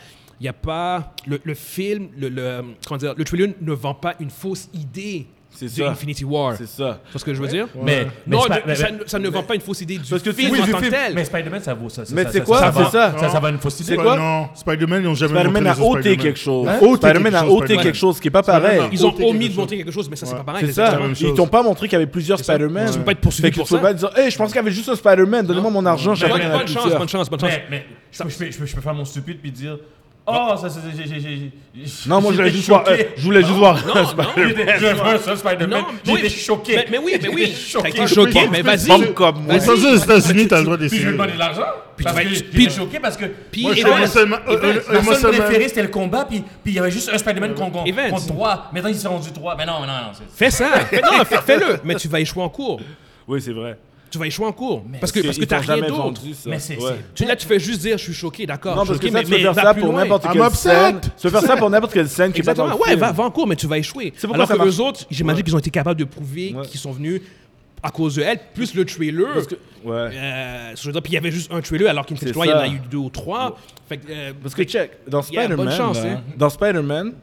Speaker 1: Il y a pas. Le, le film, le, le- comment dire, le trailer ne vend pas une fausse idée
Speaker 6: C'est
Speaker 1: de
Speaker 6: ça.
Speaker 1: Infinity War.
Speaker 6: C'est
Speaker 1: C'est
Speaker 6: ça.
Speaker 1: ce que je veux dire
Speaker 4: Mais, mais
Speaker 1: Non,
Speaker 4: c'est pas-
Speaker 1: le-
Speaker 4: mais-
Speaker 1: ça, ne- ça ne vend pas une fausse idée du
Speaker 6: Parce que
Speaker 1: film
Speaker 6: oui,
Speaker 1: en
Speaker 6: du
Speaker 1: tant que
Speaker 6: film,
Speaker 1: tel.
Speaker 4: mais Spider-Man, ça vaut ça. ça-
Speaker 6: Mais
Speaker 4: ça-
Speaker 6: c'est
Speaker 4: ça-
Speaker 6: quoi?
Speaker 4: Ça,
Speaker 6: C'est
Speaker 4: va-
Speaker 6: ça.
Speaker 4: ça. Ça va une fausse idée.
Speaker 6: C'est
Speaker 5: Ouais,
Speaker 6: quoi?
Speaker 5: Non, Spider-Man, ils n'ont jamais
Speaker 6: Spider-Man
Speaker 5: montré
Speaker 6: a
Speaker 5: les autres
Speaker 6: ôté
Speaker 5: Spider-Man.
Speaker 6: quelque chose.
Speaker 5: Hein?
Speaker 6: Spider-Man a ôté
Speaker 5: Spider-Man.
Speaker 6: quelque chose, ce qui est pas
Speaker 5: Spider-Man a
Speaker 6: pareil.
Speaker 1: Ils ont
Speaker 5: ôté quelque
Speaker 1: omis de
Speaker 5: chose.
Speaker 1: montrer quelque chose, mais ça, c'est
Speaker 5: Ouais.
Speaker 1: pas pareil.
Speaker 6: C'est ça.
Speaker 5: la même
Speaker 6: Ils
Speaker 5: chose.
Speaker 6: t'ont pas montré qu'il y avait plusieurs
Speaker 1: ça.
Speaker 6: Spider-Man.
Speaker 1: Tu peux pas être poursuivi
Speaker 6: Fait que
Speaker 1: pour
Speaker 6: tu peux
Speaker 1: ça.
Speaker 6: pas dire, hey, je pense qu'il y avait juste un Spider-Man, donnez-moi mon argent,
Speaker 1: Bonne,
Speaker 6: chacun en a
Speaker 1: bonne chance,
Speaker 6: plusieurs.
Speaker 1: bonne chance, bonne chance.
Speaker 4: Mais, mais je, peux- je peux, je peux- je peux faire mon stupide puis dire Oh, ça, ça, ça, j'ai- j'ai- j'ai- j'ai-
Speaker 6: Non, moi, je voulais
Speaker 4: j'étais
Speaker 6: juste voir.
Speaker 4: choqué.
Speaker 6: euh, Je voulais juste voir.
Speaker 4: J'étais- Je vois ça, Spider-Man.
Speaker 1: Non,
Speaker 4: J'étais
Speaker 1: oui,
Speaker 4: choqué.
Speaker 1: mais- mais oui, mais oui.
Speaker 4: J'étais choqué.
Speaker 1: T'as été choqué, mais vas-y.
Speaker 6: Bombe comme moi.
Speaker 5: Mais ça, c'est aux États-Unis, t'as le droit
Speaker 4: Puis je
Speaker 5: d'essayer.
Speaker 4: vais demander de l'argent.
Speaker 1: Puis
Speaker 4: Parce
Speaker 1: tu
Speaker 4: que
Speaker 1: vas-
Speaker 4: j'étais
Speaker 1: puis-
Speaker 4: choqué parce que.
Speaker 1: Puis-
Speaker 5: Moi, je
Speaker 1: Et ben,
Speaker 5: savais seulement. euh, euh, euh,
Speaker 4: La
Speaker 5: moi,
Speaker 4: seule
Speaker 5: seulement-
Speaker 4: préférée, c'était le combat, puis puis il y avait juste un Spider-Man qu'on- qu'on-
Speaker 1: Evans.
Speaker 4: contre trois. Maintenant, ils sont rendus trois. Mais non, mais non, non. c'est-
Speaker 1: Fais ça. Fais- non, fais- fais-le. Mais tu vas échouer en cours.
Speaker 6: Oui, c'est vrai.
Speaker 1: Tu vas échouer en cours. parce que, parce que
Speaker 6: Ils
Speaker 1: t'as
Speaker 6: t'ont
Speaker 1: rien
Speaker 6: jamais
Speaker 1: d'autre.
Speaker 6: vendu ça.
Speaker 4: Mais c'est.
Speaker 6: Ouais.
Speaker 4: c'est-
Speaker 1: Tu, là, tu fais juste dire je suis choqué, d'accord.
Speaker 6: Non,
Speaker 1: je
Speaker 6: parce
Speaker 1: suis
Speaker 6: que
Speaker 1: choqué,
Speaker 6: ça, tu peux faire
Speaker 1: va
Speaker 6: ça
Speaker 1: plus
Speaker 6: pour
Speaker 1: loin.
Speaker 6: n'importe
Speaker 5: I'm
Speaker 6: quelle
Speaker 5: upset.
Speaker 6: scène. Tu peux faire ça pour n'importe quelle scène qui est pas dans
Speaker 1: Exactement.
Speaker 6: le
Speaker 1: Ouais,
Speaker 6: film.
Speaker 1: va, va en cours, mais tu vas échouer.
Speaker 6: C'est pourquoi
Speaker 1: Alors que
Speaker 6: ça marche.
Speaker 1: les autres, j'imagine
Speaker 6: Ouais.
Speaker 1: qu'ils ont été capables de prouver
Speaker 6: Ouais.
Speaker 1: qu'ils sont venus à cause de elle, plus le trailer.
Speaker 6: Parce que- Ouais.
Speaker 1: Euh, je veux dire, puis il y avait juste un trailer, alors qu'une
Speaker 6: C'est
Speaker 1: fois, il y en a
Speaker 6: ça.
Speaker 1: eu deux ou trois. Fait que, euh,
Speaker 6: Parce que check, dans
Speaker 1: Yeah, bonne
Speaker 6: Spider-Man,
Speaker 1: chance,
Speaker 6: là,
Speaker 1: hein.
Speaker 6: dans Spider-Man,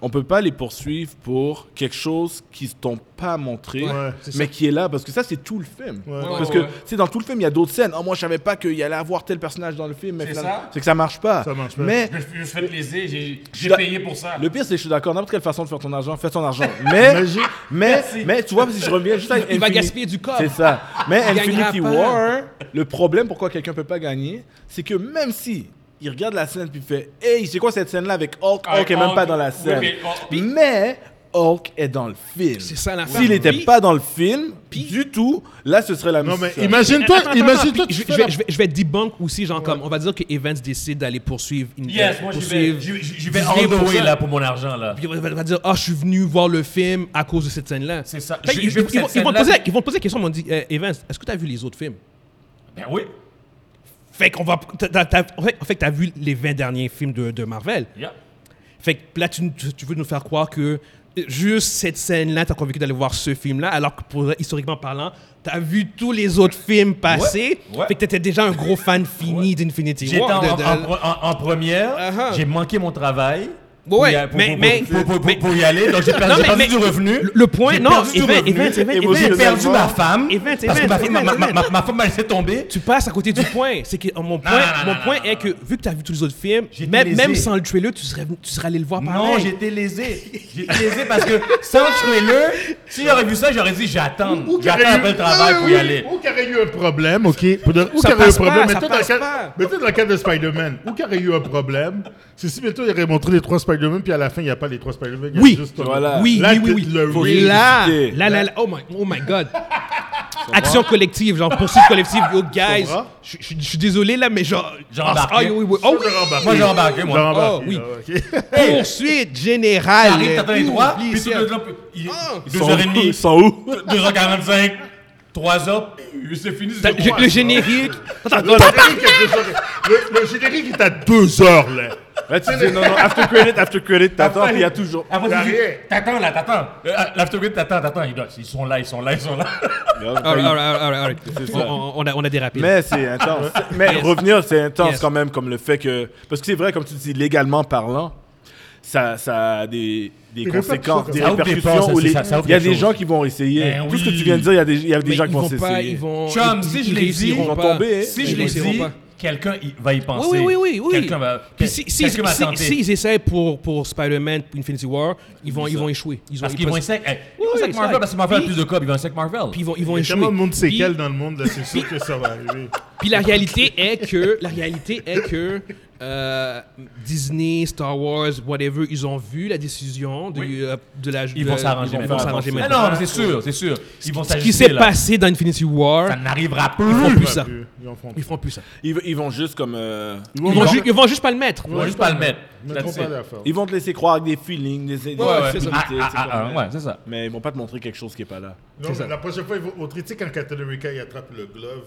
Speaker 6: on peut pas les poursuivre pour quelque chose qu'ils t'ont pas montré,
Speaker 5: Ouais,
Speaker 1: c'est
Speaker 6: mais
Speaker 1: ça.
Speaker 6: qui est là parce que ça c'est tout le film.
Speaker 5: Ouais.
Speaker 6: Parce que tu sais dans tout le film il y a d'autres scènes. Oh moi je savais pas qu'il y allait avoir tel personnage dans le film, mais
Speaker 4: C'est
Speaker 6: finalement-
Speaker 4: ça.
Speaker 6: c'est que ça marche pas.
Speaker 5: Ça marche pas.
Speaker 6: Mais
Speaker 4: Je me suis fait plaisir. j'ai- J'ai
Speaker 6: Da-
Speaker 4: payé pour ça.
Speaker 6: le pire c'est que je suis d'accord n'importe quelle façon de faire ton argent, fais ton argent. Mais mais mais tu vois si je reviens juste à
Speaker 1: il va
Speaker 6: Infinity-
Speaker 1: gaspiller du corps.
Speaker 6: c'est ça. Mais
Speaker 1: Il gagnera
Speaker 6: Infinity
Speaker 1: pas.
Speaker 6: War, le problème pourquoi quelqu'un peut pas gagner, c'est que même si il regarde la scène puis il fait Hey, c'est quoi cette scène-là avec Hulk
Speaker 4: Ah,
Speaker 6: Hulk est même
Speaker 4: Hulk,
Speaker 6: pas dans la
Speaker 4: oui,
Speaker 6: scène.
Speaker 4: mais Hulk- puis-
Speaker 6: Mais Hulk est dans le film.
Speaker 1: C'est ça, l'affaire.
Speaker 6: S'il n'était
Speaker 1: Puis-
Speaker 6: pas dans le film, du tout, là ce serait la
Speaker 5: Non,
Speaker 6: même
Speaker 5: mais
Speaker 6: situation.
Speaker 5: imagine-toi,
Speaker 1: Attends, attends,
Speaker 5: imagine-toi,
Speaker 1: attends,
Speaker 5: tu
Speaker 1: je,
Speaker 5: fais
Speaker 1: je vais,
Speaker 5: la-
Speaker 1: je, vais, je vais debunk aussi, genre comme, on va dire que Evans décide d'aller poursuivre... Une,
Speaker 4: Yes, moi, j'y vais.
Speaker 1: poursuivre-
Speaker 4: J'y j'y vais
Speaker 1: Disney
Speaker 4: all the
Speaker 1: pour
Speaker 4: way
Speaker 1: ça.
Speaker 4: là pour mon argent là.
Speaker 1: Puis il va- va va dire Ah, je suis venu voir le film à cause de cette scène-là.
Speaker 4: C'est ça.
Speaker 1: Fait,
Speaker 4: Je-
Speaker 1: ils,
Speaker 4: je vais
Speaker 1: ils-
Speaker 4: pour
Speaker 1: ils vont,
Speaker 4: cette
Speaker 1: ils vont te
Speaker 4: scène-là,
Speaker 1: poser la,
Speaker 4: puis-
Speaker 1: ils vont te poser la question, ils vont te dire Eh, Evans, est-ce que tu as vu les autres films
Speaker 4: Ben oui.
Speaker 1: Fait qu'on va. t'as- t'as- t'as- en fait- en fait, tu as vu les 20 derniers films de, de Marvel.
Speaker 4: Yeah.
Speaker 1: Fait que là, tu, tu- tu veux nous faire croire que juste cette scène-là, t'as convaincu d'aller voir ce film-là, alors que pour- historiquement parlant, t'as vu tous les autres films passer.
Speaker 4: Ouais, ouais.
Speaker 1: Fait que t'étais déjà un gros fan fini d'Infinity
Speaker 4: J'étais en,
Speaker 1: War. de- de-
Speaker 4: en- en- en première,
Speaker 1: Uh-huh.
Speaker 4: j'ai manqué mon travail.
Speaker 1: Ouais, ouais,
Speaker 4: pour y a- pour-
Speaker 1: mais-
Speaker 4: pour-
Speaker 1: mais-
Speaker 4: pour- pour- pour-
Speaker 1: mais-
Speaker 4: pour y aller, donc j'ai perdu,
Speaker 1: Non, mais-
Speaker 4: j'ai perdu
Speaker 1: mais-
Speaker 4: du revenu.
Speaker 1: le- le point-
Speaker 4: J'ai
Speaker 1: non,
Speaker 4: perdu du
Speaker 1: Event,
Speaker 4: revenu.
Speaker 1: Event, Event,
Speaker 4: J'ai
Speaker 1: Event.
Speaker 4: perdu ma femme.
Speaker 1: Event,
Speaker 4: parce que
Speaker 1: Event,
Speaker 4: ma, femme- ma-
Speaker 1: Event,
Speaker 4: ma- ma- ma femme m'a laissé tomber.
Speaker 1: Tu passes à côté du point. C'est que euh, mon point,
Speaker 4: non, non,
Speaker 1: mon
Speaker 4: non,
Speaker 1: point
Speaker 4: non,
Speaker 1: est
Speaker 4: non,
Speaker 1: que vu que t'as vu tous les autres films,
Speaker 4: J'ai été
Speaker 1: même, même
Speaker 4: lésé.
Speaker 1: sans le trailer, tu serais, tu serais allé le voir pareil.
Speaker 4: Non, j'ai été lésé. J'ai été lésé parce que sans le trailer, si j'aurais vu ça, j'aurais dit j'attends.
Speaker 5: Ou qu'il y
Speaker 4: J'attends
Speaker 5: aurait
Speaker 4: après
Speaker 5: eu-
Speaker 4: le travail
Speaker 5: Ah,
Speaker 4: pour y
Speaker 5: oui,
Speaker 4: aller.
Speaker 5: Ou qu'il y aurait eu un problème, OK? Pour de- Ou
Speaker 1: Ça
Speaker 5: qu'il y aurait eu un
Speaker 1: passe
Speaker 5: problème,
Speaker 1: pas,
Speaker 5: mais
Speaker 1: ça
Speaker 5: toi, dans le
Speaker 1: passe
Speaker 5: cas-
Speaker 1: pas.
Speaker 5: mais toi, dans le cas de Spider-Man, ou qu'il y aurait eu un problème, c'est si bientôt il aurait montré les trois Spider-Man, puis à la fin, il n'y a pas les trois Spider-Man, il y a
Speaker 1: Oui.
Speaker 5: juste...
Speaker 6: Voilà.
Speaker 1: Euh, Oui,
Speaker 5: Là,
Speaker 1: oui, oui,
Speaker 5: tu
Speaker 1: oui.
Speaker 5: te le
Speaker 1: Faut
Speaker 5: réexpliquer.
Speaker 1: là, là, là, là. Oh my, oh my God. Action collective, genre poursuite collective. Yo, guys,
Speaker 5: comprends?
Speaker 1: je je- je suis désolé là, mais genre.
Speaker 4: J'ai
Speaker 1: ah,
Speaker 4: embarqué.
Speaker 1: ah, oui, oui, oui. Oh oui.
Speaker 4: Moi, j'ai embarqué,
Speaker 5: Dans
Speaker 4: moi.
Speaker 5: la barre.
Speaker 1: oui.
Speaker 5: OK.
Speaker 1: Poursuite générale.
Speaker 4: J'arrive, t'attends les trois,
Speaker 1: Oublie
Speaker 4: puis tout
Speaker 1: ça.
Speaker 4: le long, il est
Speaker 1: Ah.
Speaker 6: Ils sont où? Ils
Speaker 4: 2h30,
Speaker 6: sont où?
Speaker 4: 2h45, 3h, c'est fini.
Speaker 1: T'as-
Speaker 4: c'est
Speaker 1: je-
Speaker 4: moi.
Speaker 1: Le générique. Attends,
Speaker 5: Le générique est deux heures. Le- le générique est à deux heures, là.
Speaker 6: Là, tu dis non, non, after credit, after credit, t'attends, puis il y a toujours.
Speaker 1: Ah,
Speaker 4: Après,
Speaker 5: Y'a
Speaker 4: tu dis,
Speaker 5: rien.
Speaker 4: T'attends là, t'attends. Euh, ah, L'aftergrid, t'attends, t'attends. Ils doivent- Ils sont là, ils sont là, ils sont là.
Speaker 1: All right, all right, all right, all right.
Speaker 6: C'est ça.
Speaker 1: On, on- on a, on a dérapé.
Speaker 6: Mais c'est intense. Mais
Speaker 1: Yes.
Speaker 6: revenir, c'est intense
Speaker 1: Yes.
Speaker 6: quand même, comme le fait que. Parce que c'est vrai, comme tu dis, légalement parlant, ça, ça a des, des
Speaker 5: répercussions,
Speaker 6: conséquences, des
Speaker 4: ça ouvre des
Speaker 6: répercussions.
Speaker 4: portes,
Speaker 6: où
Speaker 4: ça,
Speaker 6: les-
Speaker 4: ça, ça ouvre
Speaker 6: Il y a
Speaker 4: des
Speaker 6: des
Speaker 4: choses.
Speaker 6: gens qui vont essayer.
Speaker 4: Ben
Speaker 6: Tout ce que
Speaker 4: oui.
Speaker 6: tu viens de dire, il y a des, il y a des
Speaker 1: Mais
Speaker 6: gens qui
Speaker 1: ils
Speaker 6: vont
Speaker 1: vont pas,
Speaker 6: s'essayer.
Speaker 1: ils vont.
Speaker 4: Chum,
Speaker 1: ils-
Speaker 4: si
Speaker 1: ils
Speaker 4: je l'ai dit,
Speaker 1: réussiront
Speaker 6: ils vont
Speaker 1: pas.
Speaker 6: tomber, hein.
Speaker 4: Si
Speaker 1: Ils
Speaker 4: je l'ai
Speaker 1: réussiront
Speaker 4: dit,
Speaker 1: pas.
Speaker 4: quelqu'un il va y penser.
Speaker 1: Oui, oui, oui, oui. oui.
Speaker 4: Quelqu'un va.
Speaker 1: Puis si, si,
Speaker 4: quelqu'un va
Speaker 1: si-
Speaker 4: tenter.
Speaker 1: si ils essaient pour, pour Spider-Man, pour Infinity War, ils vont, ils vont échouer. Ils
Speaker 4: parce
Speaker 1: ont-
Speaker 4: qu'ils vont
Speaker 1: ils-
Speaker 4: essayer. hey, ils
Speaker 1: Oui,
Speaker 4: vont
Speaker 1: oui,
Speaker 4: essayer avec Marvel
Speaker 1: ça.
Speaker 4: parce que Marvel a
Speaker 1: Puis-
Speaker 4: plus de cas, ils vont essayer avec Marvel.
Speaker 1: Puis ils vont, ils vont
Speaker 5: Il y a
Speaker 1: échouer.
Speaker 5: tellement de monde
Speaker 1: Puis-
Speaker 5: séquelles dans le monde, là, c'est sûr que ça va arriver.
Speaker 1: Puis la réalité est que la réalité est que euh, Disney, Star Wars, whatever, ils ont vu la décision de,
Speaker 4: Oui.
Speaker 1: euh, de la.
Speaker 4: Ils
Speaker 1: de-
Speaker 4: vont s'arranger
Speaker 1: Ils
Speaker 4: maintenant.
Speaker 1: vont s'arranger
Speaker 4: Ah
Speaker 1: maintenant.
Speaker 4: non, mais c'est sûr, c'est sûr. Ils vont
Speaker 1: Ce qui
Speaker 4: s'ajuster,
Speaker 1: s'est
Speaker 4: là.
Speaker 1: passé dans Infinity War,
Speaker 4: Ça n'arrivera plus.
Speaker 1: ils font plus ça.
Speaker 5: Plus, Ils en font
Speaker 1: Ils
Speaker 5: plus.
Speaker 1: font plus ça.
Speaker 6: Ils, v- ils vont juste comme. euh,
Speaker 5: Ils
Speaker 1: Ils
Speaker 5: vont-
Speaker 1: vont, ju- ils vont juste pas le mettre.
Speaker 4: Ils vont juste pas le mettre.
Speaker 5: Ils mettront
Speaker 4: That's it.
Speaker 5: pas l'affaire.
Speaker 6: ils vont te laisser croire avec des feelings, des. des
Speaker 1: Ouais, ouais, c'est
Speaker 6: affinités,
Speaker 1: ça.
Speaker 4: Ah, ah,
Speaker 6: c'est
Speaker 4: ah,
Speaker 6: comme-
Speaker 4: ah, ouais, c'est ça.
Speaker 6: Mais ils vont pas te montrer quelque chose qui est pas là.
Speaker 1: C'est
Speaker 5: Non,
Speaker 1: ça.
Speaker 5: mais la prochaine fois, ils vont- au tri- tu sais, quand Captain America il attrape le glove,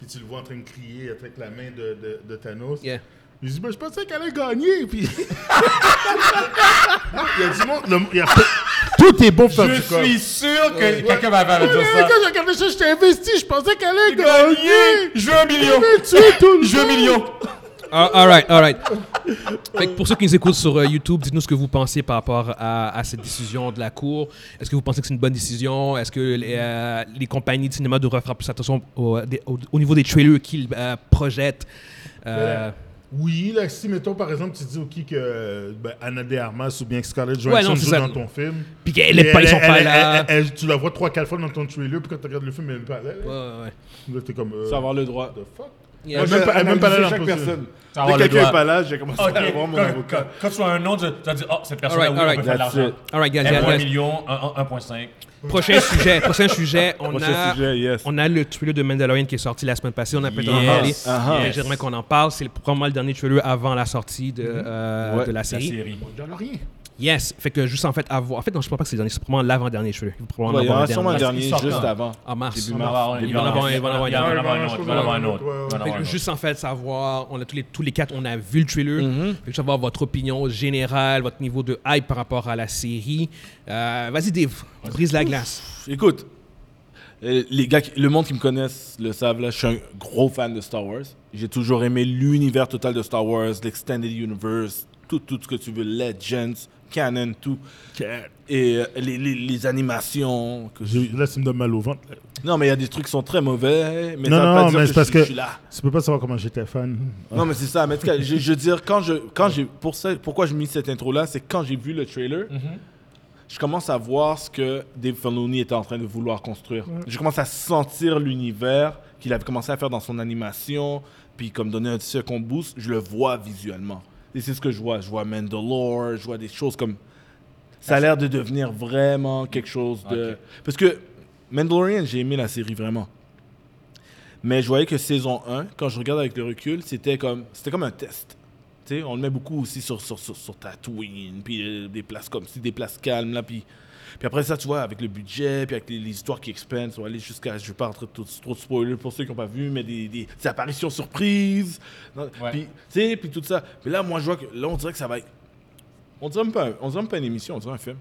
Speaker 5: puis tu le vois en train de crier avec la main de, de, de Thanos.
Speaker 1: Yeah.
Speaker 5: Il dit, mais je pensais qu'elle allait gagner. Puis... il y a du monde. le- il y a pe- Tout est bon pour faire
Speaker 4: Je
Speaker 5: du corps.
Speaker 4: suis sûr que quelqu'un va faire dire
Speaker 5: Quand
Speaker 4: ça.
Speaker 5: j'ai regardé ça, j'étais investi. Je pensais qu'elle allait gagner.
Speaker 4: Je veux un million.
Speaker 5: Mais tu es tout le
Speaker 4: Je veux un
Speaker 5: monde.
Speaker 4: million.
Speaker 1: Ah, all right, all right. Fait que pour ceux qui nous écoutent sur euh, YouTube, dites-nous ce que vous pensez par rapport à, à cette décision de la Cour. Est-ce que vous pensez que c'est une bonne décision? Est-ce que les, euh, les compagnies de cinéma devraient faire plus attention au, euh, des- au- au niveau des trailers qu'ils euh, projettent? Euh,
Speaker 5: Oui, là, si, mettons, par exemple, tu dis, OK, que euh, ben, Anna de Armas ou bien que Scarlett Johansson
Speaker 1: non, c'est
Speaker 5: joue
Speaker 1: ça.
Speaker 5: dans ton film.
Speaker 1: Puis qu'elle est
Speaker 5: Et
Speaker 1: pas, ils sont
Speaker 5: elle-
Speaker 1: pas
Speaker 5: elle-
Speaker 1: là.
Speaker 5: elle- elle- tu la vois 3-4 fois dans ton trailer, puis quand tu regardes le film, elle n'est pas là.
Speaker 1: Ouais, ouais, ouais.
Speaker 5: Là, t'es comme. euh,
Speaker 6: Savoir le droit.
Speaker 5: the fuck?
Speaker 1: Yeah.
Speaker 5: Moi, je- même pas là,
Speaker 6: analysé
Speaker 5: dans
Speaker 6: chaque
Speaker 5: le procès.
Speaker 6: personne.
Speaker 4: Ça
Speaker 6: Dès
Speaker 4: va
Speaker 6: que
Speaker 4: le
Speaker 6: quelqu'un
Speaker 4: doigt.
Speaker 6: est pas là, j'ai commencé
Speaker 4: Ok,
Speaker 6: à avoir mon
Speaker 4: quand-
Speaker 6: avocat.
Speaker 4: quand- quand tu as un nom, tu tu as dit, oh, cette personne-là,
Speaker 1: Alright,
Speaker 4: oui, on peut
Speaker 1: alright.
Speaker 4: faire de
Speaker 6: That's
Speaker 4: l'argent.
Speaker 6: it.
Speaker 1: All right, guys,
Speaker 4: Elle
Speaker 1: guys,
Speaker 4: vaut un
Speaker 1: guys.
Speaker 4: million, un- un- 1.5.
Speaker 1: Prochain sujet, prochain sujet. On
Speaker 6: Prochain
Speaker 1: a,
Speaker 6: sujet, yes.
Speaker 1: on a le trailer de Mandalorian qui est sorti la semaine passée. On a peut-être en
Speaker 4: Yes.
Speaker 1: parlé.
Speaker 6: Ah,
Speaker 1: Mais
Speaker 4: yes.
Speaker 1: J'aimerais qu'on en parle. C'est le- probablement le dernier trailer avant la sortie de, euh,
Speaker 6: Mm-hmm. Ouais,
Speaker 1: de la
Speaker 4: La
Speaker 1: série.
Speaker 4: série.
Speaker 5: J'en ai rien.
Speaker 1: Yes, fait que juste en fait avoir. En fait, non, je pense pas que c'est le dernier, c'est probablement l'avant-dernier, je veux. Probablement
Speaker 6: Ouais, Il y en
Speaker 1: avoir
Speaker 6: a
Speaker 1: le
Speaker 6: sûrement un
Speaker 1: dernier.
Speaker 4: dernier.
Speaker 6: dernier
Speaker 4: Parce qu'il
Speaker 6: juste
Speaker 4: sort
Speaker 6: avant.
Speaker 1: En mars.
Speaker 6: Début
Speaker 4: Il va en
Speaker 6: mars.
Speaker 4: avoir un- il va en avoir un, il va en avoir un, il va en avoir un autre, il va en avoir un autre, il va en
Speaker 1: Fait
Speaker 4: avoir
Speaker 1: que
Speaker 4: un autre.
Speaker 1: juste en fait savoir, on a tous les, tous les quatre, on a vu le trailer.
Speaker 5: Mm-hmm.
Speaker 1: Fait que savoir votre opinion générale, votre niveau de hype par rapport à la série. Euh, Vas-y, Dave, brise la glace.
Speaker 6: Écoute, euh, les gars, qui- le monde qui me connaissent le savent, là, je suis un gros fan de Star Wars. J'ai toujours aimé l'univers total de Star Wars, l'Extended Universe, tout, tout ce que tu veux, Legends, Canon, tout. Et euh, les, les- les animations. que j'ai-
Speaker 5: Là, tu me donnes mal au ventre.
Speaker 6: Non, mais il y a des trucs qui sont très mauvais, mais
Speaker 5: non,
Speaker 6: ça veut pas
Speaker 5: non,
Speaker 6: dire
Speaker 5: mais
Speaker 6: je
Speaker 5: c'est parce
Speaker 6: suis-
Speaker 5: que
Speaker 6: je suis là.
Speaker 5: tu peux pas savoir comment j'étais fan.
Speaker 6: Non, mais c'est ça. Mais en tout cas, je, je veux dire, quand je, quand j'ai, pour ça, pourquoi je mis cette intro-là, c'est quand j'ai vu le trailer, je commence à voir ce que Dave Filoni était en train de vouloir construire. Je commence à sentir l'univers qu'il avait commencé à faire dans son animation, puis comme donner un second boost, je le vois visuellement. Et c'est ce que je vois. Je vois Mandalore, je vois des choses comme... Ça a l'air de devenir vraiment quelque chose de...
Speaker 4: Ok.
Speaker 6: Parce que Mandalorian, j'ai aimé la série vraiment. Mais je voyais que saison 1, quand je regarde avec le recul, c'était comme, c'était comme un test. Tu sais, on le met beaucoup aussi sur, sur, sur, sur Tatooine, puis euh, des places comme si des places calmes, là, puis... Puis après ça, tu vois, avec le budget, puis avec les, les histoires qui expandent, on va aller jusqu'à, je ne vais pas rentrer trop, trop de spoilers pour ceux qui n'ont pas vu, mais des, des- des apparitions surprises, non,
Speaker 4: Ouais.
Speaker 6: puis, tu sais, puis tout ça. Mais là, moi, je vois que, là, on dirait que ça va être... On dirait même pas, un- on dirait même pas une émission, on dirait un film.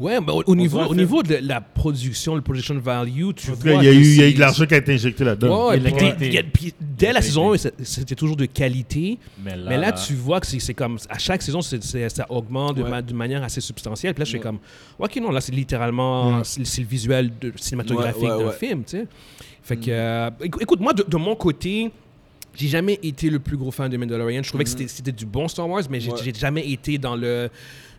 Speaker 1: Ouais, mais au, au niveau,
Speaker 6: dirait
Speaker 1: au
Speaker 6: un
Speaker 1: niveau de la production, le production value, tu
Speaker 5: En tout
Speaker 1: vois.
Speaker 5: cas, il y a
Speaker 1: que
Speaker 5: eu, il y a eu
Speaker 1: c'est-
Speaker 5: de l'argent qui a été injecté là-dedans.
Speaker 1: Ouais, puis
Speaker 4: Il y a de la
Speaker 1: t'es-
Speaker 4: qualité.
Speaker 1: il y a- puis dès la
Speaker 4: Il y a de la
Speaker 1: saison
Speaker 4: qualité.
Speaker 1: 1, c'était toujours de qualité.
Speaker 4: Mais là,
Speaker 1: Mais là, tu vois que c'est c'est comme à chaque saison, c'est- c'est- ça augmente de,
Speaker 6: Ouais.
Speaker 1: ma- de manière assez substantielle. Puis là, je suis comme, ok, non, là, c'est littéralement, c'est c'est le visuel de- cinématographique
Speaker 6: Ouais, ouais, Mm.
Speaker 1: d'un
Speaker 6: ouais.
Speaker 1: film, tu sais. Fait que, euh, écou- écoute, moi, de, de mon côté, j'ai jamais été le plus gros fan de Mandalorian. Je trouvais que c'était- c'était du bon Star Wars, mais j'ai
Speaker 6: Mm-hmm. Ouais.
Speaker 1: j'ai jamais été dans le.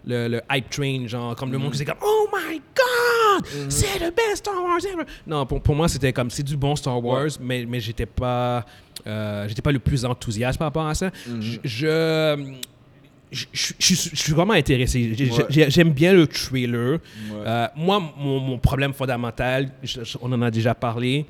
Speaker 1: Le, le hype train, genre, comme le
Speaker 6: Mm-hmm.
Speaker 1: monde qui disait comme Oh my god, c'est le best Star Wars ever! Non, pour, pour moi, c'était comme c'est du bon Star Wars, mais, mais j'étais pas, euh, j'étais pas le plus enthousiaste par rapport à ça.
Speaker 6: Mm-hmm.
Speaker 1: Je- je je, je- je suis- je suis vraiment intéressé. J'ai-
Speaker 6: Ouais.
Speaker 1: j'ai- J'aime bien le trailer. Euh, moi, mon, mon problème fondamental, je- je- on en a déjà parlé,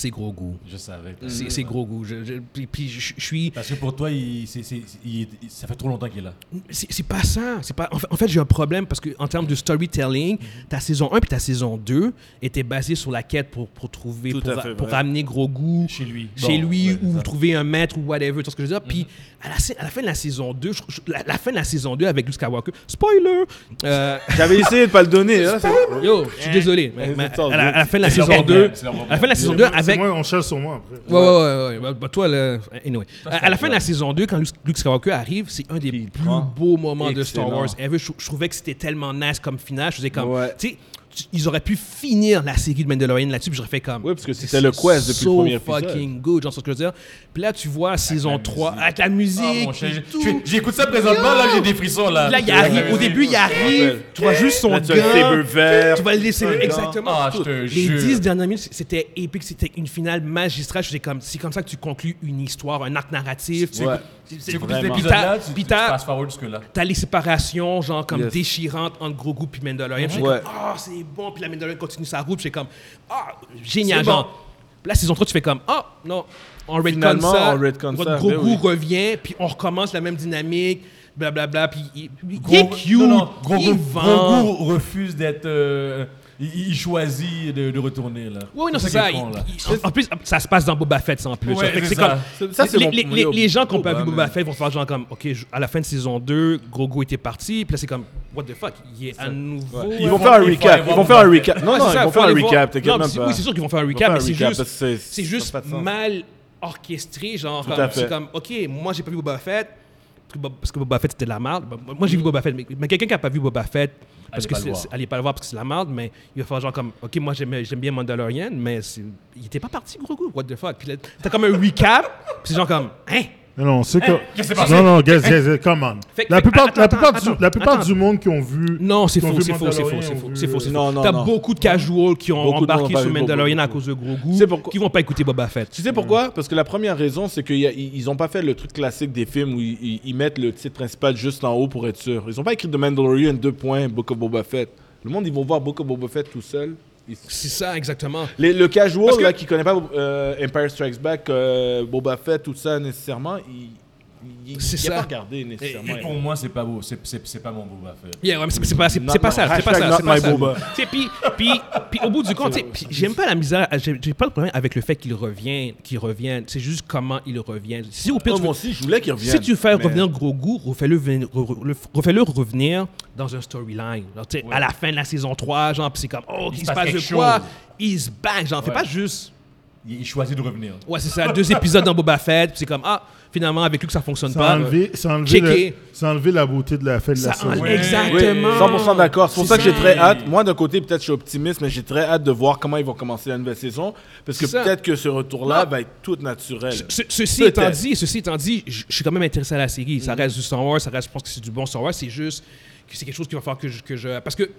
Speaker 1: c'est gros goût.
Speaker 4: Je savais.
Speaker 1: C'est c'est gros goût. Je, je- puis puis je, je suis.
Speaker 4: Parce que pour toi, il- c'est- c'est- il- il- ça fait trop longtemps qu'il est là.
Speaker 1: C'est c'est pas ça. C'est Pas, en fait, en fait, j'ai un problème parce que en termes de storytelling,
Speaker 4: Mhm.
Speaker 1: ta saison 1 puis ta saison 2 étaient basées sur la quête pour, pour trouver,
Speaker 6: Tout
Speaker 1: pour,
Speaker 6: à
Speaker 1: ra-
Speaker 6: fait
Speaker 1: pour
Speaker 6: vrai.
Speaker 1: ramener gros goût.
Speaker 4: Chez lui.
Speaker 1: Chez
Speaker 4: Bon,
Speaker 1: lui
Speaker 4: ouais,
Speaker 1: ou
Speaker 4: c'est ça. Mhm.
Speaker 1: trouver un maître ou whatever, tout ce que je veux dire. Puis à, la, sa- à la fin de la saison 2, je- je- la, la fin de la saison 2 avec Luke Skywalker, spoiler! euh,
Speaker 6: J'avais essayé de pas le donner, là. c'est-
Speaker 1: Yo, je suis désolé. mais-
Speaker 6: c'est
Speaker 1: mais
Speaker 6: ça,
Speaker 1: à, la, à la fin de la
Speaker 4: C'est leur
Speaker 1: saison
Speaker 4: problème,
Speaker 1: 2,
Speaker 4: c'est leur
Speaker 1: à la fin de la saison 2
Speaker 5: C'est
Speaker 1: avec. Ouais,
Speaker 5: moi, on cherche sur moi après.
Speaker 1: ouais, ouais. ouais. Bah, bah, toi, le... anyway. À, à la fin de la saison 2, quand Luke Luke Skywalker arrive, c'est un des plus
Speaker 6: prend.
Speaker 1: beaux moments de Star
Speaker 6: Excellent.
Speaker 1: Wars ever. Je, je trouvais que c'était tellement nice comme finale. Je faisais comme.
Speaker 6: Ouais.
Speaker 1: Tu sais, tu- ils auraient pu finir la série de Mandalorian là-dessus, puis j'aurais fait comme.
Speaker 6: Oui, parce que c'était le quest depuis le
Speaker 1: so
Speaker 6: premier épisode. Ah,
Speaker 1: fucking good, genre ce que je veux dire. Puis là, tu vois saison
Speaker 4: la
Speaker 1: 3
Speaker 4: musique.
Speaker 1: avec la musique.
Speaker 4: Ah, mon cher,
Speaker 1: puis tout.
Speaker 4: j'ai- J'écoute ça présentement, là, j'ai des frissons, là.
Speaker 1: Là, il arrive. Au début, il arrive. Tu vois juste son
Speaker 6: Là, tu as le sabre
Speaker 1: gars.
Speaker 6: vert.
Speaker 1: Tu vas le laisser.
Speaker 4: gant.
Speaker 1: Exactement.
Speaker 4: Ah,
Speaker 1: tout.
Speaker 4: je te
Speaker 1: Les
Speaker 4: jure.
Speaker 1: 10 dernières minutes, c'était épique. C'était une finale magistrale. Je faisais comme, c'est comme ça que tu conclus une histoire, un arc narratif. Tu-
Speaker 6: Ouais.
Speaker 1: c'est- c'est-
Speaker 4: Tu écoutes
Speaker 1: puis
Speaker 4: cet
Speaker 6: Vraiment.
Speaker 4: épisode-là, tu,
Speaker 1: puis
Speaker 4: tu
Speaker 1: t'as-
Speaker 4: passes forward jusque-là.
Speaker 1: T'as les séparations, genre comme
Speaker 6: Yes.
Speaker 1: déchirantes entre Gros Goût puis Mandalorian. Puis
Speaker 6: Ouais.
Speaker 1: j'étais comme, ah, c'est bon. Puis la Mandalorian continue sa route. Puis J'étais comme, ah, génial,
Speaker 4: C'est bon.
Speaker 1: genre. Puis la saison 3, tu fais comme, ah, non, on redconne
Speaker 6: Finalement,
Speaker 1: ça.
Speaker 6: on redconne
Speaker 1: Votre
Speaker 6: ça,
Speaker 1: Gros
Speaker 6: ben
Speaker 1: Goût
Speaker 6: oui.
Speaker 1: revient, puis on recommence la même dynamique, blablabla. Puis il, il
Speaker 4: Gros-
Speaker 1: est cute,
Speaker 4: non, non, Gros
Speaker 1: il
Speaker 4: Gros-
Speaker 1: vend.
Speaker 4: Gros Gros refuse d'être. euh, il, il choisit de, de retourner, là.
Speaker 1: Oui, oui, non, c'est ça.
Speaker 4: qui est con,
Speaker 1: il-
Speaker 4: là.
Speaker 1: il- en- en plus, ça se passe dans Boba Fett, ça, en plus.
Speaker 4: Ouais,
Speaker 1: Fait que
Speaker 4: c'est
Speaker 1: c'est
Speaker 4: ça.
Speaker 1: comme-
Speaker 6: Ça, c'est
Speaker 1: les,
Speaker 6: mon-
Speaker 1: les-
Speaker 6: mon-
Speaker 1: les- les gens qui ont pas
Speaker 6: Boba,
Speaker 1: vu Boba
Speaker 6: man.
Speaker 1: Fett vont faire genre comme, OK, je- à la fin de saison 2, Grogu était parti, puis là, c'est comme, what the fuck, il est à nouveau...
Speaker 6: Ils vont faire un
Speaker 4: ils vont
Speaker 6: recap.
Speaker 4: aller
Speaker 6: Ils
Speaker 4: voir
Speaker 6: vont faire un
Speaker 4: Boba
Speaker 6: recap. Non,
Speaker 1: Ouais,
Speaker 6: non,
Speaker 1: c'est
Speaker 6: ils
Speaker 1: ça,
Speaker 6: vont
Speaker 1: faut
Speaker 6: faire un
Speaker 1: aller voir.
Speaker 6: recap. T'inquiète
Speaker 1: Non,
Speaker 6: même
Speaker 1: c'est-
Speaker 6: pas.
Speaker 1: Oui, c'est sûr qu'ils vont faire un
Speaker 6: Ils vont faire
Speaker 1: recap,
Speaker 6: un
Speaker 1: mais c'est
Speaker 6: recap
Speaker 1: juste...
Speaker 6: parce que
Speaker 1: C'est
Speaker 6: ça
Speaker 1: juste
Speaker 6: fait pas de sens.
Speaker 1: mal orchestré, genre,
Speaker 6: Tout à
Speaker 1: comme,
Speaker 6: fait.
Speaker 1: c'est comme, OK, moi, j'ai pas vu Boba Fett, parce que Bob- parce que Boba Fett, c'était de la merde. Bah, Moi, j'ai vu Boba Fett, mais, mais quelqu'un qui a pas vu Boba Fett, parce
Speaker 4: Allez
Speaker 1: que
Speaker 4: pas le
Speaker 1: c'est-
Speaker 4: voir.
Speaker 1: c'est- allez pas le voir parce que c'est de la merde, mais il va faire genre comme, OK, moi, j'aime j'aime bien Mandalorian, mais c'est- il était pas parti, gros gros, what the fuck. Puis là, t'as comme un recap, puis c'est genre comme, hein?
Speaker 5: Non, non, c'est que.
Speaker 4: qu'est-ce qui s'est passé?
Speaker 5: Non, non, guys, guys, guys, come on.
Speaker 1: Eh, Fait que-
Speaker 5: la, plupart,
Speaker 1: attends,
Speaker 5: la plupart,
Speaker 1: attends,
Speaker 5: du, la plupart
Speaker 1: attends.
Speaker 5: du monde qui ont vu.
Speaker 1: Non, c'est
Speaker 5: qui ont
Speaker 1: faux,
Speaker 5: vu
Speaker 1: c'est faux, c'est faux,
Speaker 5: Mandalorian
Speaker 1: c'est
Speaker 5: ont
Speaker 1: faux,
Speaker 5: vu,
Speaker 1: c'est faux, c'est
Speaker 5: euh,
Speaker 1: faux.
Speaker 6: non, non,
Speaker 1: T'as
Speaker 6: non.
Speaker 1: beaucoup de casuals qui ont
Speaker 6: Beaucoup de monde
Speaker 1: embarqué
Speaker 6: pas
Speaker 1: sur
Speaker 6: vu Boba
Speaker 1: Mandalorian
Speaker 6: Fett.
Speaker 1: à cause de gros goût,
Speaker 6: C'est pourquoi-
Speaker 1: qui vont pas écouter Boba Fett.
Speaker 6: Tu sais pourquoi? Parce que la première raison, c'est qu'ils n'ont pas fait le truc classique des films où ils, ils- ils mettent le titre principal juste en haut pour être sûr. Ils n'ont pas écrit The Mandalorian, deux points, Book of Boba Fett. Le monde, ils vont voir Book of Boba Fett tout seul. Ils-
Speaker 1: C'est ça, exactement.
Speaker 6: Les- le casual
Speaker 1: Parce que-
Speaker 6: là, qui connaît pas euh, Empire Strikes Back, euh, Boba Fett, tout ça nécessairement, il, il, il
Speaker 1: C'est
Speaker 6: il a
Speaker 1: ça.
Speaker 6: pas regardé nécessairement.
Speaker 4: Et pour moi, c'est pas beau. C'est- C'est c'est pas mon Boba Fett.
Speaker 1: Yeah, ouais, mais c'est c'est pas, c'est-
Speaker 6: Not
Speaker 1: c'est pas
Speaker 6: my-
Speaker 1: ça, c'est pas
Speaker 6: hashtag
Speaker 1: ça,
Speaker 6: not
Speaker 1: c'est pas
Speaker 6: my
Speaker 1: ça.
Speaker 6: boba.
Speaker 1: Tu sais, Puis, puis, puis au bout du compte, tu sais, puis j'aime pas la misère, j'ai j'ai pas le problème avec le fait qu'il revient, qu'il revienne. C'est juste comment il revient. Si au pire,
Speaker 6: Oh,
Speaker 1: tu
Speaker 6: moi
Speaker 1: veux-
Speaker 6: aussi, je voulais qu'il revienne.
Speaker 1: si tu fais
Speaker 6: mais-
Speaker 1: revenir gros goût, refais-le ven- re- re- le- refais-le revenir dans un storyline. Genre, tu sais, À la fin de la saison 3, genre, puis c'est comme, oh, il, se passe de
Speaker 4: quelque
Speaker 1: quoi?
Speaker 4: chose.
Speaker 1: Il se bang, genre, fais
Speaker 4: Ouais.
Speaker 1: pas juste.
Speaker 4: Il, il choisit de revenir.
Speaker 1: Ouais, c'est ça, deux épisodes dans Boba Fett, puis c'est comme, ah, finalement, avec lui que ça fonctionne
Speaker 5: Ça a
Speaker 1: pas.
Speaker 5: enlevé, ça a euh, enlevé,
Speaker 1: Checker.
Speaker 5: le- ça a enlevé la beauté de la fête de la
Speaker 1: Ça
Speaker 5: saison.
Speaker 1: enlève-
Speaker 4: Ouais.
Speaker 6: Oui,
Speaker 1: Exactement.
Speaker 6: 100% d'accord. C'est pour
Speaker 1: C'est
Speaker 6: ça que
Speaker 1: ça.
Speaker 6: j'ai très hâte. Moi, d'un côté, peut-être je suis optimiste, mais j'ai très hâte de voir comment ils vont commencer la nouvelle saison. Parce que
Speaker 1: C'est ça.
Speaker 6: peut-être que ce retour-là
Speaker 1: Non.
Speaker 6: va être tout naturel.
Speaker 1: Ce- ceci, étant
Speaker 6: Peut-être.
Speaker 1: dit, ceci étant dit, je je suis quand même intéressé à la série. Ça reste du Star Wars, ça reste, je pense que c'est du bon Star Wars. C'est juste que c'est quelque chose qui va falloir que je, que je- Parce que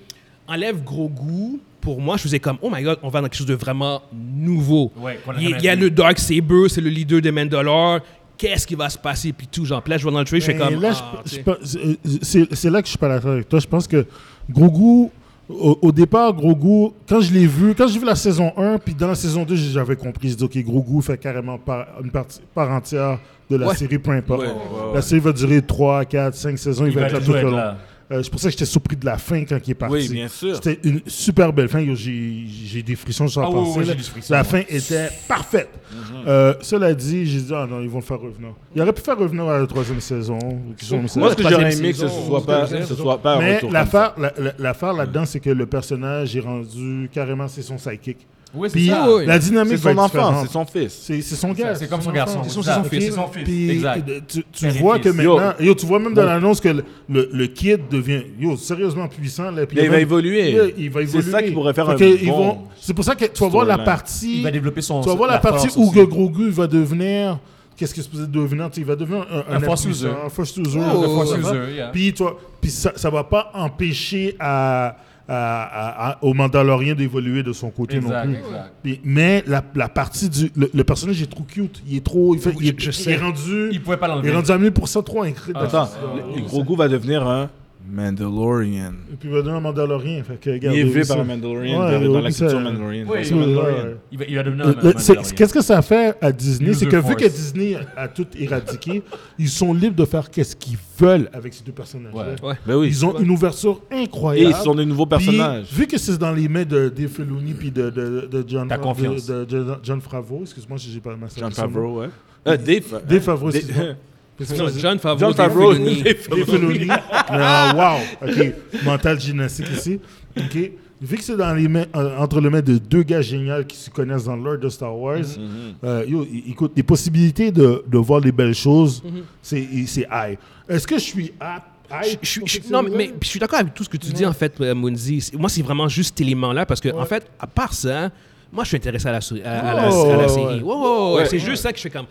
Speaker 1: enlève gros goût, pour moi, je faisais comme, oh my god, on va dans quelque chose de vraiment nouveau.
Speaker 4: Ouais, qu'on a
Speaker 1: il,
Speaker 4: jamais
Speaker 1: il y a
Speaker 4: vu.
Speaker 1: le Dark Saber, c'est le leader des Mandalore. Qu'est-ce qui va se passer? Puis tout, genre, puis là, je vois dans le trailer, je fais
Speaker 5: Mais
Speaker 1: comme.
Speaker 5: là,
Speaker 1: ah, tu
Speaker 5: je- je
Speaker 1: sais.
Speaker 5: pense- euh, c'est c'est là que je suis pas d'accord avec toi. Je pense que Grogu, au, au départ, Grogu, quand je l'ai vu, quand j'ai vu la saison 1, puis dans la saison 2, j'ai- j'avais compris. Je dis, OK, Grogu fait carrément par, une partie, part entière de la
Speaker 1: Ouais.
Speaker 5: série, peu importe.
Speaker 6: Ouais, ouais, ouais.
Speaker 5: La série va durer 3, 4, 5 saisons. Il,
Speaker 4: Il
Speaker 5: va
Speaker 4: va
Speaker 5: être là tout
Speaker 4: toujours
Speaker 5: le
Speaker 4: être
Speaker 5: long.
Speaker 4: là.
Speaker 5: Euh, c'est pour ça que j'étais surpris de la fin quand il est parti.
Speaker 6: Oui, bien sûr.
Speaker 5: C'était une super belle fin. Yo, J'ai j'ai des frissons sur la
Speaker 4: Ah oui,
Speaker 5: pensée.
Speaker 4: oui, j'ai
Speaker 5: là.
Speaker 4: des frissons,
Speaker 5: la
Speaker 4: ouais.
Speaker 5: fin était parfaite.
Speaker 6: Mhm.
Speaker 5: Euh, cela dit, j'ai dit, ah non, ils vont le faire revenir. Ils auraient pu faire revenir à la troisième saison. ou quelque chose comme ça.
Speaker 6: Moi, ce que
Speaker 1: troisième
Speaker 6: j'aurais aimé, que ce
Speaker 1: saison,
Speaker 6: soit pas,
Speaker 1: deuxième
Speaker 6: ce
Speaker 1: saison.
Speaker 6: soit pas un
Speaker 5: Mais
Speaker 6: retour. comme ça.
Speaker 5: l'affaire la- la- l'affaire là-dedans, c'est que le personnage est rendu carrément, c'est son sidekick.
Speaker 4: Oui, c'est
Speaker 5: Puis euh,
Speaker 4: ça.
Speaker 1: oui.
Speaker 5: la
Speaker 6: C'est
Speaker 5: dynamique va
Speaker 6: son
Speaker 5: être
Speaker 6: enfant,
Speaker 5: différente.
Speaker 6: c'est son fils.
Speaker 5: C'est c'est son gars.
Speaker 4: C'est comme son garçon.
Speaker 5: enfant.
Speaker 1: son-
Speaker 4: ça.
Speaker 1: c'est son fils.
Speaker 4: C'est son fils.
Speaker 5: Puis,
Speaker 4: exact.
Speaker 5: euh, tu, tu
Speaker 4: Père et
Speaker 5: vois que
Speaker 4: fils.
Speaker 5: maintenant, yo, tu vois même dans l'annonce que le, le- le kid devient yo, sérieusement puissant. Là, puis
Speaker 6: Mais il
Speaker 5: y a
Speaker 6: va
Speaker 5: même-
Speaker 6: évoluer.
Speaker 5: Là, il va
Speaker 6: C'est
Speaker 5: évoluer.
Speaker 6: ça qui pourrait faire
Speaker 5: Fait
Speaker 6: un
Speaker 5: que ils
Speaker 6: bon
Speaker 5: vont- C'est pour ça que tu vas voir la
Speaker 6: storyline.
Speaker 5: partie.
Speaker 4: Il va développer son.
Speaker 5: Tu vas voir la partie
Speaker 4: force
Speaker 5: où
Speaker 4: aussi.
Speaker 5: le Grogu va devenir. Qu'est-ce que c'est supposé devenir Tu sais, Il va devenir un,
Speaker 4: Un force
Speaker 5: appui-
Speaker 4: user.
Speaker 5: Un force user.
Speaker 4: Oh, un
Speaker 5: un
Speaker 4: force
Speaker 5: user.
Speaker 4: user, yeah.
Speaker 5: Puis, toi, puis ça ne va pas empêcher à, à- à- à- au Mandalorien d'évoluer de son côté
Speaker 4: Exact,
Speaker 5: non plus.
Speaker 4: exact.
Speaker 5: Puis- mais la, la partie du. Le, le personnage est trop cute. Il est trop. Il, fait- il est,
Speaker 1: Je- je
Speaker 5: il
Speaker 1: sais.
Speaker 5: est rendu.
Speaker 4: Il pouvait pas Ah.
Speaker 5: il est
Speaker 4: l'enlever.
Speaker 5: rendu à 1000% trop incroyable.
Speaker 1: Ah,
Speaker 6: Attends, le- le gros goût va devenir un Mandalorian.
Speaker 5: Et puis, il va devenir un Mandalorien. Fait que,
Speaker 6: Il
Speaker 5: regarde,
Speaker 6: est élevé
Speaker 5: ça.
Speaker 6: par un Mandalorian,
Speaker 5: Ouais,
Speaker 6: dans- dans la
Speaker 5: oublie ça.
Speaker 6: culture Mandalorian.
Speaker 4: Oui,
Speaker 5: C'est-
Speaker 4: il va Mandalorian.
Speaker 5: ouais.
Speaker 4: Il va- il va devenir
Speaker 5: Euh,
Speaker 4: un
Speaker 5: euh, c'est-
Speaker 4: Mandalorian.
Speaker 5: c'est- Qu'est-ce que ça fait à Disney?
Speaker 4: Use
Speaker 5: C'est
Speaker 4: the
Speaker 5: que vu
Speaker 4: force.
Speaker 5: que Disney a tout éradiqué, ils sont libres de faire qu'est-ce qu'ils veulent avec ces deux personnages-là.
Speaker 4: Ouais.
Speaker 1: Ouais.
Speaker 6: Ben oui.
Speaker 5: Ils ont une ouverture
Speaker 6: Et
Speaker 5: incroyable.
Speaker 6: ils sont des nouveaux
Speaker 5: Puis,
Speaker 6: personnages.
Speaker 5: vu que c'est dans les mains de Dave Filoni puis de, de, de John,
Speaker 4: T'as confiance.
Speaker 5: de- de John- John Favreau, excuse-moi, j'ai j'ai pas ma
Speaker 6: John Favreau, ouais. Euh, Dave.
Speaker 5: Dave Favreau,
Speaker 6: Dave-
Speaker 5: excuse-moi. Parce que
Speaker 1: Non,
Speaker 5: c'est-
Speaker 1: John Favreau.
Speaker 6: John
Speaker 1: Dave
Speaker 6: Favreau.
Speaker 1: Filoni.
Speaker 6: Dave Filoni.
Speaker 5: Dave Filoni. Mais, ah, wow, ok, mental gymnastique ici. Ok, vu que c'est dans les mains, euh, entre les mains de deux gars géniaux qui se connaissent dans l'ordre de Star Wars,
Speaker 6: Mm-hmm.
Speaker 5: euh, yo, é- écoute,
Speaker 4: Mm-hmm.
Speaker 5: les possibilités de, de voir les belles choses, c'est c'est high. Est-ce que je suis apte
Speaker 1: Je- je suis- je- non, mais, mais je suis d'accord avec tout ce que tu dis, en fait, euh, Mounzi. C'est- Moi, c'est vraiment juste cet élément-là, parce que, en fait, à part ça, moi, je suis intéressé à la, sou- à, à la-
Speaker 5: Oh,
Speaker 1: à la
Speaker 5: ouais,
Speaker 1: série. Ouais,
Speaker 5: ouais.
Speaker 1: ouais, ouais,
Speaker 6: Ouais.
Speaker 1: c'est juste ça que je fais comme.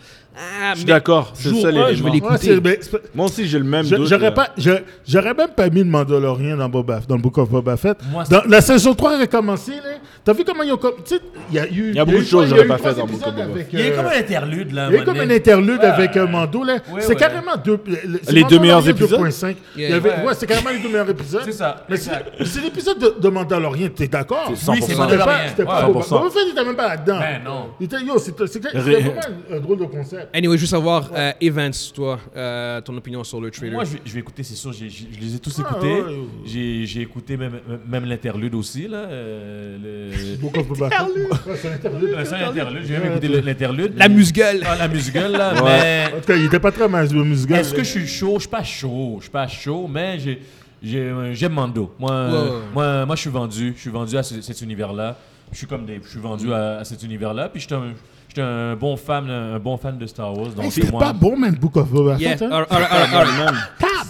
Speaker 1: Ah,
Speaker 6: Je suis
Speaker 1: mais-
Speaker 6: d'accord, c'est
Speaker 1: jour
Speaker 6: ça
Speaker 1: un, je vais
Speaker 6: l'élément.
Speaker 1: l'écouter.
Speaker 6: Moi aussi, j'ai le même
Speaker 5: ben, Je-
Speaker 6: doute. euh. là.
Speaker 5: J'aurais pas, je- j'aurais même pas mis le Mandalorian dans Boba, dans le Book of Boba Fett.
Speaker 4: Moi,
Speaker 5: dans, la saison 3 avait commencé, là. T'as vu comment ils ont, com- tu sais, il y a eu,
Speaker 6: Il y a beaucoup de
Speaker 5: eu-
Speaker 6: choses
Speaker 5: il
Speaker 6: que
Speaker 5: y a
Speaker 6: j'aurais
Speaker 5: eu
Speaker 6: pas
Speaker 5: trois
Speaker 6: fait dans Book of
Speaker 5: épisodes
Speaker 6: Boba
Speaker 5: avec,
Speaker 4: Il y a
Speaker 5: euh,
Speaker 4: comme un interlude, là.
Speaker 5: il y a eu comme un interlude avec euh, Mando, là.
Speaker 4: Ouais,
Speaker 5: c'est
Speaker 4: ouais.
Speaker 5: carrément deux, le- le- c'est
Speaker 6: Les deux
Speaker 5: Mandalorian
Speaker 6: meilleurs épisodes?
Speaker 5: 2.5. Il y
Speaker 1: Yeah.
Speaker 5: avait-
Speaker 4: Ouais.
Speaker 5: ouais, c'est carrément les deux meilleurs épisodes.
Speaker 4: C'est ça,
Speaker 5: Mais c'est
Speaker 4: exact.
Speaker 5: c'est l'épisode de, de Mandalorian, t'es d'accord?
Speaker 6: C'est 100%.
Speaker 4: Oui, c'est
Speaker 5: C'était
Speaker 4: Mandalorian.
Speaker 5: pas, c'était pas
Speaker 4: Ouais.
Speaker 5: Boba
Speaker 6: 100%.
Speaker 5: Boba Fett, il était même pas là-dedans.
Speaker 4: Ben non.
Speaker 5: Il était, yo, c'était c'était- c'était
Speaker 6: Ré-
Speaker 5: vraiment un, un drôle de concept.
Speaker 1: Anyway, je veux savoir, euh, Evans, toi, euh, ton opinion sur le trailer.
Speaker 4: Moi, je, vais- je vais écouter, c'est sûr. j'ai- j'ai- Je, les ai tous
Speaker 5: Ah,
Speaker 4: écoutés.
Speaker 5: ouais.
Speaker 4: J'ai j'ai écouté même, même l'interlude aussi, là. euh, le-
Speaker 5: Book of Boba Fett. Ouais, c'est un interlude.
Speaker 4: Euh, ça, l'interlude, j'ai même écouté l'interlude.
Speaker 1: La musgueule!
Speaker 4: Ah, la musique, là,
Speaker 5: En
Speaker 4: mais...
Speaker 5: tout cas, il était pas très mal, le musical.
Speaker 4: Est-ce que je suis chaud? Je suis pas chaud, je suis pas chaud, mais j'ai- j'ai- euh, j'aime Mando. Moi, euh,
Speaker 1: Ouais, ouais.
Speaker 4: moi, moi, je suis vendu. Je suis vendu à ce- cet univers-là. Je suis comme des... Je suis vendu à, à cet univers-là, puis j'étais un... J'étais un bon fan, un bon fan de Star Wars. Donc
Speaker 5: Hey,
Speaker 4: c'est
Speaker 5: C'était
Speaker 4: moi.
Speaker 5: pas bon, man, Book of Boba
Speaker 1: Yeah,
Speaker 5: Fett. hein?
Speaker 1: alright,
Speaker 6: Ah,
Speaker 1: alright, alright, alright.
Speaker 6: Même.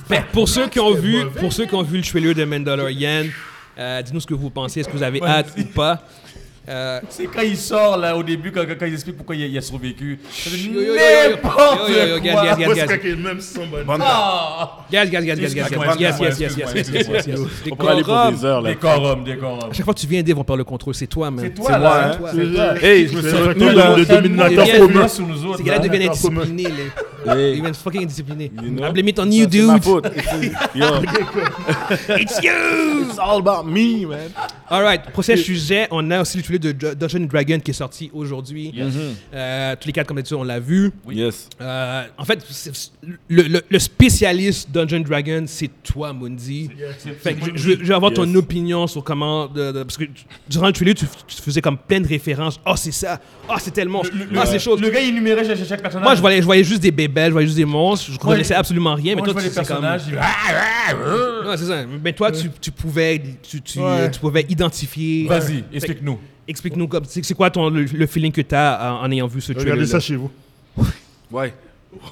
Speaker 1: Fait que pour ceux qui ont vu, pour ceux qui ont vu le trailer de Mandalorian, euh, dites-nous ce que vous pensez. Est-ce que vous avez hâte ou pas? Euh,
Speaker 4: C'est quand il sort là au début, quand, quand- quand il explique pourquoi il a, il a survécu.
Speaker 1: yo, yo, yo, yo.
Speaker 4: N'importe
Speaker 1: Yo, yo, yo, gaz,
Speaker 4: quoi.
Speaker 1: gaz,
Speaker 5: Moi, c'est
Speaker 1: gaz.
Speaker 5: quand il est même sans bonne-
Speaker 4: Ah!
Speaker 1: Gaz, gaz, gaz, gaz, gaz,
Speaker 4: Excuse-moi,
Speaker 1: gaz. Yes, yes, yes, yes,
Speaker 4: excuse-moi,
Speaker 1: yes, yes, yes, yes. Des
Speaker 6: On pourrait aller pour
Speaker 1: corobes.
Speaker 6: des heures, là.
Speaker 4: Décorum, décorum.
Speaker 1: À chaque fois que tu viens, Dave, on perd le contrôle. C'est toi, man.
Speaker 4: C'est toi, là,
Speaker 1: moi,
Speaker 4: hein.
Speaker 1: c'est toi.
Speaker 5: C'est vrai.
Speaker 6: Hey, je me
Speaker 5: C'est
Speaker 6: suis
Speaker 5: vrai,
Speaker 6: retenu,
Speaker 5: comme
Speaker 6: là.
Speaker 5: Le dominateur
Speaker 1: Bien,
Speaker 5: commun.
Speaker 4: sur nous autres.
Speaker 1: Ces gars-là
Speaker 4: hein.
Speaker 1: deviennent
Speaker 5: d'accord, comme-
Speaker 1: indisciplinés, là. Ils
Speaker 6: Hey,
Speaker 1: deviennent fucking indisciplinés.
Speaker 6: you know?
Speaker 1: I blame it on you,
Speaker 6: Ça, c'est ma
Speaker 1: dude.
Speaker 6: faute. Yo,
Speaker 1: It's you!
Speaker 6: It's all about me, man.
Speaker 1: Alright, prochain sujet, on a aussi le trailer de Dun- Dungeon and Dragon qui est sorti aujourd'hui.
Speaker 6: Mm-hmm.
Speaker 1: Euh, tous les quatre, comme d'habitude, on l'a vu.
Speaker 6: Yes.
Speaker 1: Euh, en fait, c'est- c'est- le, le- le spécialiste Dungeon Dragon, c'est toi, Mundi. Fait que je, je- je vais avoir ton
Speaker 6: Yes.
Speaker 1: opinion sur comment. de- de- parce que tu- durant le trailer, tu, f- tu faisais comme plein de références. Oh, c'est ça. Oh, c'est tel monstre. Ah, c'est chaud.
Speaker 4: Le gars, il énumérait chaque, chaque personnage.
Speaker 1: Moi, je voyais, je voyais juste des bébelles, je voyais juste des monstres. Je connaissais
Speaker 4: Ah. je-
Speaker 1: absolument rien.
Speaker 4: Moi,
Speaker 1: mais toi,
Speaker 4: je vois
Speaker 1: tu
Speaker 4: les
Speaker 1: c'est comme.
Speaker 4: personnages. il- Ah, ah, ah.
Speaker 1: Ouais, c'est ça. Mais toi, tu, tu pouvais, tu, tu,
Speaker 5: Ouais.
Speaker 1: tu pouvais identifier.
Speaker 4: Vas-y, explique-nous.
Speaker 1: Explique-nous comme- c'est c'est quoi ton, le, le feeling que tu as en, en ayant vu ce trailer.
Speaker 5: Regardez ça chez vous.
Speaker 6: Ouais.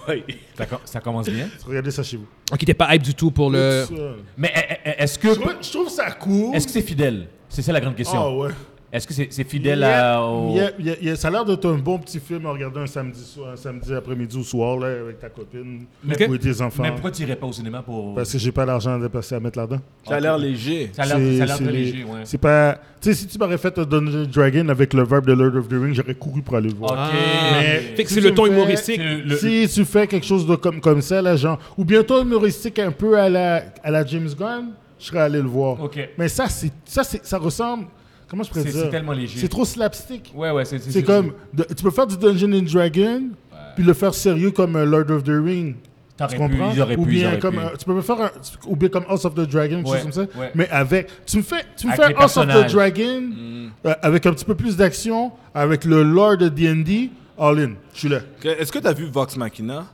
Speaker 6: Ouais.
Speaker 4: Ça, com- ça commence bien.
Speaker 5: Regardez ça chez vous.
Speaker 1: Ok, t'es pas hype du tout pour le.
Speaker 5: Tout ça.
Speaker 4: Mais eh, eh, est-ce que
Speaker 5: Je trouve- je trouve ça cool.
Speaker 4: est-ce que c'est fidèle C'est ça la grande question.
Speaker 5: Ah ouais.
Speaker 4: Est-ce que c'est c'est fidèle
Speaker 5: Yeah,
Speaker 4: à, au...
Speaker 5: yeah, yeah, yeah. Ça a l'air d'être un bon petit film à regarder un samedi soir, un samedi après-midi ou soir là, avec ta copine
Speaker 4: Mais-
Speaker 5: ou tes enfants.
Speaker 4: Mais pourquoi tu irais pas au cinéma pour
Speaker 5: Parce que j'ai pas l'argent de passer à mettre là-dedans.
Speaker 6: Ça a l'air léger.
Speaker 4: Ça a l'air ça a l'air
Speaker 5: C'est-
Speaker 4: très
Speaker 5: c'est les-
Speaker 4: léger, ouais.
Speaker 5: C'est pas. Tu sais, si tu m'aurais fait un Dungeon Dragon avec le verbe de Lord of the Rings, j'aurais couru pour aller le voir.
Speaker 4: Ok.
Speaker 1: Ah.
Speaker 4: Mais-
Speaker 1: Fait que
Speaker 5: Si
Speaker 1: c'est
Speaker 5: tu
Speaker 1: le ton
Speaker 5: me fais-
Speaker 1: humoristique.
Speaker 4: C'est le-
Speaker 5: Si tu fais quelque chose de comme, comme ça, là, genre, ou bientôt humoristique un peu à la, à la James Gunn, je serais allé le voir.
Speaker 4: Ok.
Speaker 5: Mais ça, c'est, ça, c'est, ça ressemble. Comment je pourrais
Speaker 4: C'est-
Speaker 5: dire
Speaker 4: c'est tellement léger.
Speaker 5: C'est trop slapstick.
Speaker 4: Ouais, ouais, c'est
Speaker 5: c'est comme. de- tu peux faire du Dungeon and Dragon, puis le faire sérieux comme euh, Lord of the Ring.
Speaker 4: T'aurais
Speaker 5: Tu
Speaker 4: pu,
Speaker 5: comprends?
Speaker 4: ils auraient
Speaker 5: ou
Speaker 4: pu, ils
Speaker 5: bien
Speaker 4: auraient
Speaker 5: comme,
Speaker 4: pu.
Speaker 5: euh, tu peux me faire un, tu- ou bien comme House of the Dragon, quelque
Speaker 4: Ouais,
Speaker 5: chose comme ça.
Speaker 4: ouais.
Speaker 5: Mais avec, tu me fais, tu me
Speaker 4: Avec
Speaker 5: fais
Speaker 4: les
Speaker 5: House of the
Speaker 4: personnages. Mm.
Speaker 5: Dragon euh, avec un petit peu plus d'action, avec le lore de D&D, all in. Je suis là.
Speaker 6: Que- Est-ce que t'as vu Vox Machina?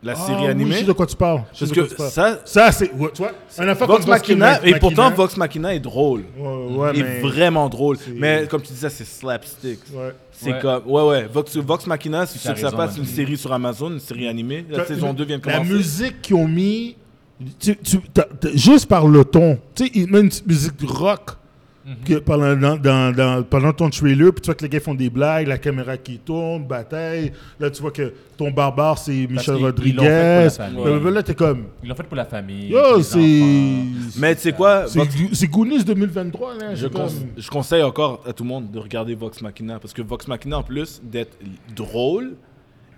Speaker 6: La
Speaker 5: Ah
Speaker 6: série
Speaker 5: oui,
Speaker 6: animée?
Speaker 5: je sais de quoi tu parles. Je
Speaker 6: Parce
Speaker 5: sais de
Speaker 6: que
Speaker 5: quoi tu parles.
Speaker 6: ça-
Speaker 5: ça c'est ouais, tu vois, un affaire
Speaker 6: Vox
Speaker 5: comme
Speaker 6: Machina, et pourtant
Speaker 5: Vox
Speaker 6: Vox Machina est drôle.
Speaker 5: Machina. Ouais, ouais,
Speaker 6: Il
Speaker 5: mais-
Speaker 6: est vraiment drôle. Mais comme tu disais, c'est slapstick.
Speaker 5: ouais.
Speaker 6: C'est
Speaker 4: Ouais.
Speaker 6: comme. Ouais, ouais. Vox, Vox Machina, c'est
Speaker 4: t'as
Speaker 6: sûr que ça
Speaker 4: raison,
Speaker 6: passe
Speaker 4: Manu.
Speaker 6: une série sur Amazon, une série animée. La saison 2 vient de
Speaker 5: La
Speaker 6: commencer.
Speaker 5: musique qu'ils ont mis, tu- tu- t'as- t'as- juste par le ton, tu sais, ils mettent une petite musique rock
Speaker 4: Mhm.
Speaker 5: que pendant, dans, dans- dans- pendant ton trailer, puis tu vois que les gars font des blagues, la caméra qui tourne, bataille. Là, tu vois que ton barbare, c'est Michel
Speaker 4: qu'ils- ils l'ont fait pour
Speaker 5: Rodriguez.
Speaker 4: la famille.
Speaker 5: Blablabla, Là, t'es comme,
Speaker 4: Ils l'ont fait pour la famille. pour
Speaker 5: yo,
Speaker 4: les enfants.
Speaker 5: c'est.
Speaker 6: Mais tu sais quoi?
Speaker 5: C'est
Speaker 6: Vox-
Speaker 5: Goo- c'est Goonies 2023, là.
Speaker 6: Je,
Speaker 5: c'est
Speaker 6: conse-
Speaker 5: comme-
Speaker 6: je conseille encore à tout le monde de regarder Vox Machina parce que Vox Machina, en plus d'être drôle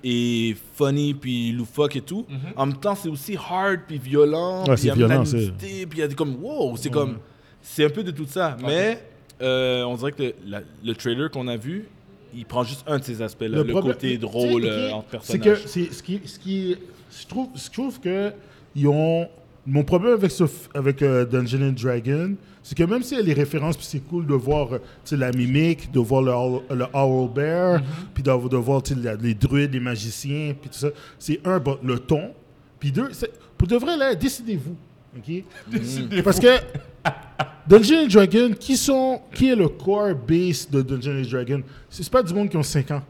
Speaker 6: et funny puis loufoque et tout, en même temps, c'est aussi hard puis violent.
Speaker 5: Mhm. Ouais,
Speaker 6: puis il y a
Speaker 5: c'est violent,
Speaker 6: de la nudité, puis il y a des comme wow, c'est comme. C'est un peu de tout ça. Mais euh, on dirait que le, la- le trailer qu'on a vu, il prend juste un de ces aspects-là, le,
Speaker 5: problème-
Speaker 6: côté
Speaker 5: tu sais,
Speaker 6: drôle
Speaker 5: ok,
Speaker 6: euh, en
Speaker 5: C'est
Speaker 6: personnage.
Speaker 5: que c'est ce qui, ce qui, je trouve, je trouve que ils ont mon problème avec ce, f- avec euh, Dungeon and Dragon, c'est que même s'il y a les références, puis c'est cool de voir euh, tu sais, la mimique, de voir le, owl- le Owl Bear,
Speaker 6: Mhm.
Speaker 5: puis d'avoir- de, voir tu sais, la- les druides, les magiciens, puis tout ça, c'est un, bon, le ton, puis deux, c'est- pour de vrai, là, décidez-vous.
Speaker 6: Mhm.
Speaker 5: ok Parce que Dungeons and Dragons, qui, sont, qui est le core base de Dungeons and Dragons? C'est c'est pas du monde qui ont 5 ans.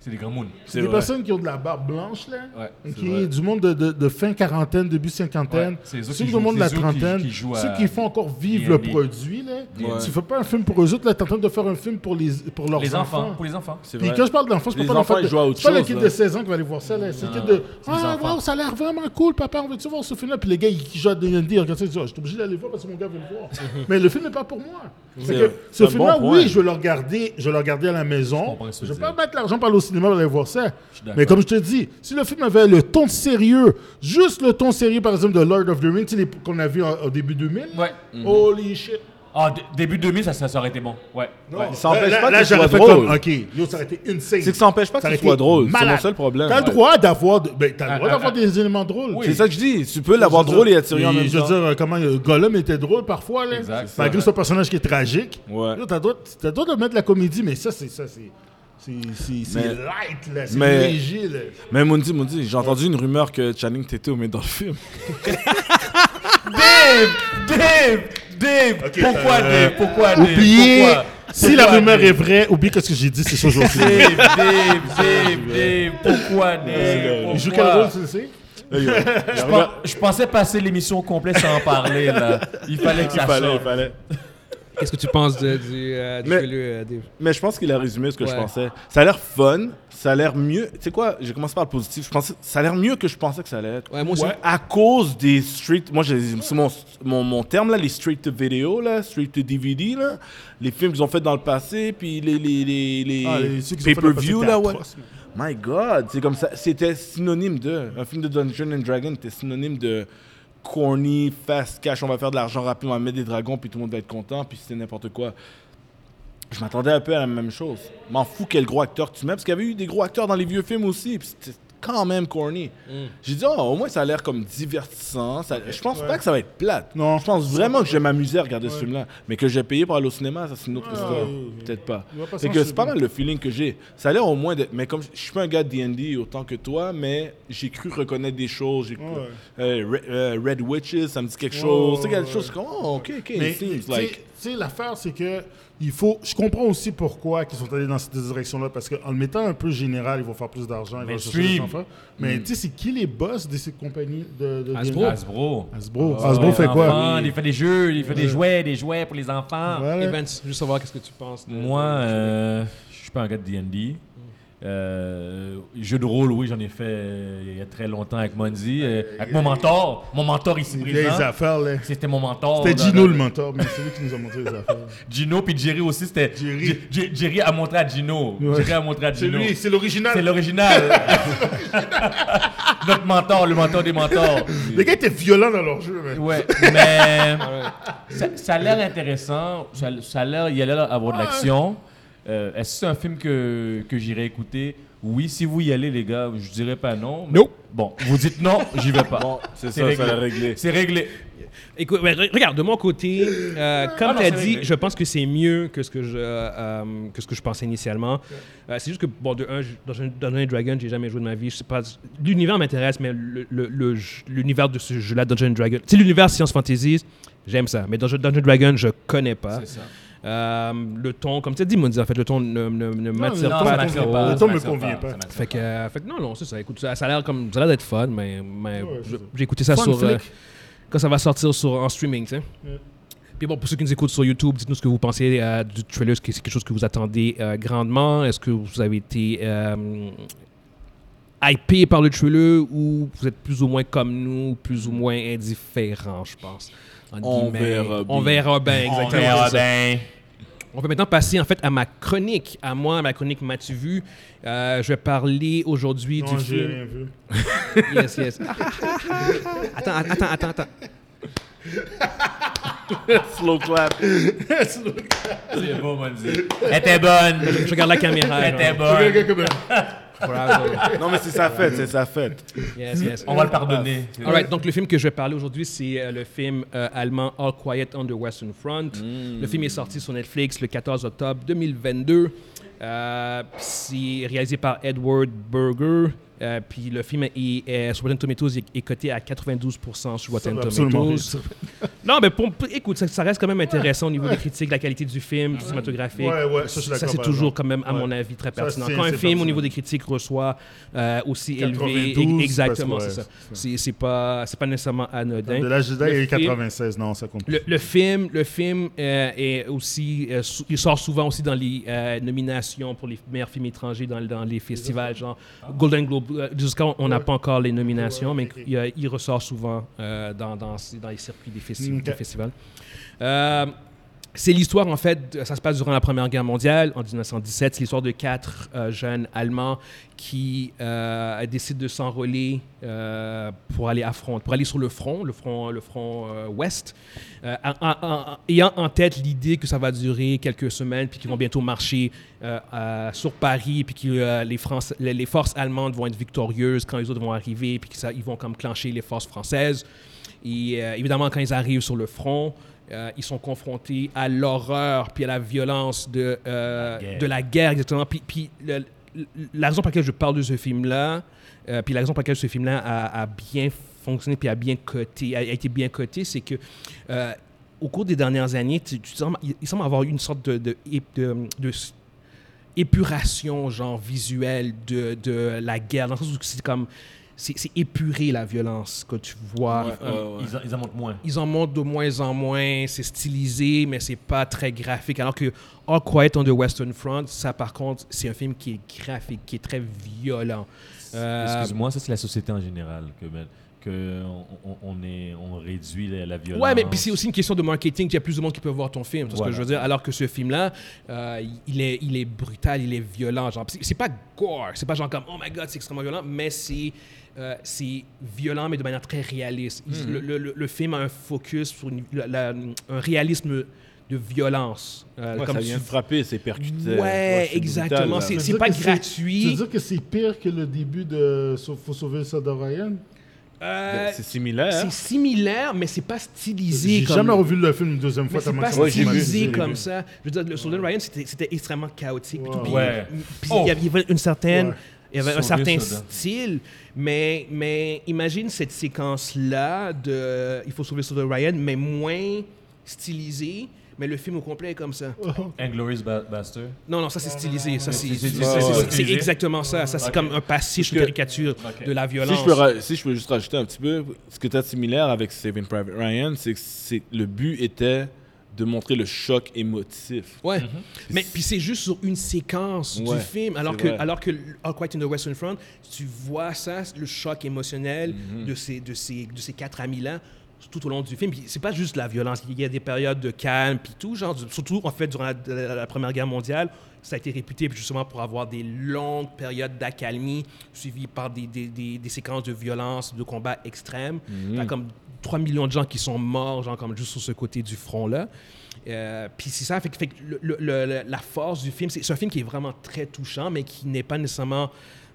Speaker 4: C'est des grands mounes.
Speaker 5: C'est des
Speaker 6: vrai.
Speaker 5: personnes qui ont de la barbe blanche, là.
Speaker 4: Ouais,
Speaker 5: Ok,
Speaker 4: c'est vrai.
Speaker 5: du monde de, de- de fin quarantaine, début cinquantaine,
Speaker 4: Ouais, c'est eux
Speaker 5: ceux
Speaker 4: qui
Speaker 5: du monde de la
Speaker 4: jouent- c'est eux qui-
Speaker 5: trentaine,
Speaker 4: qui jouent à-
Speaker 5: ceux qui font encore vivre le
Speaker 4: D&D.
Speaker 5: produit. Là.
Speaker 6: Ouais.
Speaker 5: Tu fais pas un film pour eux autres, là, t'es en train de faire un film pour, les, pour leurs
Speaker 4: Les enfants,
Speaker 5: enfants.
Speaker 4: pour les enfants.
Speaker 6: C'est
Speaker 5: Puis
Speaker 6: vrai.
Speaker 5: quand je parle d'enfants, je
Speaker 6: Les
Speaker 5: parle pas
Speaker 6: enfants,
Speaker 5: d'enfants.
Speaker 6: ils jouent à autre
Speaker 5: C'est pas le
Speaker 6: chose,
Speaker 5: kid
Speaker 6: là.
Speaker 5: de 16 ans qui va aller voir ça. là. C'est le kid de
Speaker 4: c'est des
Speaker 5: Ah,
Speaker 4: enfants.
Speaker 5: wow, ça a l'air vraiment cool, papa, on veut-tu voir ce film-là Puis les gars, ils jouent à D&D, regardent ça, ils disent Ah, Je suis obligé d'aller voir parce que mon gars veut le voir. Mais le film n'est pas pour moi. Fait que
Speaker 6: vrai. C'est
Speaker 5: ce
Speaker 6: un
Speaker 5: film-là,
Speaker 6: bon point.
Speaker 5: oui, je vais le regarder, je vais le regarder à la maison.
Speaker 4: comprends ce que
Speaker 5: Je vais
Speaker 4: tu
Speaker 5: pas
Speaker 4: dis.
Speaker 5: mettre l'argent pour aller au cinéma pour aller voir ça.
Speaker 4: d'accord.
Speaker 5: Mais comme je te dis, si le film avait le ton sérieux, juste le ton sérieux, par exemple, de Lord of the Rings, tu sais, les- qu'on a vu en- au début 2000,
Speaker 4: Ouais.
Speaker 6: Mhm.
Speaker 5: holy shit.
Speaker 4: Ah, d- début 2000, ça, ça ça aurait été bon. Ouais.
Speaker 5: Non,
Speaker 4: Ouais.
Speaker 6: Il s'empêche
Speaker 5: là,
Speaker 6: pas
Speaker 5: là,
Speaker 6: que ce
Speaker 5: j'aurais
Speaker 6: soit
Speaker 5: fait
Speaker 6: drôle.
Speaker 5: comme, OK, yo, ça aurait été insane.
Speaker 6: C'est que ça empêche pas
Speaker 5: Ça
Speaker 6: que
Speaker 5: aurait
Speaker 6: ce soit
Speaker 5: été
Speaker 6: drôle. C'est
Speaker 5: malade.
Speaker 6: mon seul problème.
Speaker 5: T'as le
Speaker 6: Ouais.
Speaker 5: droit d'avoir, de- ben, t'as le droit
Speaker 4: Ah,
Speaker 5: d'avoir
Speaker 4: ah,
Speaker 5: des éléments drôles.
Speaker 4: Oui.
Speaker 6: C'est ça que je dis. Tu peux l'avoir drôle et attirant en
Speaker 5: Et
Speaker 6: même
Speaker 5: je veux
Speaker 6: temps.
Speaker 5: dire, euh, comment euh, Gollum était drôle parfois, là.
Speaker 4: Exact, c'est
Speaker 5: Malgré
Speaker 4: vrai.
Speaker 5: son personnage qui est tragique.
Speaker 6: Ouais.
Speaker 5: Yo, T'as le droit, t'as le droit de mettre de la comédie, mais ça, c'est ça, c'est... C'est c'est- c'est
Speaker 6: Mais-
Speaker 5: light, là. C'est
Speaker 6: mais-
Speaker 5: léger, là.
Speaker 6: Mais Mundi, Mundi, j'ai entendu une rumeur que Channing Tatum est dans le film.
Speaker 4: Dave! Dave!
Speaker 5: Ok,
Speaker 4: pourquoi
Speaker 5: euh,
Speaker 4: Dave? Pourquoi
Speaker 6: Ah,
Speaker 4: Dave?
Speaker 5: Oubliez,
Speaker 4: Pourquoi?
Speaker 5: si la
Speaker 4: Pourquoi,
Speaker 5: rumeur
Speaker 4: Dave?
Speaker 5: est vraie, oubliez que ce que j'ai dit, c'est ça aujourd'hui.
Speaker 4: Dave, Dave, Dave, Dave, pourquoi Dave?
Speaker 5: Il Euh, joue quel
Speaker 4: Pourquoi?
Speaker 5: rôle, tu le sais?
Speaker 4: Je, pen- je pensais passer l'émission complète sans en parler, là. Il fallait que ça sorte.
Speaker 6: fallait.
Speaker 1: Qu'est-ce que tu penses de, du, euh, du
Speaker 6: Mais-
Speaker 1: trailer, euh, Dave?
Speaker 6: Mais je pense qu'il a résumé ce que je
Speaker 1: Ouais.
Speaker 6: pensais. Ça a l'air fun, ça a l'air mieux. Tu sais quoi, j'ai commencé par le positif. Je pensais, ça a l'air mieux que je pensais que ça allait être.
Speaker 1: Ouais, moi aussi.
Speaker 6: À cause des street. Moi, j'ai- c'est mon, mon, mon terme, là, les street to video, là, street to DVD, là, les films qu'ils ont fait dans le passé, puis les, les, les, les
Speaker 5: Ah, les- ceux qui ont fait dans le
Speaker 6: pay-per-view,
Speaker 5: passé,
Speaker 6: là,
Speaker 5: c'était
Speaker 6: ouais.
Speaker 5: atroce,
Speaker 6: My God, c'est comme ça. C'était synonyme de. Un film de Dungeons and Dragons était synonyme de corny, fast cash, on va faire de l'argent rapide, on va mettre des dragons, puis tout le monde va être content, puis c'était n'importe quoi. Je m'attendais un peu à la même chose. M'en fous quel gros acteur tu mets, parce qu'il y avait eu des gros acteurs dans les vieux films aussi, puis c'était quand même corny. J'ai dit, oh, au moins ça a l'air comme divertissant. ça- je pense pas que ça va être plate.
Speaker 5: Non.
Speaker 6: Je pense vraiment que je vais m'amuser à regarder ce film-là. Mais que j'ai payé pour aller au cinéma, ça c'est une autre histoire. Peut-être pas.
Speaker 5: Ah, On va pas
Speaker 6: C'est
Speaker 5: s'en
Speaker 6: que c'est
Speaker 5: suivre.
Speaker 6: pas mal le feeling que j'ai. Ça a l'air au moins d'être. Mais comme je je suis pas un gars de DD autant que toi, mais j'ai cru reconnaître des choses. J'ai cru- euh, Re- euh, Red Witches, ça me dit quelque chose. C'est
Speaker 5: ouais,
Speaker 6: quelque chose je suis comme, oh, ok, ok,
Speaker 5: Mais
Speaker 6: it
Speaker 5: tu
Speaker 6: seems
Speaker 5: sais,
Speaker 6: like.
Speaker 5: tu sais, l'affaire, c'est que il faut. Je comprends aussi pourquoi ils sont allés dans cette direction-là, parce qu'en le mettant un peu général, ils vont faire plus d'argent, ils vont chercher des
Speaker 4: Mainstream.
Speaker 5: enfants. Mais tu sais, c'est qui les boss de ces compagnies de, de
Speaker 1: Hasbro.
Speaker 5: games?
Speaker 4: Hasbro.
Speaker 5: Hasbro.
Speaker 4: Ah,
Speaker 5: Hasbro
Speaker 4: les
Speaker 5: fait quoi?
Speaker 4: enfants, Il fait des jeux, il fait des jouets, des jouets pour les enfants.
Speaker 5: Ouais.
Speaker 1: Evans, juste savoir qu'est-ce que tu penses. de-
Speaker 4: Moi, euh, je suis pas un gars de D&D. Euh, jeu de rôle, oui, j'en ai fait euh, il y a très longtemps avec Monzi, euh, avec mon mentor, mon mentor ici
Speaker 5: Les
Speaker 4: présent.
Speaker 5: affaires, là.
Speaker 4: C'était mon mentor.
Speaker 5: C'était
Speaker 4: dans-
Speaker 5: Gino
Speaker 4: dans-
Speaker 5: le mentor, mais c'est lui qui nous a montré les affaires.
Speaker 4: Gino puis Jerry aussi, c'était
Speaker 5: Jerry.
Speaker 4: Jerry. Jerry a montré à Gino. Jerry a montré à
Speaker 5: C'est
Speaker 4: Gino.
Speaker 5: lui, c'est l'original.
Speaker 4: C'est l'original. Notre mentor, le mentor des mentors.
Speaker 5: Les gars étaient violents dans leur jeu, man.
Speaker 4: Ouais, mais ça, ça a l'air intéressant. Ça, ça a l'air, il y a l'air d'avoir de l'action. Euh, est-ce que c'est un film que, que j'irai écouter? Oui, si vous y allez, les gars, je dirais pas non. mais-
Speaker 1: Nope.
Speaker 4: Bon, vous dites non, j'y vais pas.
Speaker 6: Bon, c'est
Speaker 4: C'est
Speaker 6: ça,
Speaker 4: réglé.
Speaker 6: ça l'a réglé.
Speaker 4: C'est réglé.
Speaker 1: Écoute, ouais, re- regarde, de mon côté, euh, comme
Speaker 4: Ah non,
Speaker 1: tu as
Speaker 4: c'est vrai,
Speaker 1: dit,
Speaker 4: mais-
Speaker 1: je pense que c'est mieux que ce que je, euh, que ce que je pensais initialement. Euh, c'est juste que, bon, de un, je- dans un Dungeon Dragon, j'ai jamais joué de ma vie. Je sais pas, l'univers m'intéresse, mais le- le- le j- l'univers de ce jeu-là, Dungeon Dragon, c'est l'univers science fantasy, j'aime ça. Mais Dungeon, Dungeon Dragon, je connais pas.
Speaker 4: C'est ça.
Speaker 1: Euh, le ton, comme tu as dit, Mondi, en fait, le ton ne, ne, ne m'attire
Speaker 4: Non,
Speaker 5: pas
Speaker 4: ça
Speaker 5: à
Speaker 4: m'attire
Speaker 5: ton-
Speaker 4: pas,
Speaker 5: le
Speaker 4: ça
Speaker 5: ton me
Speaker 4: m'attire
Speaker 5: convient pas.
Speaker 4: ça m'attire
Speaker 1: Fait que, euh, fait que non, non, c'est ça. Écoute, ça, ça a l'air comme, ça a l'air d'être fun, mais, mais
Speaker 5: Ouais,
Speaker 1: je-
Speaker 5: c'est ça.
Speaker 1: j'ai écouté ça
Speaker 5: Fun
Speaker 1: sur euh,
Speaker 5: flick.
Speaker 1: quand ça va sortir sur, en streaming, tu sais. Puis bon, pour ceux qui nous écoutent sur YouTube, dites-nous ce que vous pensez euh, du trailer. Est-ce que c'est quelque chose que vous attendez euh, grandement Est-ce que vous avez été euh, hypé par le trailer ou vous êtes plus ou moins comme nous, plus ou moins indifférents, je pense. entre
Speaker 6: On
Speaker 1: guillemets.
Speaker 6: verra
Speaker 1: On
Speaker 6: bien.
Speaker 1: verra bien, exactement.
Speaker 4: On verra
Speaker 1: c'est ça.
Speaker 4: bien.
Speaker 1: On peut maintenant passer en fait à ma chronique, à moi, à ma chronique M'as-tu vu Euh, Je vais parler aujourd'hui
Speaker 5: Non,
Speaker 1: du
Speaker 5: j'ai
Speaker 1: film.
Speaker 5: rien vu.
Speaker 1: Yes, yes. attends, attends, attends, attends.
Speaker 6: Slow clap.
Speaker 4: C'est bon, Monzi. Elle était bonne.
Speaker 1: Je regarde la caméra.
Speaker 4: Elle était
Speaker 1: genre.
Speaker 4: bonne.
Speaker 1: Bravo.
Speaker 6: non, mais c'est sa fête, c'est sa fête.
Speaker 1: Yes, yes.
Speaker 4: On va le pardonner.
Speaker 1: All right, donc le film que je vais parler aujourd'hui, c'est euh, le film euh, allemand All Quiet on the Western Front. Le film est sorti sur Netflix le 14 octobre 2022. Euh, puis c'est réalisé par Edward Berger. Euh, puis le film est, est- sur Rotten Tomatoes il est, est coté à 92% sur
Speaker 5: Ça
Speaker 1: Rotten
Speaker 5: va absolument
Speaker 1: Tomatoes.
Speaker 5: rien dire.
Speaker 1: Non, mais pour, écoute, ça, ça reste quand même intéressant au niveau des critiques, la qualité du film, du cinématographique.
Speaker 5: Ouais, ouais, ça, je suis d'accord,
Speaker 1: c'est
Speaker 5: par
Speaker 1: toujours
Speaker 5: exemple.
Speaker 1: quand même, à
Speaker 5: Ouais.
Speaker 1: mon avis, très
Speaker 5: Ça,
Speaker 1: pertinent.
Speaker 5: c'est-
Speaker 1: quand un film
Speaker 5: c'est
Speaker 1: au
Speaker 5: pertinent.
Speaker 1: niveau des critiques reçoit euh, aussi élevé,
Speaker 5: 92,
Speaker 1: exactement, c'est
Speaker 5: parce que,
Speaker 1: ça.
Speaker 5: ouais,
Speaker 1: C'est c'est pas, c'est pas nécessairement anodin.
Speaker 5: De la Jedi,
Speaker 1: Hein? Le
Speaker 5: il est
Speaker 1: film-
Speaker 5: 96, non, ça compte.
Speaker 1: le, le film, le film euh, est aussi, euh, sou- il sort souvent aussi dans les euh, nominations pour les meilleurs films étrangers dans, dans les festivals, genre Golden Globe. euh, Jusqu'à on on n'a pas encore les nominations, mais il, euh, il ressort souvent euh, dans, dans, dans les circuits des, festi-
Speaker 5: Mm, Ok.
Speaker 1: des festivals. Euh, c'est l'histoire, en fait, de- ça se passe durant la Première Guerre mondiale, en 1917. C'est l'histoire de quatre euh, jeunes Allemands qui euh, décident de s'enrôler euh, pour aller affronter, pour aller sur le front, le front, le front euh, ouest, euh, en- en- en- ayant en tête l'idée que ça va durer quelques semaines, puis qu'ils vont bientôt marcher euh, à- sur Paris, puis que euh, les, France- les, les forces allemandes vont être victorieuses quand les autres vont arriver, puis qu'ils vont comme clencher les forces françaises. Et euh, évidemment, quand ils arrivent sur le front, euh, ils sont confrontés à l'horreur puis à la violence de, euh,
Speaker 4: guerre.
Speaker 1: de la guerre, exactement. Puis, puis le- le- la raison pour laquelle je parle de ce film-là, euh, puis la raison pour laquelle ce film-là a, a bien fonctionné puis a bien coté, a, a été bien coté, c'est que euh, au cours des dernières années, tu, tu sembles- il, il semble avoir eu une sorte de, de, de- de- épuration genre visuelle de, de la guerre, dans le sens où c'est comme c'est c'est épuré la violence que tu vois.
Speaker 6: Ouais, ouais, ouais.
Speaker 4: Ils, en, ils en montrent moins.
Speaker 1: Ils en montrent de moins en moins, c'est stylisé, mais c'est pas très graphique. Alors que All Quiet on the Western Front, ça par contre, c'est un film qui est graphique, qui est très violent. Euh,
Speaker 4: Excuse-moi, ça c'est la société en général que, ben- que on, on- on est, on réduit la, la violence.
Speaker 1: Ouais, mais puis c'est aussi une question de marketing. Il y a plus de monde qui peut voir ton film, c'est ce
Speaker 4: Voilà.
Speaker 1: que je veux dire. Alors que ce film-là, euh, il, est, il est brutal, il est violent. Genre, c'est c'est pas gore, c'est pas genre comme oh my god, c'est extrêmement violent, mais c'est euh, c'est violent, mais de manière très réaliste. Il-
Speaker 6: Mhm.
Speaker 1: le- le, le- le film a un focus sur une- la- la- un réalisme de violence. euh,
Speaker 6: Ouais,
Speaker 1: comme
Speaker 6: ça
Speaker 1: tu-
Speaker 6: vient de frapper, c'est percuté.
Speaker 1: Ouais, exactement,
Speaker 5: Ça veut
Speaker 1: c'est
Speaker 5: dire
Speaker 1: pas
Speaker 5: que
Speaker 1: gratuit.
Speaker 5: Ça veut dire que c'est pire que le début de Sau- Faut sauver le soldat Ryan
Speaker 1: Euh,
Speaker 6: C'est hein? similaire.
Speaker 1: c'est similaire, mais c'est pas stylisé.
Speaker 5: J'ai
Speaker 1: comme-
Speaker 5: jamais revu le film une deuxième fois
Speaker 1: Mais c'est
Speaker 5: tellement
Speaker 1: pas
Speaker 5: que ça m'a
Speaker 6: j'ai vu.
Speaker 1: stylisé
Speaker 5: traumatisé.
Speaker 1: comme ça. Je veux dire, le Soldier Ryan, c'était c'était extrêmement chaotique. puis tout, puis-
Speaker 4: Ouais.
Speaker 1: puis il y avait- il y avait une certaine...
Speaker 5: Ouais.
Speaker 1: Il y avait un
Speaker 4: Sauver
Speaker 1: certain
Speaker 4: Soda.
Speaker 1: style, mais, mais imagine cette séquence-là de Il faut sauver Soldier Ryan, mais moins stylisée, mais le film au complet est comme ça.
Speaker 4: Inglorious Bastard.
Speaker 1: Non, non, ça c'est stylisé. Ça, c'est-
Speaker 4: c'est-
Speaker 1: c'est-
Speaker 4: c'est-
Speaker 1: c'est-
Speaker 6: c'est
Speaker 1: c'est- c'est
Speaker 4: stylisé.
Speaker 1: exactement ça. Ça, c'est
Speaker 4: Ok.
Speaker 1: comme un pastiche, une
Speaker 6: que-
Speaker 1: caricature
Speaker 4: Ok.
Speaker 1: de la
Speaker 6: Si
Speaker 1: violence.
Speaker 6: je, peux ra- si je peux juste rajouter un petit peu, ce que tu as de similaire avec Saving Private Ryan, c'est que c'est- le but était de montrer le choc émotif.
Speaker 1: Ouais. Mais puis c'est juste sur une séquence
Speaker 6: Mm-hmm. Ouais,
Speaker 1: du film, alors
Speaker 6: c'est
Speaker 1: que,
Speaker 6: vrai.
Speaker 1: alors que All Quiet in the Western Front, tu vois ça, le choc émotionnel
Speaker 6: Mm-hmm.
Speaker 1: de, ces, de, ces, de ces quatre amis-là tout au long du film. Puis c'est pas juste la violence, il y a des périodes de calme, puis tout, genre, du- surtout en fait durant la, la- la Première Guerre mondiale, ça a été réputé justement pour avoir des longues périodes d'accalmie suivies par des, des, des- des séquences de violence, de combats extrêmes.
Speaker 6: Mm-hmm.
Speaker 1: T'as comme 3 millions de gens qui sont morts, genre comme juste sur ce côté du front-là. Euh, puis c'est ça, fait, que- fait que le- le- le- la force du film, c'est c'est un film qui est vraiment très touchant, mais qui n'est pas nécessairement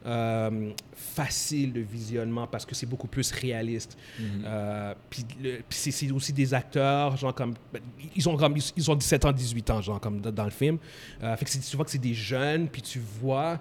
Speaker 1: euh, facile de visionnement parce que c'est beaucoup plus réaliste.
Speaker 4: Mm.
Speaker 1: Euh, puis le- puis c'est- c'est aussi des acteurs, genre comme, ben, ils ont, comme, ils ont 17 ans, 18 ans, genre comme dans, dans le film. Euh, fait que c'est- tu vois que c'est des jeunes, puis tu vois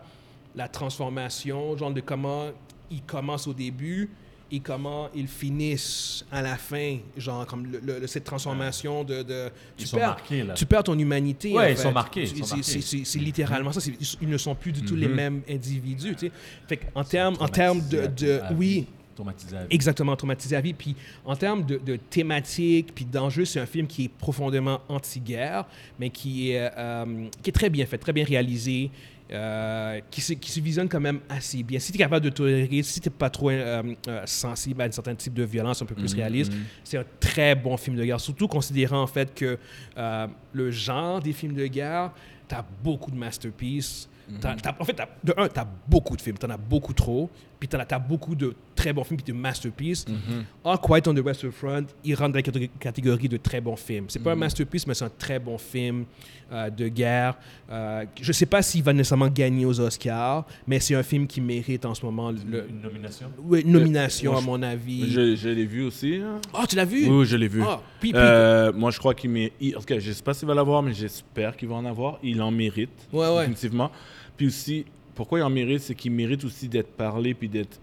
Speaker 1: la transformation, genre de comment ils commencent au début et comment ils finissent à la fin, genre comme le- le- le- cette transformation de... de-
Speaker 4: Ils
Speaker 1: tu
Speaker 4: sont
Speaker 1: perds-
Speaker 4: marqués, là.
Speaker 1: Tu perds ton humanité. en
Speaker 4: Ouais, ils
Speaker 1: fait.
Speaker 4: sont marqués, ils
Speaker 1: Tu-
Speaker 4: sont
Speaker 1: c'est-
Speaker 4: marqués. Mm-hmm.
Speaker 1: c'est- c'est c'est littéralement ça. c'est- Ils ne sont plus du tout les mêmes individus. tu sais. Fait que en termes en termes de, de
Speaker 4: Traumatisé à-
Speaker 1: oui,
Speaker 4: Traumatisé à vie.
Speaker 1: exactement traumatisé à vie. Puis en termes de, de thématique puis d'enjeux, c'est un film qui est profondément anti-guerre, mais qui est euh, qui est très bien fait, très bien réalisé. euh, qui, se, qui se visionne quand même assez bien. Si tu es capable de tolérer, si tu n'es pas trop euh, euh, sensible à un certain type de violence un peu plus réaliste,
Speaker 6: Mm.
Speaker 1: c'est un très bon film de guerre. Surtout considérant en fait que euh, le genre des films de guerre, tu as beaucoup de masterpieces.
Speaker 6: Mm-hmm.
Speaker 1: T'as- t'as- en fait, t'as- de un, tu as beaucoup de films, tu en as beaucoup trop, puis tu as, beaucoup de très bons films, puis de masterpieces.
Speaker 6: Mm-hmm.
Speaker 1: All Quiet on the Western Front, il rentre dans la catég- catégorie de très bons films. C'est
Speaker 6: Mm-hmm.
Speaker 1: pas un masterpiece, mais c'est un très bon film euh, de guerre. Euh, je sais pas s'il va nécessairement gagner aux Oscars, mais c'est un film qui mérite en ce moment le-
Speaker 4: Une nomination.
Speaker 1: ouais, une nomination,
Speaker 6: moi,
Speaker 1: à mon avis.
Speaker 6: Je, je l'ai vu aussi. hein. là.
Speaker 1: Oh, tu l'as vu?
Speaker 6: Oui, oui, je l'ai vu.
Speaker 1: Ah, puis- puis-
Speaker 6: Euh, moi, je crois qu'il mérite. En tout cas, je ne sais pas s'il va l'avoir, mais j'espère qu'il va en avoir. Il en mérite,
Speaker 1: Ouais, ouais.
Speaker 6: définitivement. Puis aussi, pourquoi il en mérite, c'est qu'il mérite aussi d'être parlé puis d'être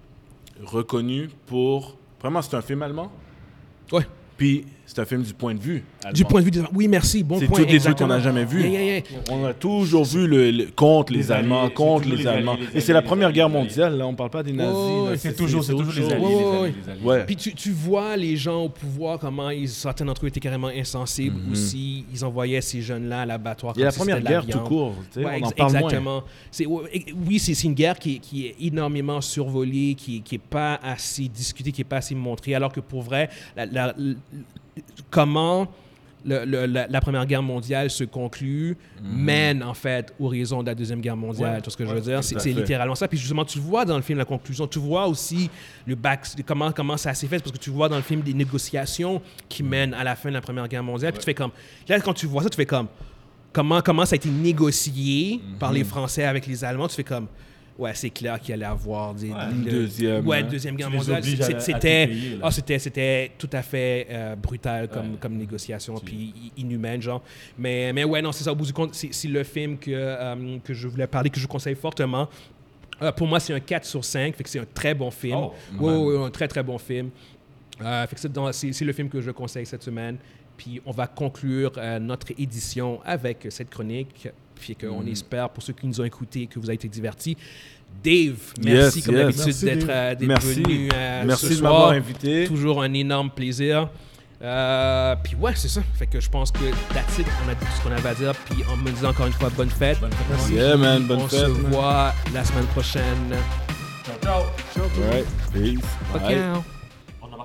Speaker 6: reconnu pour. Vraiment, c'est un film allemand.
Speaker 1: Ouais.
Speaker 6: Puis c'est un film du point de vue. allemand.
Speaker 1: Du point de vue des... Oui, merci, bon
Speaker 6: C'est
Speaker 1: point.
Speaker 6: tous des trucs qu'on
Speaker 1: exactement.
Speaker 6: n'a jamais vus.
Speaker 1: Yeah, yeah, yeah.
Speaker 6: On a toujours vu le, le- contre les,
Speaker 4: Les
Speaker 6: Allemands,
Speaker 4: Alliés,
Speaker 6: contre
Speaker 4: c'est
Speaker 6: les,
Speaker 4: toujours les
Speaker 6: Allemands.
Speaker 4: Alliés, les
Speaker 6: Et c'est la
Speaker 4: Alliés, les
Speaker 6: Première Guerre
Speaker 4: Alliés.
Speaker 6: mondiale, là. On parle pas des nazis.
Speaker 1: Oh,
Speaker 6: là.
Speaker 4: C'est toujours, c'est toujours les
Speaker 1: Ouais,
Speaker 4: alliés,
Speaker 1: ouais,
Speaker 4: les
Speaker 1: ouais.
Speaker 4: alliés, les alliés.
Speaker 6: Ouais.
Speaker 1: Puis tu, tu vois les gens au pouvoir, comment ils, certains d'entre eux étaient carrément insensibles aussi. Ils envoyaient ces jeunes-là à l'abattoir.
Speaker 6: Mhm. Il y a la
Speaker 1: comme si
Speaker 6: Première
Speaker 1: c'était de
Speaker 6: Guerre tout
Speaker 1: viande.
Speaker 6: court. tu sais,
Speaker 1: Ouais,
Speaker 6: on en
Speaker 1: ex-
Speaker 6: parle moins.
Speaker 1: exactement. C'est- ouais, et- oui, c'est c'est une guerre qui, est- qui est énormément survolée, qui n'est pas assez discutée, qui n'est pas assez montrée, alors que pour vrai, la- la- l- comment le- le- la, la Première Guerre mondiale se conclut
Speaker 6: Mhm.
Speaker 1: mène en fait aux raisons de la Deuxième Guerre mondiale.
Speaker 4: Ouais,
Speaker 1: tout ce que je
Speaker 4: ouais,
Speaker 1: veux dire, c'est
Speaker 6: à
Speaker 1: c'est
Speaker 6: fait.
Speaker 1: littéralement ça. Puis justement, tu vois dans le film la conclusion, tu vois aussi le back, comment, comment ça s'est fait, parce que tu vois dans le film des négociations qui
Speaker 6: Mhm.
Speaker 1: mènent à la fin de la Première Guerre mondiale. Puis tu fais comme, là quand tu vois ça, tu fais comme, comment, comment ça a été négocié par
Speaker 6: Mhm.
Speaker 1: les Français avec les Allemands, tu fais comme, ouais, c'est clair qu'il allait avoir des,
Speaker 6: Une deuxième,
Speaker 1: ouais,
Speaker 6: hein.
Speaker 1: deuxième guerre
Speaker 4: Tu les
Speaker 1: mondiale.
Speaker 4: obliges
Speaker 1: c'est-
Speaker 4: à-
Speaker 1: c'est-
Speaker 4: à
Speaker 1: C'était,
Speaker 4: tout payer, là.
Speaker 1: ah, c'était, c'était tout à fait euh, brutal comme,
Speaker 4: Ouais.
Speaker 1: comme négociation, puis i- inhumaine, genre. Mais, mais ouais, non, c'est ça. Au bout du compte, c'est, c'est le film que, euh, que je voulais parler, que je vous conseille fortement. Euh, pour moi, c'est un 4 sur 5, fait que c'est un très bon film.
Speaker 4: Oh,
Speaker 1: Ouais, ouais, ouais, un très, très bon film. Euh, fait que c'est, dans- c'est- c'est le film que je conseille cette semaine. Puis on va conclure euh, notre édition avec cette chronique. Puis qu'on
Speaker 4: Mm.
Speaker 1: espère, pour ceux qui nous ont écoutés, que vous avez été divertis. Dave, merci
Speaker 6: Yes,
Speaker 1: comme
Speaker 6: yes.
Speaker 1: d'habitude
Speaker 5: Merci,
Speaker 1: d'être,
Speaker 5: Dave.
Speaker 1: euh, d'être
Speaker 6: Merci.
Speaker 1: venu euh, ce
Speaker 6: Merci de
Speaker 1: soir.
Speaker 6: m'avoir invité.
Speaker 1: Toujours un énorme plaisir. Euh, puis ouais, c'est ça. Fait que je pense que that's it. On a dit tout ce qu'on avait à dire. Puis en me disant encore une fois bonne fête.
Speaker 4: Bonne fête.
Speaker 6: Yeah, man.
Speaker 1: on
Speaker 6: Bonne
Speaker 1: se
Speaker 6: fête. man.
Speaker 1: voit la semaine prochaine.
Speaker 4: Ciao, ciao.
Speaker 6: All right. Peace. Bye.
Speaker 1: Ciao.